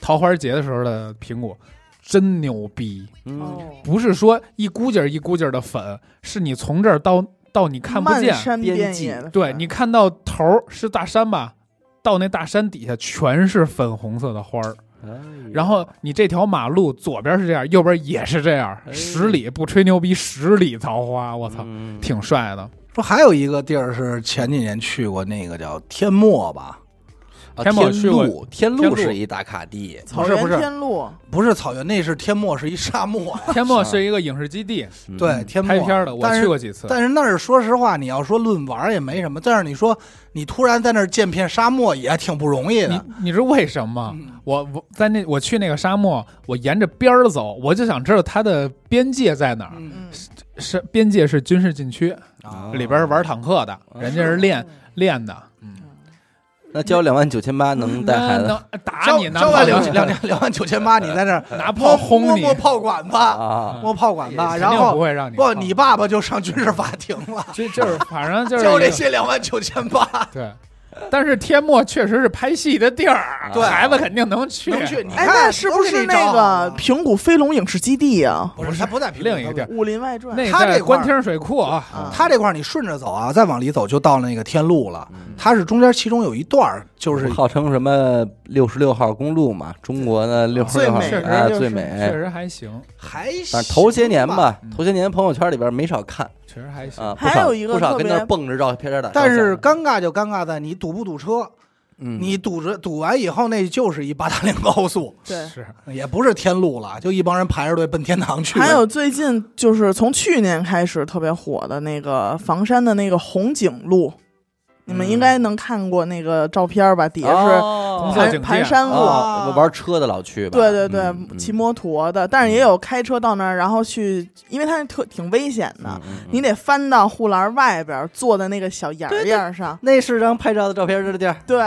Speaker 4: 桃花节的时候的苹果，真牛逼！
Speaker 1: 嗯，
Speaker 2: 哦
Speaker 4: 不是说一股劲儿一股劲儿的粉，是你从这儿到到你看不见
Speaker 2: 漫，山
Speaker 1: 边
Speaker 2: 遍
Speaker 1: 际
Speaker 2: 野的，
Speaker 4: 对你看到头儿是大山吧，到那大山底下全是粉红色的花儿。
Speaker 1: 嗯
Speaker 4: 然后你这条马路左边是这样，右边也是这样，
Speaker 1: 哎嗯
Speaker 4: 十里不吹牛逼，十里桃花，我
Speaker 1: 我
Speaker 4: 操，挺帅的。
Speaker 3: 说还有一个地儿是前几年去过，那个叫天漠吧，
Speaker 1: 啊，
Speaker 4: 天宝去过
Speaker 1: 路，天
Speaker 4: 天
Speaker 1: 路
Speaker 4: 路
Speaker 1: 是一打卡地，
Speaker 2: 草
Speaker 4: 不是
Speaker 2: 原
Speaker 4: 不是
Speaker 2: 天路，
Speaker 3: 不是草原，那是天漠，是一沙漠呀。
Speaker 4: 天漠是一个影视基地，
Speaker 3: 对，天漠
Speaker 4: 拍片儿的，我
Speaker 3: 但
Speaker 4: 去
Speaker 3: 是
Speaker 4: 过几次。
Speaker 3: 但是那儿说实话，你要说论玩儿也没什么，但是你说你突然在那儿建片沙漠也挺不容易
Speaker 4: 你啊
Speaker 3: 的。
Speaker 4: 你知道为什么吗？
Speaker 3: 嗯
Speaker 4: 我我在那我去那个沙漠，我沿着边儿走，我就想知道它的边界在哪儿。
Speaker 3: 嗯
Speaker 2: 嗯，
Speaker 4: 是边界是军事禁区，
Speaker 3: 啊
Speaker 1: 啊，
Speaker 3: 哦
Speaker 4: 里边儿玩坦克的，人家是练练的。嗯，
Speaker 1: 那交两万九千八能带孩子
Speaker 4: 能打
Speaker 3: 交
Speaker 4: 你呢，
Speaker 3: 交万两
Speaker 4: 拿
Speaker 3: 两两两万九千八，你在那儿
Speaker 4: 拿
Speaker 3: 摸
Speaker 4: 炮轰你，
Speaker 3: 摸摸炮管吧，
Speaker 1: 啊？
Speaker 3: 摸炮管吧，
Speaker 4: 肯
Speaker 3: 然
Speaker 4: 定不
Speaker 3: 后
Speaker 4: 会让你
Speaker 3: 不，
Speaker 4: 放
Speaker 3: 你爸爸就上军事法庭了，
Speaker 4: 就 就是反正就是
Speaker 3: 交
Speaker 4: 一
Speaker 3: 这
Speaker 4: 个
Speaker 3: 些两万九千八，
Speaker 4: 对。但是天漠确实是拍戏的地儿，
Speaker 1: 对
Speaker 4: 孩子肯定能去。
Speaker 3: 能去？你
Speaker 2: 哎，
Speaker 3: 看
Speaker 2: 那是
Speaker 3: 都
Speaker 2: 不
Speaker 3: 给
Speaker 2: 是
Speaker 3: 你找
Speaker 2: 那
Speaker 3: 好
Speaker 2: 个
Speaker 3: 了
Speaker 2: 平谷飞龙影视基地啊？
Speaker 3: 不是他不在平
Speaker 4: 另一个地儿
Speaker 2: 《武林外传》
Speaker 4: 哎那
Speaker 3: 他
Speaker 4: 在
Speaker 3: 这块儿
Speaker 4: 官厅水库啊，
Speaker 2: 啊，
Speaker 3: 他这块儿你顺着走啊，再往里走就到那个天路了。它是中间其中有一段儿就是
Speaker 1: 号称什么六十六号公路嘛，中国的
Speaker 4: 嗯
Speaker 1: 六十六号
Speaker 2: 最美
Speaker 1: 啊
Speaker 4: 确实
Speaker 1: 最
Speaker 4: 确
Speaker 1: 美。
Speaker 4: 实还行，
Speaker 3: 还行
Speaker 1: 但是头些年
Speaker 3: 吧，
Speaker 1: 吧
Speaker 4: 嗯，
Speaker 1: 头些年朋友圈里边没少看
Speaker 4: 确实还行。
Speaker 1: 啊，不
Speaker 2: 还
Speaker 1: 少
Speaker 2: 有一个
Speaker 1: 不少
Speaker 2: 特
Speaker 1: 跟
Speaker 2: 别
Speaker 1: 那儿蹦着照片的。
Speaker 3: 但是尴尬就尴尬在你堵不堵车，
Speaker 1: 嗯
Speaker 3: 你堵着堵完以后那就是一八达岭高速，
Speaker 2: 对。
Speaker 4: 是
Speaker 3: 也不是天路了，就一帮人排着队奔天堂去。
Speaker 2: 还有最近就是从去年开始特别火的那个房山的那个红景路，你们应该能看过那个照片吧？底下是
Speaker 1: 嗯哦
Speaker 4: 红色
Speaker 2: 盘
Speaker 4: 警戒
Speaker 2: 盘山路，
Speaker 1: 哦玩车的老去吧？
Speaker 2: 对对对，
Speaker 1: 嗯
Speaker 2: 骑摩托的，但是也有开车到那儿，然后去，因为它是特挺危险的，
Speaker 1: 嗯嗯嗯
Speaker 2: 你得翻到护栏外边儿，坐在那个小沿儿沿儿上。
Speaker 1: 那是张拍照的照片的地儿，
Speaker 2: 对，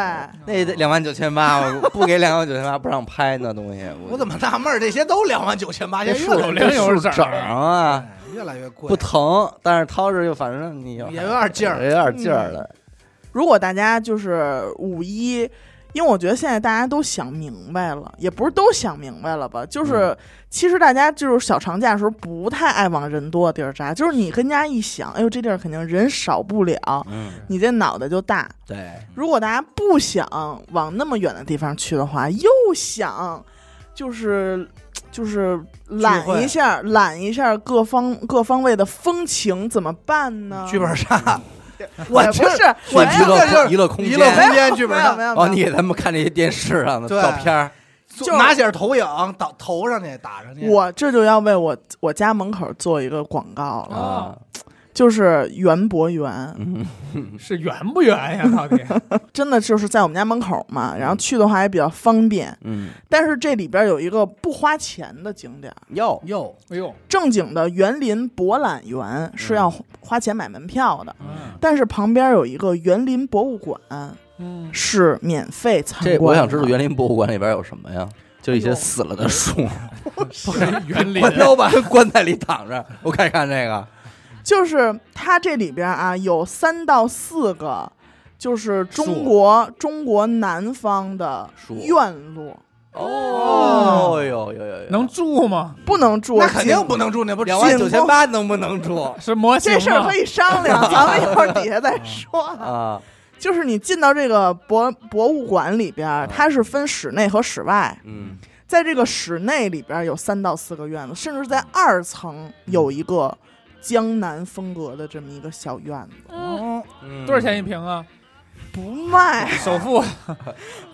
Speaker 1: 那也得两万九千八，我不给两万九千八不让拍那东西。
Speaker 3: 我怎么纳闷儿，这些都两万九千八，现在越来
Speaker 4: 有
Speaker 3: 越
Speaker 4: 零有
Speaker 1: 整
Speaker 4: 整儿，
Speaker 1: 啊？
Speaker 3: 贵越来越贵，
Speaker 1: 不疼，但是掏着就反正你有
Speaker 3: 也有点劲儿。
Speaker 1: 有点劲儿了。
Speaker 2: 如果大家就是五一，因为我觉得现在大家都想明白了，也不是都想明白了吧，就是、
Speaker 3: 嗯
Speaker 2: 其实大家就是小长假的时候不太爱往人多的地儿扎，就是你跟家一想，哎呦这地儿肯定人少不了，
Speaker 1: 嗯，
Speaker 2: 你这脑袋就大。
Speaker 1: 对，
Speaker 2: 如果大家不想往那么远的地方去的话，又想就是就是
Speaker 3: 聚
Speaker 2: 揽
Speaker 3: 会
Speaker 2: 一下揽一下各方各方位的风情，怎么办呢？
Speaker 3: 剧本杀，我
Speaker 2: 我不
Speaker 3: 这
Speaker 2: 是我
Speaker 3: 我
Speaker 1: 去娱
Speaker 2: 这
Speaker 3: 这
Speaker 1: 乐
Speaker 3: 就是
Speaker 1: 娱乐空
Speaker 3: 娱乐
Speaker 1: 间。
Speaker 3: 空间剧本啊
Speaker 2: 没有没有
Speaker 3: 杀，
Speaker 2: 没有
Speaker 1: 哦，你给咱们看这些电视上的
Speaker 3: 对
Speaker 1: 照片儿，
Speaker 2: 就是
Speaker 3: 拿起投影倒头上去打上去。
Speaker 2: 我这就要为我我家门口做一个广告
Speaker 3: 哦
Speaker 2: 了，
Speaker 1: 啊，
Speaker 2: 就是园博园，
Speaker 1: 嗯
Speaker 4: 是圆不圆呀？到 底
Speaker 2: 真的就是在我们家门口嘛，然后去的话也比较方便。
Speaker 1: 嗯，
Speaker 2: 但是这里边有一个不花钱的景点儿，
Speaker 1: 哟，
Speaker 3: 哟，
Speaker 4: 哎呦，
Speaker 2: 正经的园林博览
Speaker 1: 嗯
Speaker 2: 园是要花钱买门票的，
Speaker 4: 嗯
Speaker 2: 但是旁边有一个园林博物馆
Speaker 4: 嗯，
Speaker 2: 是免费参观
Speaker 1: 这
Speaker 2: 的。
Speaker 1: 我想知道园林博物馆里边有什么呀？就一
Speaker 3: 哎
Speaker 1: 些死了的 树，
Speaker 4: 不 是园林，
Speaker 1: 关老板棺材里躺着，我看看这个，
Speaker 2: 就是它这里边啊有三到四个，就是
Speaker 4: 树
Speaker 2: 中国中国南方的
Speaker 1: 树
Speaker 2: 院落，
Speaker 1: 哦哟哟哟，
Speaker 4: 能住吗？
Speaker 2: 不能住，啊
Speaker 3: 那肯定
Speaker 2: 仅
Speaker 3: 不能住，那不
Speaker 1: 两万九
Speaker 2: 进
Speaker 1: 千八能不能住
Speaker 4: 是模型
Speaker 2: 这事儿
Speaker 4: 吗
Speaker 2: 可？以商 量，咱们一会儿底下再说啊。
Speaker 1: 啊？
Speaker 2: 就是你进到这个博博物馆里边儿，它是分室内和室外，
Speaker 1: 嗯，
Speaker 2: 在这个室内里边儿有三到四个院子，甚至在二层有一个江南风格的这么一个小院子，
Speaker 3: 嗯
Speaker 1: 嗯
Speaker 4: 多少钱一？平啊？
Speaker 2: 不卖
Speaker 4: 首付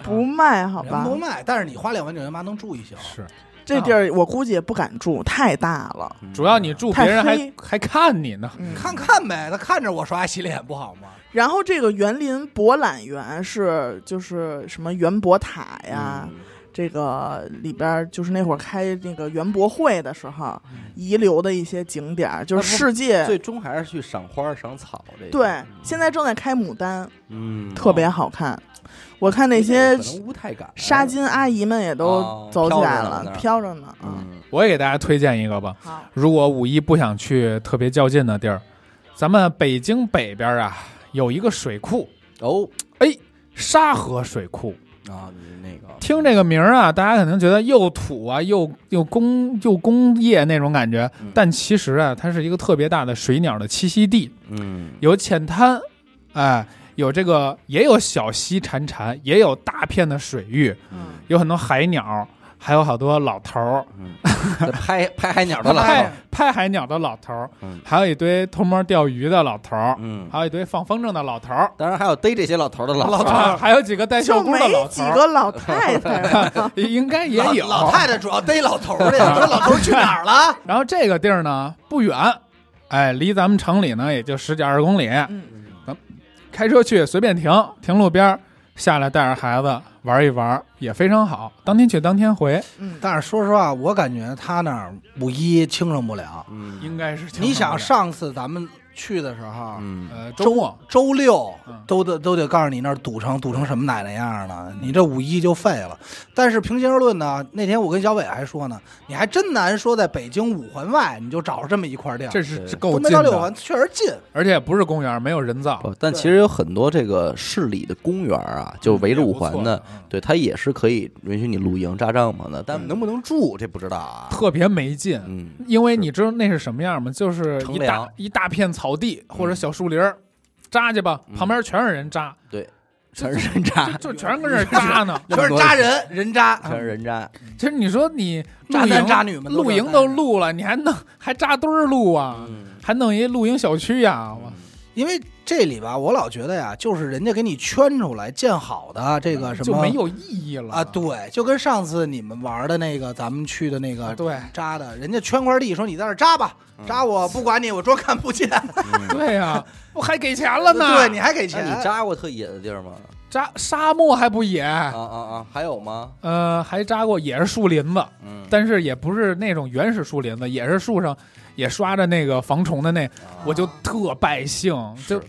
Speaker 2: 不卖，好
Speaker 3: 人
Speaker 2: 吧
Speaker 3: 不？卖，但是你花两万九千八能住一宿。
Speaker 4: 是，
Speaker 2: 这地儿我估计也不敢住，太大了。
Speaker 1: 嗯
Speaker 4: 主要你住，别
Speaker 2: 太
Speaker 4: 人还
Speaker 2: 黑
Speaker 4: 还看你呢。
Speaker 2: 嗯，
Speaker 3: 看看呗，他看着我刷牙洗脸不好吗？
Speaker 2: 然后这个园林博览园是就是什么园博塔呀，
Speaker 1: 嗯
Speaker 2: 这个里边儿就是那会儿开那个园博会的时候遗留的一些景点儿，就
Speaker 1: 那
Speaker 2: 是
Speaker 1: 不
Speaker 2: 世界
Speaker 1: 最嗯终还是去赏花赏草这个。
Speaker 2: 对。现在正在开牡丹，
Speaker 1: 嗯，
Speaker 2: 特别好看。我看那些
Speaker 1: 可能无太感
Speaker 2: 纱巾阿姨们也
Speaker 1: 哦
Speaker 2: 都走起
Speaker 1: 飘着
Speaker 2: 来
Speaker 1: 呢那
Speaker 2: 了，
Speaker 1: 儿
Speaker 2: 飘着呢。啊，
Speaker 1: 嗯，
Speaker 4: 我也给大家推荐一个吧，
Speaker 2: 好，
Speaker 4: 如果五一不想去特别较劲的地儿，咱们北京北边啊有一个水库，
Speaker 1: 哦
Speaker 4: 哎，沙河水库。
Speaker 1: 啊，你那个
Speaker 4: 听这个名儿啊，大家可能觉得又土啊，又又工又工业那种感觉
Speaker 1: 嗯，
Speaker 4: 但其实啊，它是一个特别大的水鸟的栖息地，
Speaker 1: 嗯
Speaker 4: 有浅滩，哎，有这个也有小溪潺潺，也有大片的水域，
Speaker 2: 嗯，
Speaker 4: 有很多海鸟，还有好多老头儿，
Speaker 1: 嗯，这拍 拍海鸟的老
Speaker 4: 拍
Speaker 1: 头，
Speaker 4: 拍海鸟的老头儿
Speaker 1: 嗯，
Speaker 4: 还有一堆偷摸钓鱼的老头儿，
Speaker 1: 嗯，
Speaker 4: 还有一堆放风筝的老头儿，
Speaker 1: 当然还有逮这些老头的老头，
Speaker 4: 啊 还有几个戴
Speaker 2: 就
Speaker 4: 袖箍
Speaker 2: 没
Speaker 4: 的老
Speaker 2: 几
Speaker 4: 头儿，
Speaker 2: 个老太太了
Speaker 4: 应该也
Speaker 3: 老
Speaker 4: 有。
Speaker 3: 老太太主要逮老头儿 去，说老头儿去哪儿了？
Speaker 4: 然后这个地儿呢不远，哎，离咱们城里呢也就十几二十公里，
Speaker 2: 嗯，
Speaker 4: 开车去随便停，停路边儿下来带着孩子玩一玩也非常好，当天去当天回，
Speaker 2: 嗯，
Speaker 3: 但是说实话，我感觉他那儿五一轻省不了。
Speaker 1: 嗯，
Speaker 4: 应该是挺好的
Speaker 3: 你想上次咱们去的时候，
Speaker 1: 嗯，
Speaker 4: 呃，
Speaker 3: 周
Speaker 4: 周末
Speaker 3: 周六
Speaker 4: 嗯
Speaker 3: 都得都得告诉你那儿堵成堵成什么奶奶样了，你这五一就废了。但是平心而论呢，那天我跟小伟还说呢，你还真难说在北京五环外你就找着这么一块地儿，
Speaker 4: 这是
Speaker 1: 对
Speaker 4: 是
Speaker 3: 东
Speaker 4: 够
Speaker 3: 边
Speaker 4: 近
Speaker 3: 到六
Speaker 4: 的，
Speaker 3: 环确实近，
Speaker 4: 而且不是公园，没有人造，
Speaker 1: 不，但其实有很多这个市里的公园啊，就围着五环的，
Speaker 4: 嗯，
Speaker 1: 对，它也是可以允许你露营扎帐篷的，但
Speaker 3: 嗯
Speaker 1: 能不能住这不知道啊。
Speaker 4: 特别没劲。
Speaker 1: 嗯，
Speaker 4: 因为你知道那是什么样吗？就是
Speaker 1: 乘
Speaker 4: 一
Speaker 1: 凉嗯
Speaker 4: 大一大片草地或者小树林儿，扎去吧，旁边全是人 扎，
Speaker 1: 全是人渣，
Speaker 4: 就全跟这儿扎呢。
Speaker 1: 那么
Speaker 3: 全是
Speaker 1: 多
Speaker 3: 扎人人渣，
Speaker 1: 全是人渣。
Speaker 4: 其实你说你露
Speaker 3: 渣男
Speaker 4: 营
Speaker 3: 渣女们
Speaker 4: 露营
Speaker 3: 都
Speaker 4: 都
Speaker 3: 露。
Speaker 4: 露了，你还弄还扎堆儿露啊，
Speaker 1: 嗯，
Speaker 4: 还弄一露营小区呀、我
Speaker 3: 因为这里吧，我老觉得呀，就是人家给你圈出来建好的这个
Speaker 4: 嗯
Speaker 3: 什么
Speaker 4: 就没有意义了
Speaker 3: 啊，对，就跟上次你们玩的那个，咱们去的那个
Speaker 4: 对
Speaker 3: 扎的，人家圈块地说你在这儿扎吧，
Speaker 4: 嗯
Speaker 1: 嗯
Speaker 3: 扎我不管你，我装看不见，
Speaker 4: 对呀、 我还给钱了呢。
Speaker 3: 对，你还给
Speaker 1: 那
Speaker 3: 钱，
Speaker 1: 你扎过特野的地儿吗？
Speaker 4: 扎沙漠还不野，
Speaker 1: 啊啊啊！还有吗？
Speaker 4: 呃，还扎过也是树林子，
Speaker 1: 嗯，
Speaker 4: 但是也不是那种原始树林子，也是树上也刷着那个防虫的那，
Speaker 1: 啊
Speaker 4: 我就特败兴，就是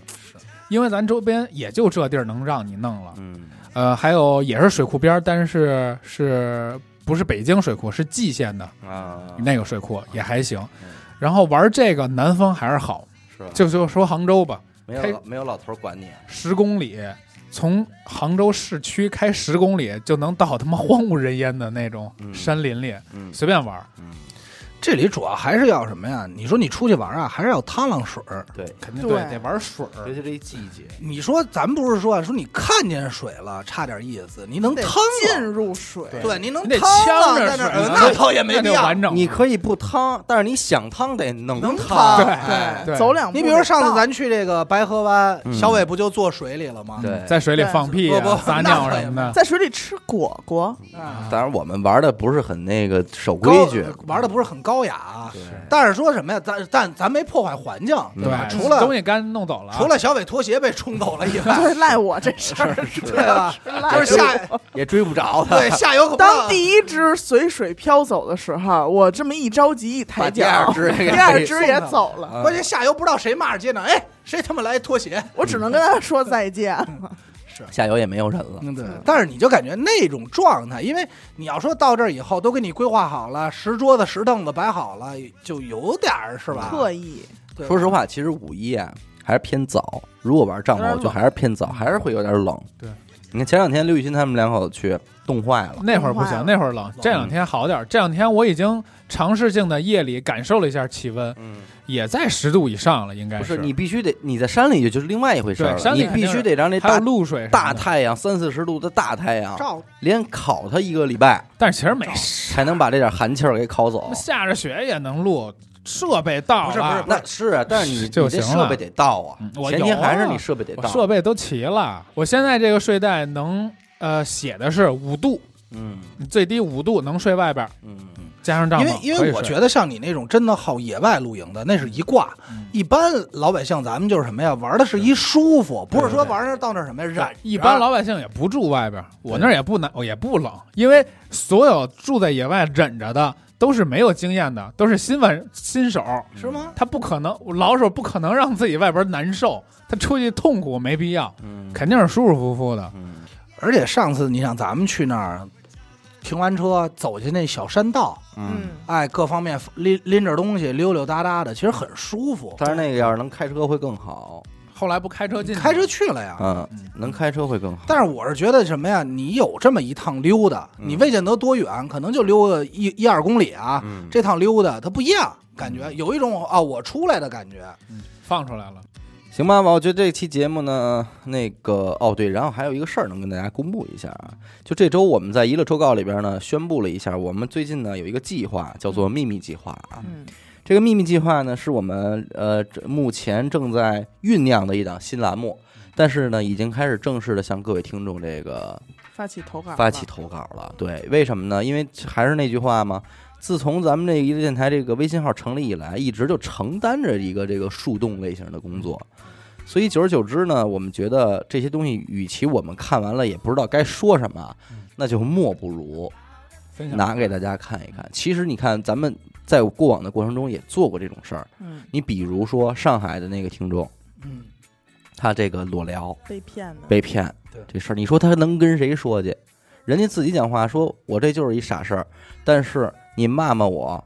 Speaker 4: 因为咱周边也就这地儿能让你弄了。
Speaker 1: 嗯
Speaker 4: 呃，还有也是水库边儿，但是是不是北京水库？是蓟县的
Speaker 1: 啊，
Speaker 4: 那个水库也还行
Speaker 1: 嗯。
Speaker 4: 然后玩这个南方还是好，
Speaker 1: 是吧
Speaker 4: 就就说杭州吧，
Speaker 1: 没有
Speaker 4: 开
Speaker 1: 老没有老头儿管你，
Speaker 4: 十公里，从杭州市区开十公里就能到他妈荒无人烟的那种
Speaker 1: 嗯
Speaker 4: 山林里，
Speaker 1: 嗯
Speaker 4: 随便玩儿，
Speaker 1: 嗯，
Speaker 3: 这里主要还是要什么呀？你说你出去玩啊，还是要趟浪水儿。
Speaker 1: 对，
Speaker 4: 肯定
Speaker 2: 对
Speaker 4: 得玩水儿
Speaker 1: 尤。其这一季节，
Speaker 3: 你说咱不是说啊说你看见水了差点意思，你 能
Speaker 2: 得
Speaker 3: 趟
Speaker 2: 进
Speaker 3: 了，
Speaker 2: 入水，
Speaker 3: 对，你能
Speaker 4: 你得
Speaker 3: 趟
Speaker 4: 呛
Speaker 3: 了，
Speaker 4: 着
Speaker 3: 在那儿
Speaker 4: 水
Speaker 3: 呃
Speaker 4: 呢
Speaker 3: 那倒也没
Speaker 4: 那
Speaker 3: 必
Speaker 4: 就
Speaker 3: 要
Speaker 4: 完。整了，
Speaker 1: 你可以不趟，但是你想趟得能
Speaker 3: 能
Speaker 1: 趟，
Speaker 3: 趟
Speaker 4: 哎对
Speaker 2: 走两步得到。
Speaker 3: 你比如上次咱去这个白河湾，
Speaker 1: 嗯
Speaker 3: 小伟不就坐水里了吗？
Speaker 1: 对，
Speaker 4: 在水里放屁、
Speaker 3: 不
Speaker 4: 啊、
Speaker 3: 不
Speaker 4: 撒尿什么的，
Speaker 2: 在水里吃果果，
Speaker 3: 啊，
Speaker 1: 当然我们玩的不是很那个守规
Speaker 3: 高
Speaker 1: 矩，
Speaker 4: 呃
Speaker 3: 玩的不是很高雅啊，
Speaker 1: 对
Speaker 3: 但是说什么呀？咱但咱没破坏环境，
Speaker 1: 嗯
Speaker 4: 对，
Speaker 3: 除了
Speaker 4: 东西干弄走了，
Speaker 3: 除了小伟拖鞋被冲走了以外，
Speaker 2: 就是赖我这事儿，
Speaker 3: 对吧？
Speaker 2: 赖
Speaker 3: 就是下
Speaker 2: 我。
Speaker 1: 也追不着他，
Speaker 3: 对下游可不知道
Speaker 2: 当第一只随水漂走的时候，我这么一着急一抬
Speaker 1: 把第
Speaker 2: 脚，
Speaker 1: 二只也给 啊
Speaker 2: 第二只
Speaker 3: 送
Speaker 2: 也
Speaker 3: 上了
Speaker 2: 走了，
Speaker 3: 关键下游不知道谁骂着街呢，哎，谁他妈来拖鞋？
Speaker 2: 我只能跟他说再见。
Speaker 1: 嗯下游也没有人了，
Speaker 3: 嗯，对。但是你就感觉那种状态，因为你要说到这儿以后都给你规划好了，石桌子、石凳子摆好了，就有点儿是吧？
Speaker 2: 特意
Speaker 3: 对
Speaker 1: 说实话，其实五一啊还是偏早，如果玩帐
Speaker 4: 有点
Speaker 1: 篷，我
Speaker 4: 冷
Speaker 1: 就还是偏早，还是会有点冷。
Speaker 4: 对，
Speaker 1: 你看前两天刘雨欣他们两口子去，冻坏了。
Speaker 4: 那会儿不
Speaker 2: 冻坏了
Speaker 4: 行，那会儿冷，这两
Speaker 3: 嗯
Speaker 4: 天好点儿。这两天我已经尝试性的夜里感受了一下气温，
Speaker 1: 嗯，
Speaker 4: 也在十度以上了，应该
Speaker 1: 不是
Speaker 4: 嗯是
Speaker 1: 你必须得你在山里就是另外一回事儿
Speaker 4: 对
Speaker 1: 了，
Speaker 4: 山里
Speaker 1: 你
Speaker 4: 肯
Speaker 1: 必
Speaker 4: 定
Speaker 1: 须
Speaker 4: 是
Speaker 1: 得让那
Speaker 4: 还有
Speaker 1: 大
Speaker 4: 露水什么
Speaker 1: 大
Speaker 4: 的，
Speaker 1: 太阳三四十度的大太阳，
Speaker 3: 照
Speaker 1: 连烤它一个礼拜
Speaker 4: 但是其实没事，
Speaker 1: 才能把这点寒气儿给烤走。
Speaker 4: 下着雪也能录，设备到
Speaker 3: 不是不是
Speaker 4: 了
Speaker 3: 不，
Speaker 1: 那是啊，但是你你
Speaker 4: 就
Speaker 1: 这
Speaker 4: 行
Speaker 1: 设
Speaker 4: 了
Speaker 1: 备得到啊
Speaker 4: 嗯，我
Speaker 1: 前提
Speaker 4: 有啊
Speaker 1: 还是你设备得
Speaker 4: 我
Speaker 1: 到。
Speaker 4: 设备都齐了。我现在这个睡袋能呃写的是五度，
Speaker 1: 嗯
Speaker 4: 你最低五度能睡外边儿，
Speaker 1: 嗯，嗯
Speaker 4: 加上帐
Speaker 3: 因
Speaker 4: 篷
Speaker 3: 为
Speaker 4: 可以睡，
Speaker 3: 因为我觉得像你那种真的好野外露营的，那是一挂。
Speaker 4: 嗯
Speaker 3: 一般老百姓咱们就是什么呀，玩的是一舒服，不是说啊玩儿到那儿什么呀
Speaker 4: 对
Speaker 3: 忍。
Speaker 4: 一般老百姓也不住外边儿，我
Speaker 1: 对
Speaker 4: 那儿也不难，我也不冷，因为所有住在野外忍着的都是没有经验的，都是新玩新手，
Speaker 3: 是吗？
Speaker 4: 他不可能老手不可能让自己外边难受，他出去痛苦没必要，
Speaker 1: 嗯
Speaker 4: 肯定是舒舒服服的。
Speaker 1: 嗯
Speaker 3: 而且上次你想咱们去那儿，停完车走进那小山道，
Speaker 1: 嗯。，
Speaker 3: 哎，各方面拎拎着东西溜溜达达的，其实很舒服。
Speaker 1: 但是那个要是能开车会更好，
Speaker 4: 后来不开车进去，
Speaker 3: 开车去了呀，
Speaker 1: 嗯，能开车会更好。
Speaker 3: 但是我是觉得什么呀？你有这么一趟溜达，
Speaker 1: 嗯
Speaker 3: 你未见得多远，可能就溜个一一二公里啊。
Speaker 1: 嗯
Speaker 3: 这趟溜达它不一样，感觉有一种啊我出来的感觉。
Speaker 4: 放出来了，
Speaker 1: 行吧，我觉得这期节目呢，那个哦对，然后还有一个事儿能跟大家公布一下啊，就这周我们在娱乐周告里边呢宣布了一下，我们最近呢有一个计划叫做秘密计划啊，
Speaker 2: 嗯，
Speaker 1: 这个秘密计划呢是我们呃这目前正在酝酿的一档新栏目，但是呢已经开始正式的向各位听众这个
Speaker 2: 发起投稿吧，
Speaker 1: 发起投稿了。对，为什么呢？因为还是那句话嘛，自从咱们这一个电台这个微信号成立以来，一直就承担着一个这个树洞类型的工作。所以久而久之呢，我们觉得这些东西，与其我们看完了也不知道该说什么，那就莫不如
Speaker 4: 分享嗯
Speaker 1: 拿给大家看一看。其实你看，咱们在过往的过程中也做过这种事儿。
Speaker 2: 嗯，
Speaker 1: 你比如说上海的那个听众，
Speaker 3: 嗯，
Speaker 1: 他这个裸聊
Speaker 2: 被骗的，
Speaker 1: 被骗
Speaker 3: 对
Speaker 1: 这事儿，你说他能跟谁说去？人家自己讲话说，我这就是一傻事儿，但是你骂骂我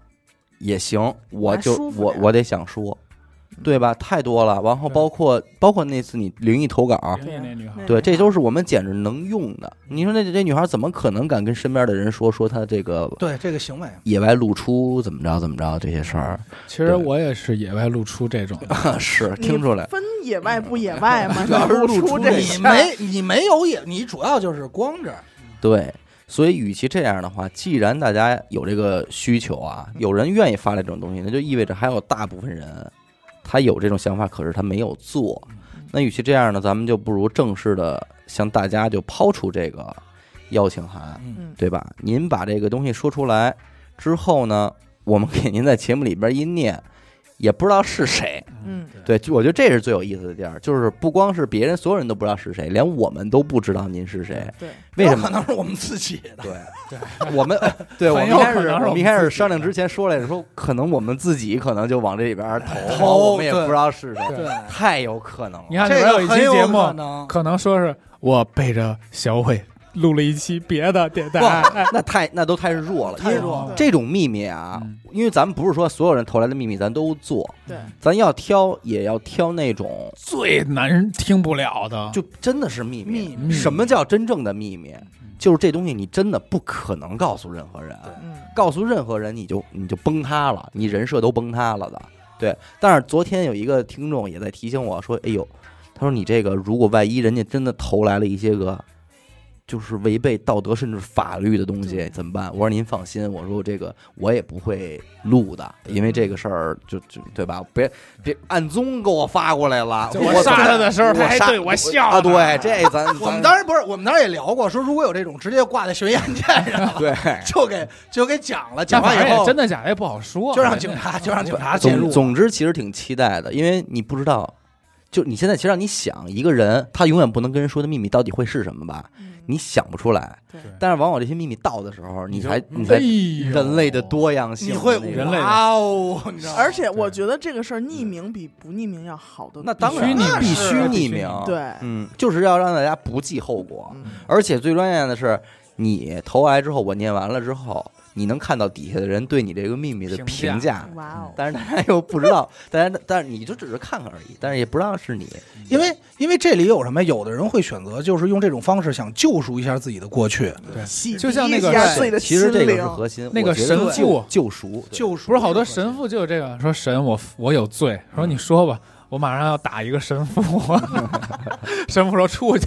Speaker 1: 也行，我
Speaker 2: 还
Speaker 1: 就
Speaker 2: 舒服
Speaker 1: 我
Speaker 2: 点
Speaker 1: 我得想说，
Speaker 3: 嗯
Speaker 1: 对吧？太多了，然后包括包括那次你灵异投稿，
Speaker 4: 玲玲那女孩
Speaker 2: 那，
Speaker 1: 对，
Speaker 2: 女
Speaker 1: 这
Speaker 2: 孩
Speaker 1: 都是我们捡着能用的。你说那这女孩怎么可能敢跟身边的人说说她这个
Speaker 3: 对这个行为，
Speaker 1: 野外露出怎么着怎么着这些事儿？
Speaker 4: 其实我也是野外露出这种的，
Speaker 1: 是
Speaker 2: 你
Speaker 1: 听出来，
Speaker 2: 分野外不野 外嘛，
Speaker 3: 主要是
Speaker 2: 露
Speaker 3: 露
Speaker 2: 出
Speaker 3: 出
Speaker 2: 这
Speaker 3: 你
Speaker 2: 事儿
Speaker 3: 没你没有也，你主要就是光着，
Speaker 1: 对。所以，与其这样的话，既然大家有这个需求啊，有人愿意发这种东西，那就意味着还有大部分人他有这种想法，可是他没有做。那与其这样呢，咱们就不如正式的向大家就抛出这个邀请函，
Speaker 3: 嗯
Speaker 1: 对吧？您把这个东西说出来之后呢，我们给您在节目里边一念，也不知道是谁。
Speaker 2: 嗯，
Speaker 1: 对，就我觉得这是最有意思的地儿，就是不光是别人，所有人都不知道是谁，连我们都不知道您是谁。
Speaker 2: 对，
Speaker 1: 为什
Speaker 3: 有可
Speaker 1: 么？
Speaker 3: 能是我们自己的，
Speaker 1: 对，我们呃对我们
Speaker 4: 很
Speaker 1: 一
Speaker 4: 有
Speaker 1: 开
Speaker 4: 可
Speaker 1: 始
Speaker 4: 能
Speaker 1: 我
Speaker 4: 是我
Speaker 1: 们
Speaker 4: 们
Speaker 1: 一开
Speaker 4: 自
Speaker 1: 始
Speaker 4: 己
Speaker 1: 商量
Speaker 4: 的
Speaker 1: 之前说来着，说可能我们自己可能就往这里边投，
Speaker 4: 哎
Speaker 3: 投
Speaker 1: 我们也
Speaker 3: 对
Speaker 1: 不知道是谁，
Speaker 3: 对，
Speaker 1: 太有可能了。
Speaker 4: 你看里
Speaker 3: 这
Speaker 4: 边有
Speaker 3: 个
Speaker 4: 一
Speaker 3: 很
Speaker 4: 期
Speaker 3: 有
Speaker 4: 节
Speaker 3: 可
Speaker 4: 目，
Speaker 3: 能。
Speaker 4: 可能说是我背着小伟录了一期别的电台，哎
Speaker 1: 那太那都太弱了，因
Speaker 3: 太
Speaker 1: 为
Speaker 3: 弱了，
Speaker 1: 这种秘密啊，
Speaker 4: 嗯
Speaker 1: 因为咱们不是说所有人投来的秘密咱都做，
Speaker 2: 对，
Speaker 1: 咱要挑也要挑那种
Speaker 4: 最难听不了的，
Speaker 1: 就真的是秘密。
Speaker 3: 秘密
Speaker 4: 啊密嗯
Speaker 1: 什么叫真正的秘密？就是这东西你真的不可能告诉任何人，
Speaker 2: 嗯，
Speaker 1: 告诉任何人你就你就崩塌了，你人设都崩塌了的。对，但是昨天有一个听众也在提醒我说：“哎呦，他说你这个如果万一人家真的投来了一些个。”就是违背道德甚至法律的东西
Speaker 2: 对
Speaker 1: 怎么办？我说您放心，我说我这个我也不会录的，因为这个事儿就就对吧？别别暗宗给我发过来了，
Speaker 4: 就我杀他的时候，
Speaker 1: 我
Speaker 4: 他还
Speaker 1: 杀
Speaker 4: 对我笑
Speaker 1: 啊！
Speaker 4: 呢
Speaker 1: 对，这 咱
Speaker 3: 我
Speaker 1: 咱
Speaker 3: 们当时不是，我们当时也聊过，说如果有这种直接挂在悬疑案件上，
Speaker 1: 对，
Speaker 3: 就给就给讲了，
Speaker 4: 但
Speaker 3: 讲
Speaker 4: 反
Speaker 3: 完
Speaker 4: 正
Speaker 3: 以后
Speaker 4: 也真的假的也不好说，啊
Speaker 3: 就让警察就让警察介
Speaker 1: 总，
Speaker 3: 入
Speaker 1: 总之，其实挺期待的，因为你不知道，就你现在其实让你想一个人，他永远不能跟人说的秘密到底会是什么吧？
Speaker 4: 嗯
Speaker 1: 你想不出来
Speaker 2: 嗯对。
Speaker 1: 但是往往这些秘密到的时候，你
Speaker 4: 就
Speaker 1: 才你
Speaker 4: 哎
Speaker 1: 才
Speaker 4: 呦
Speaker 1: 人类的多样性
Speaker 3: 你
Speaker 1: 的
Speaker 3: 会
Speaker 1: 那个，
Speaker 4: 人类的
Speaker 3: 哇哦，你知道吗？
Speaker 2: 而且我觉得这个事儿匿名比不匿名要好的，
Speaker 1: 那当然
Speaker 4: 必须匿名
Speaker 1: 必须
Speaker 3: 是
Speaker 1: 匿
Speaker 4: 必须
Speaker 1: 名，
Speaker 2: 对
Speaker 1: 嗯，就是要让大家不计后果。
Speaker 2: 嗯
Speaker 1: 而且最关键的是，你投来之后，我念完了之后，你能看到底下的人对你这个秘密的
Speaker 4: 评价
Speaker 1: 评价。
Speaker 2: 哇哦，
Speaker 1: 但是大家又不知道，大家但是你就只是看看而已，但是也不知道是你，
Speaker 3: 因为因为这里有什么？有的人会选择就是用这种方式想救赎一下自己的过去，
Speaker 2: 洗
Speaker 4: 就像
Speaker 2: 涤
Speaker 4: 那个
Speaker 2: 一下
Speaker 1: 对
Speaker 2: 自己的
Speaker 1: 其实这
Speaker 2: 心
Speaker 1: 个是
Speaker 2: 灵
Speaker 1: 核心，
Speaker 4: 那
Speaker 1: 我
Speaker 4: 个
Speaker 1: 觉得
Speaker 4: 神
Speaker 1: 救
Speaker 4: 父
Speaker 1: 救赎，对
Speaker 3: 救赎
Speaker 4: 不是好多神父就有这个说神我我有罪，说你说 吧，我马上要打一个神父， 神父说出去，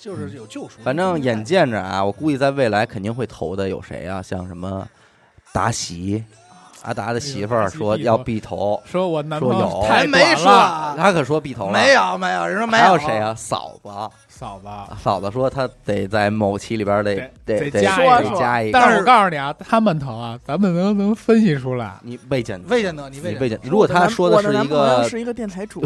Speaker 3: 就是有救赎。
Speaker 1: 反正眼见着啊，我估计在未来肯定会投的有谁啊？像什么达喜，阿达的媳妇儿说要必投，
Speaker 4: 说我男朋
Speaker 1: 说有
Speaker 4: 友
Speaker 3: 还
Speaker 4: 太
Speaker 3: 没
Speaker 4: 短
Speaker 3: 说
Speaker 4: 了，
Speaker 3: 啊
Speaker 1: 他可说必投了，
Speaker 3: 没有没有，人说没
Speaker 1: 还有谁？啊？嫂子，
Speaker 4: 嫂子。
Speaker 1: 嫂子说她得在某期里边得得
Speaker 4: 得
Speaker 1: 得
Speaker 4: 加
Speaker 1: 得
Speaker 2: 一个
Speaker 1: 加一个，
Speaker 4: 但是我告诉你啊，他们疼啊，咱们能能分析出来，
Speaker 1: 你未见得
Speaker 3: 魏建德，你
Speaker 1: 你
Speaker 3: 魏
Speaker 1: 未
Speaker 3: 建德，
Speaker 1: 见，如果他说的
Speaker 2: 我的
Speaker 1: 是一
Speaker 2: 男朋友
Speaker 1: 个
Speaker 2: 是一个电台主，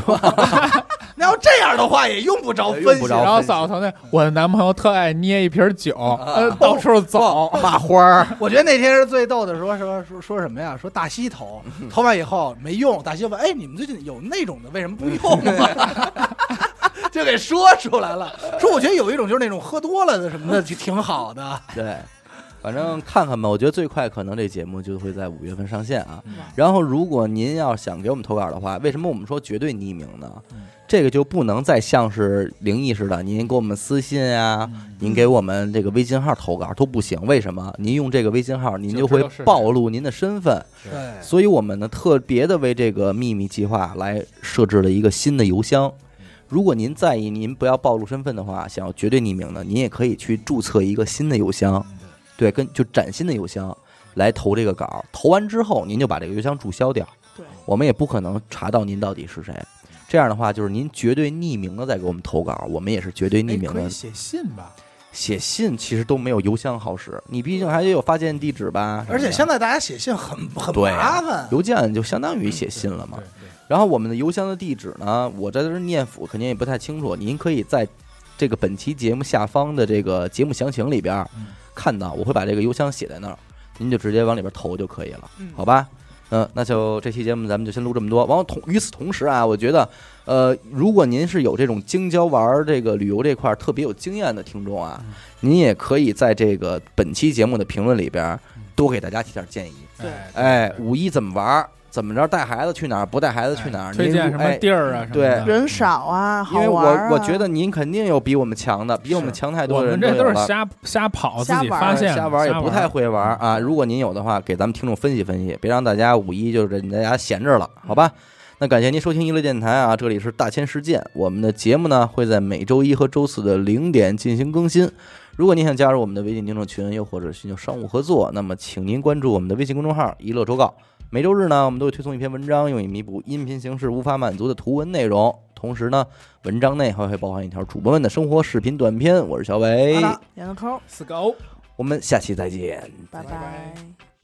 Speaker 3: 那要这样的话也用不着
Speaker 1: 哎
Speaker 3: 分
Speaker 1: 用
Speaker 3: 析，
Speaker 1: 不着
Speaker 4: 然后嫂子疼那我的男朋友特爱捏一瓶 酒，呃，到处走，
Speaker 1: 画花儿，
Speaker 3: 我觉得那天是最逗的，说说说说什么呀？说大西投，
Speaker 1: 嗯
Speaker 3: 投完以后没用，大西问：“哎，你们最近有那种的，为什么
Speaker 1: 嗯
Speaker 3: 不用啊？” 就给说出来了。说我觉得有一种就是那种喝多了的什么的，就挺好的。
Speaker 1: 对，反正看看吧。我觉得最快可能这节目就会在五月份上线啊
Speaker 4: 嗯。
Speaker 1: 然后，如果您要想给我们投稿的话，为什么我们说绝对匿名呢
Speaker 4: 嗯？
Speaker 1: 这个就不能再像是灵异似的，您给我们私信啊，
Speaker 4: 嗯
Speaker 1: 您给我们这个微信号投稿都不行。为什么？您用这个微信号，您就
Speaker 4: 就知
Speaker 1: 会
Speaker 4: 道是谁
Speaker 1: 暴露您的身份。
Speaker 3: 对，
Speaker 1: 所以我们呢特别的为这个秘密计划来设置了一个新的邮箱。如果您在意您不要暴露身份的话，想要绝对匿名的，您也可以去注册一个新的邮箱，对，跟就崭新的邮箱来投这个稿。投完之后，您就把这个邮箱注销掉，
Speaker 2: 对，
Speaker 1: 我们也不可能查到您到底是谁。这样的话，就是您绝对匿名的在给我们投稿，我们也是绝对匿
Speaker 4: 哎
Speaker 1: 名
Speaker 4: 可
Speaker 1: 的
Speaker 4: 以写信吧？
Speaker 1: 写信，其实都没有邮箱好使，你毕竟还得有发件地址吧。
Speaker 3: 而且
Speaker 1: 是
Speaker 3: 现
Speaker 1: 吧
Speaker 3: 在大家写信很很
Speaker 1: 对
Speaker 3: 麻烦，
Speaker 1: 邮件就相当于写信了嘛
Speaker 4: 对。对
Speaker 1: 然后我们的邮箱的地址呢，我在这儿念府肯定也不太清楚，您可以在这个本期节目下方的这个节目详情里边儿
Speaker 4: 嗯
Speaker 1: 看到，我会把这个邮箱写在那儿。您就直接往里边投就可以了，
Speaker 2: 嗯
Speaker 1: 好吧？嗯，那就这期节目咱们就先录这么多。完了同与此同时啊，我觉得，呃，如果您是有这种京郊玩儿这个旅游这块儿特别有经验的听众啊，您也可以在这个本期节目的评论里边儿多给大家提点建议。
Speaker 2: 对
Speaker 1: 哎，五一怎么玩儿？怎么着带孩子去哪儿？不带孩子去哪儿？
Speaker 4: 推
Speaker 1: 您
Speaker 4: 荐
Speaker 1: 如
Speaker 4: 什么
Speaker 1: 哎
Speaker 4: 地儿啊？什么的
Speaker 1: 对
Speaker 2: 人少啊，
Speaker 1: 因
Speaker 2: 好
Speaker 1: 为
Speaker 2: 玩
Speaker 1: 我
Speaker 2: 啊。
Speaker 1: 我觉得您肯定有比我们强的，比我们
Speaker 4: 是
Speaker 1: 强太
Speaker 4: 我
Speaker 1: 多的人
Speaker 4: 们
Speaker 1: 都有
Speaker 4: 这
Speaker 1: 了。
Speaker 4: 都是瞎瞎跑，自
Speaker 2: 瞎
Speaker 4: 己
Speaker 2: 玩
Speaker 4: 发
Speaker 2: 儿
Speaker 4: 现
Speaker 1: 呃瞎玩儿也
Speaker 4: 瞎
Speaker 1: 不太会玩儿啊。如果您有的话，给咱们听众分析分析，别让大家五一就是大家闲着了，好
Speaker 4: 嗯
Speaker 1: 吧？那感谢您收听娱乐电台啊，这里是大千世界，我们的节目呢会在每周一和周四的零点进行更新。如果您想加入我们的微信听众群，又或者寻求商务合作，那么请您关注我们的微信公众号“一乐周告”。每周日呢，我们都会推送一篇文章，用以弥补音频形式无法满足的图文内容。同时呢，文章内还会包含一条主播们的生活视频短片。我是小伟
Speaker 2: 好，的，严个抠，
Speaker 4: 死狗。
Speaker 1: 我们下期再见。
Speaker 2: 拜
Speaker 4: 拜拜
Speaker 2: 拜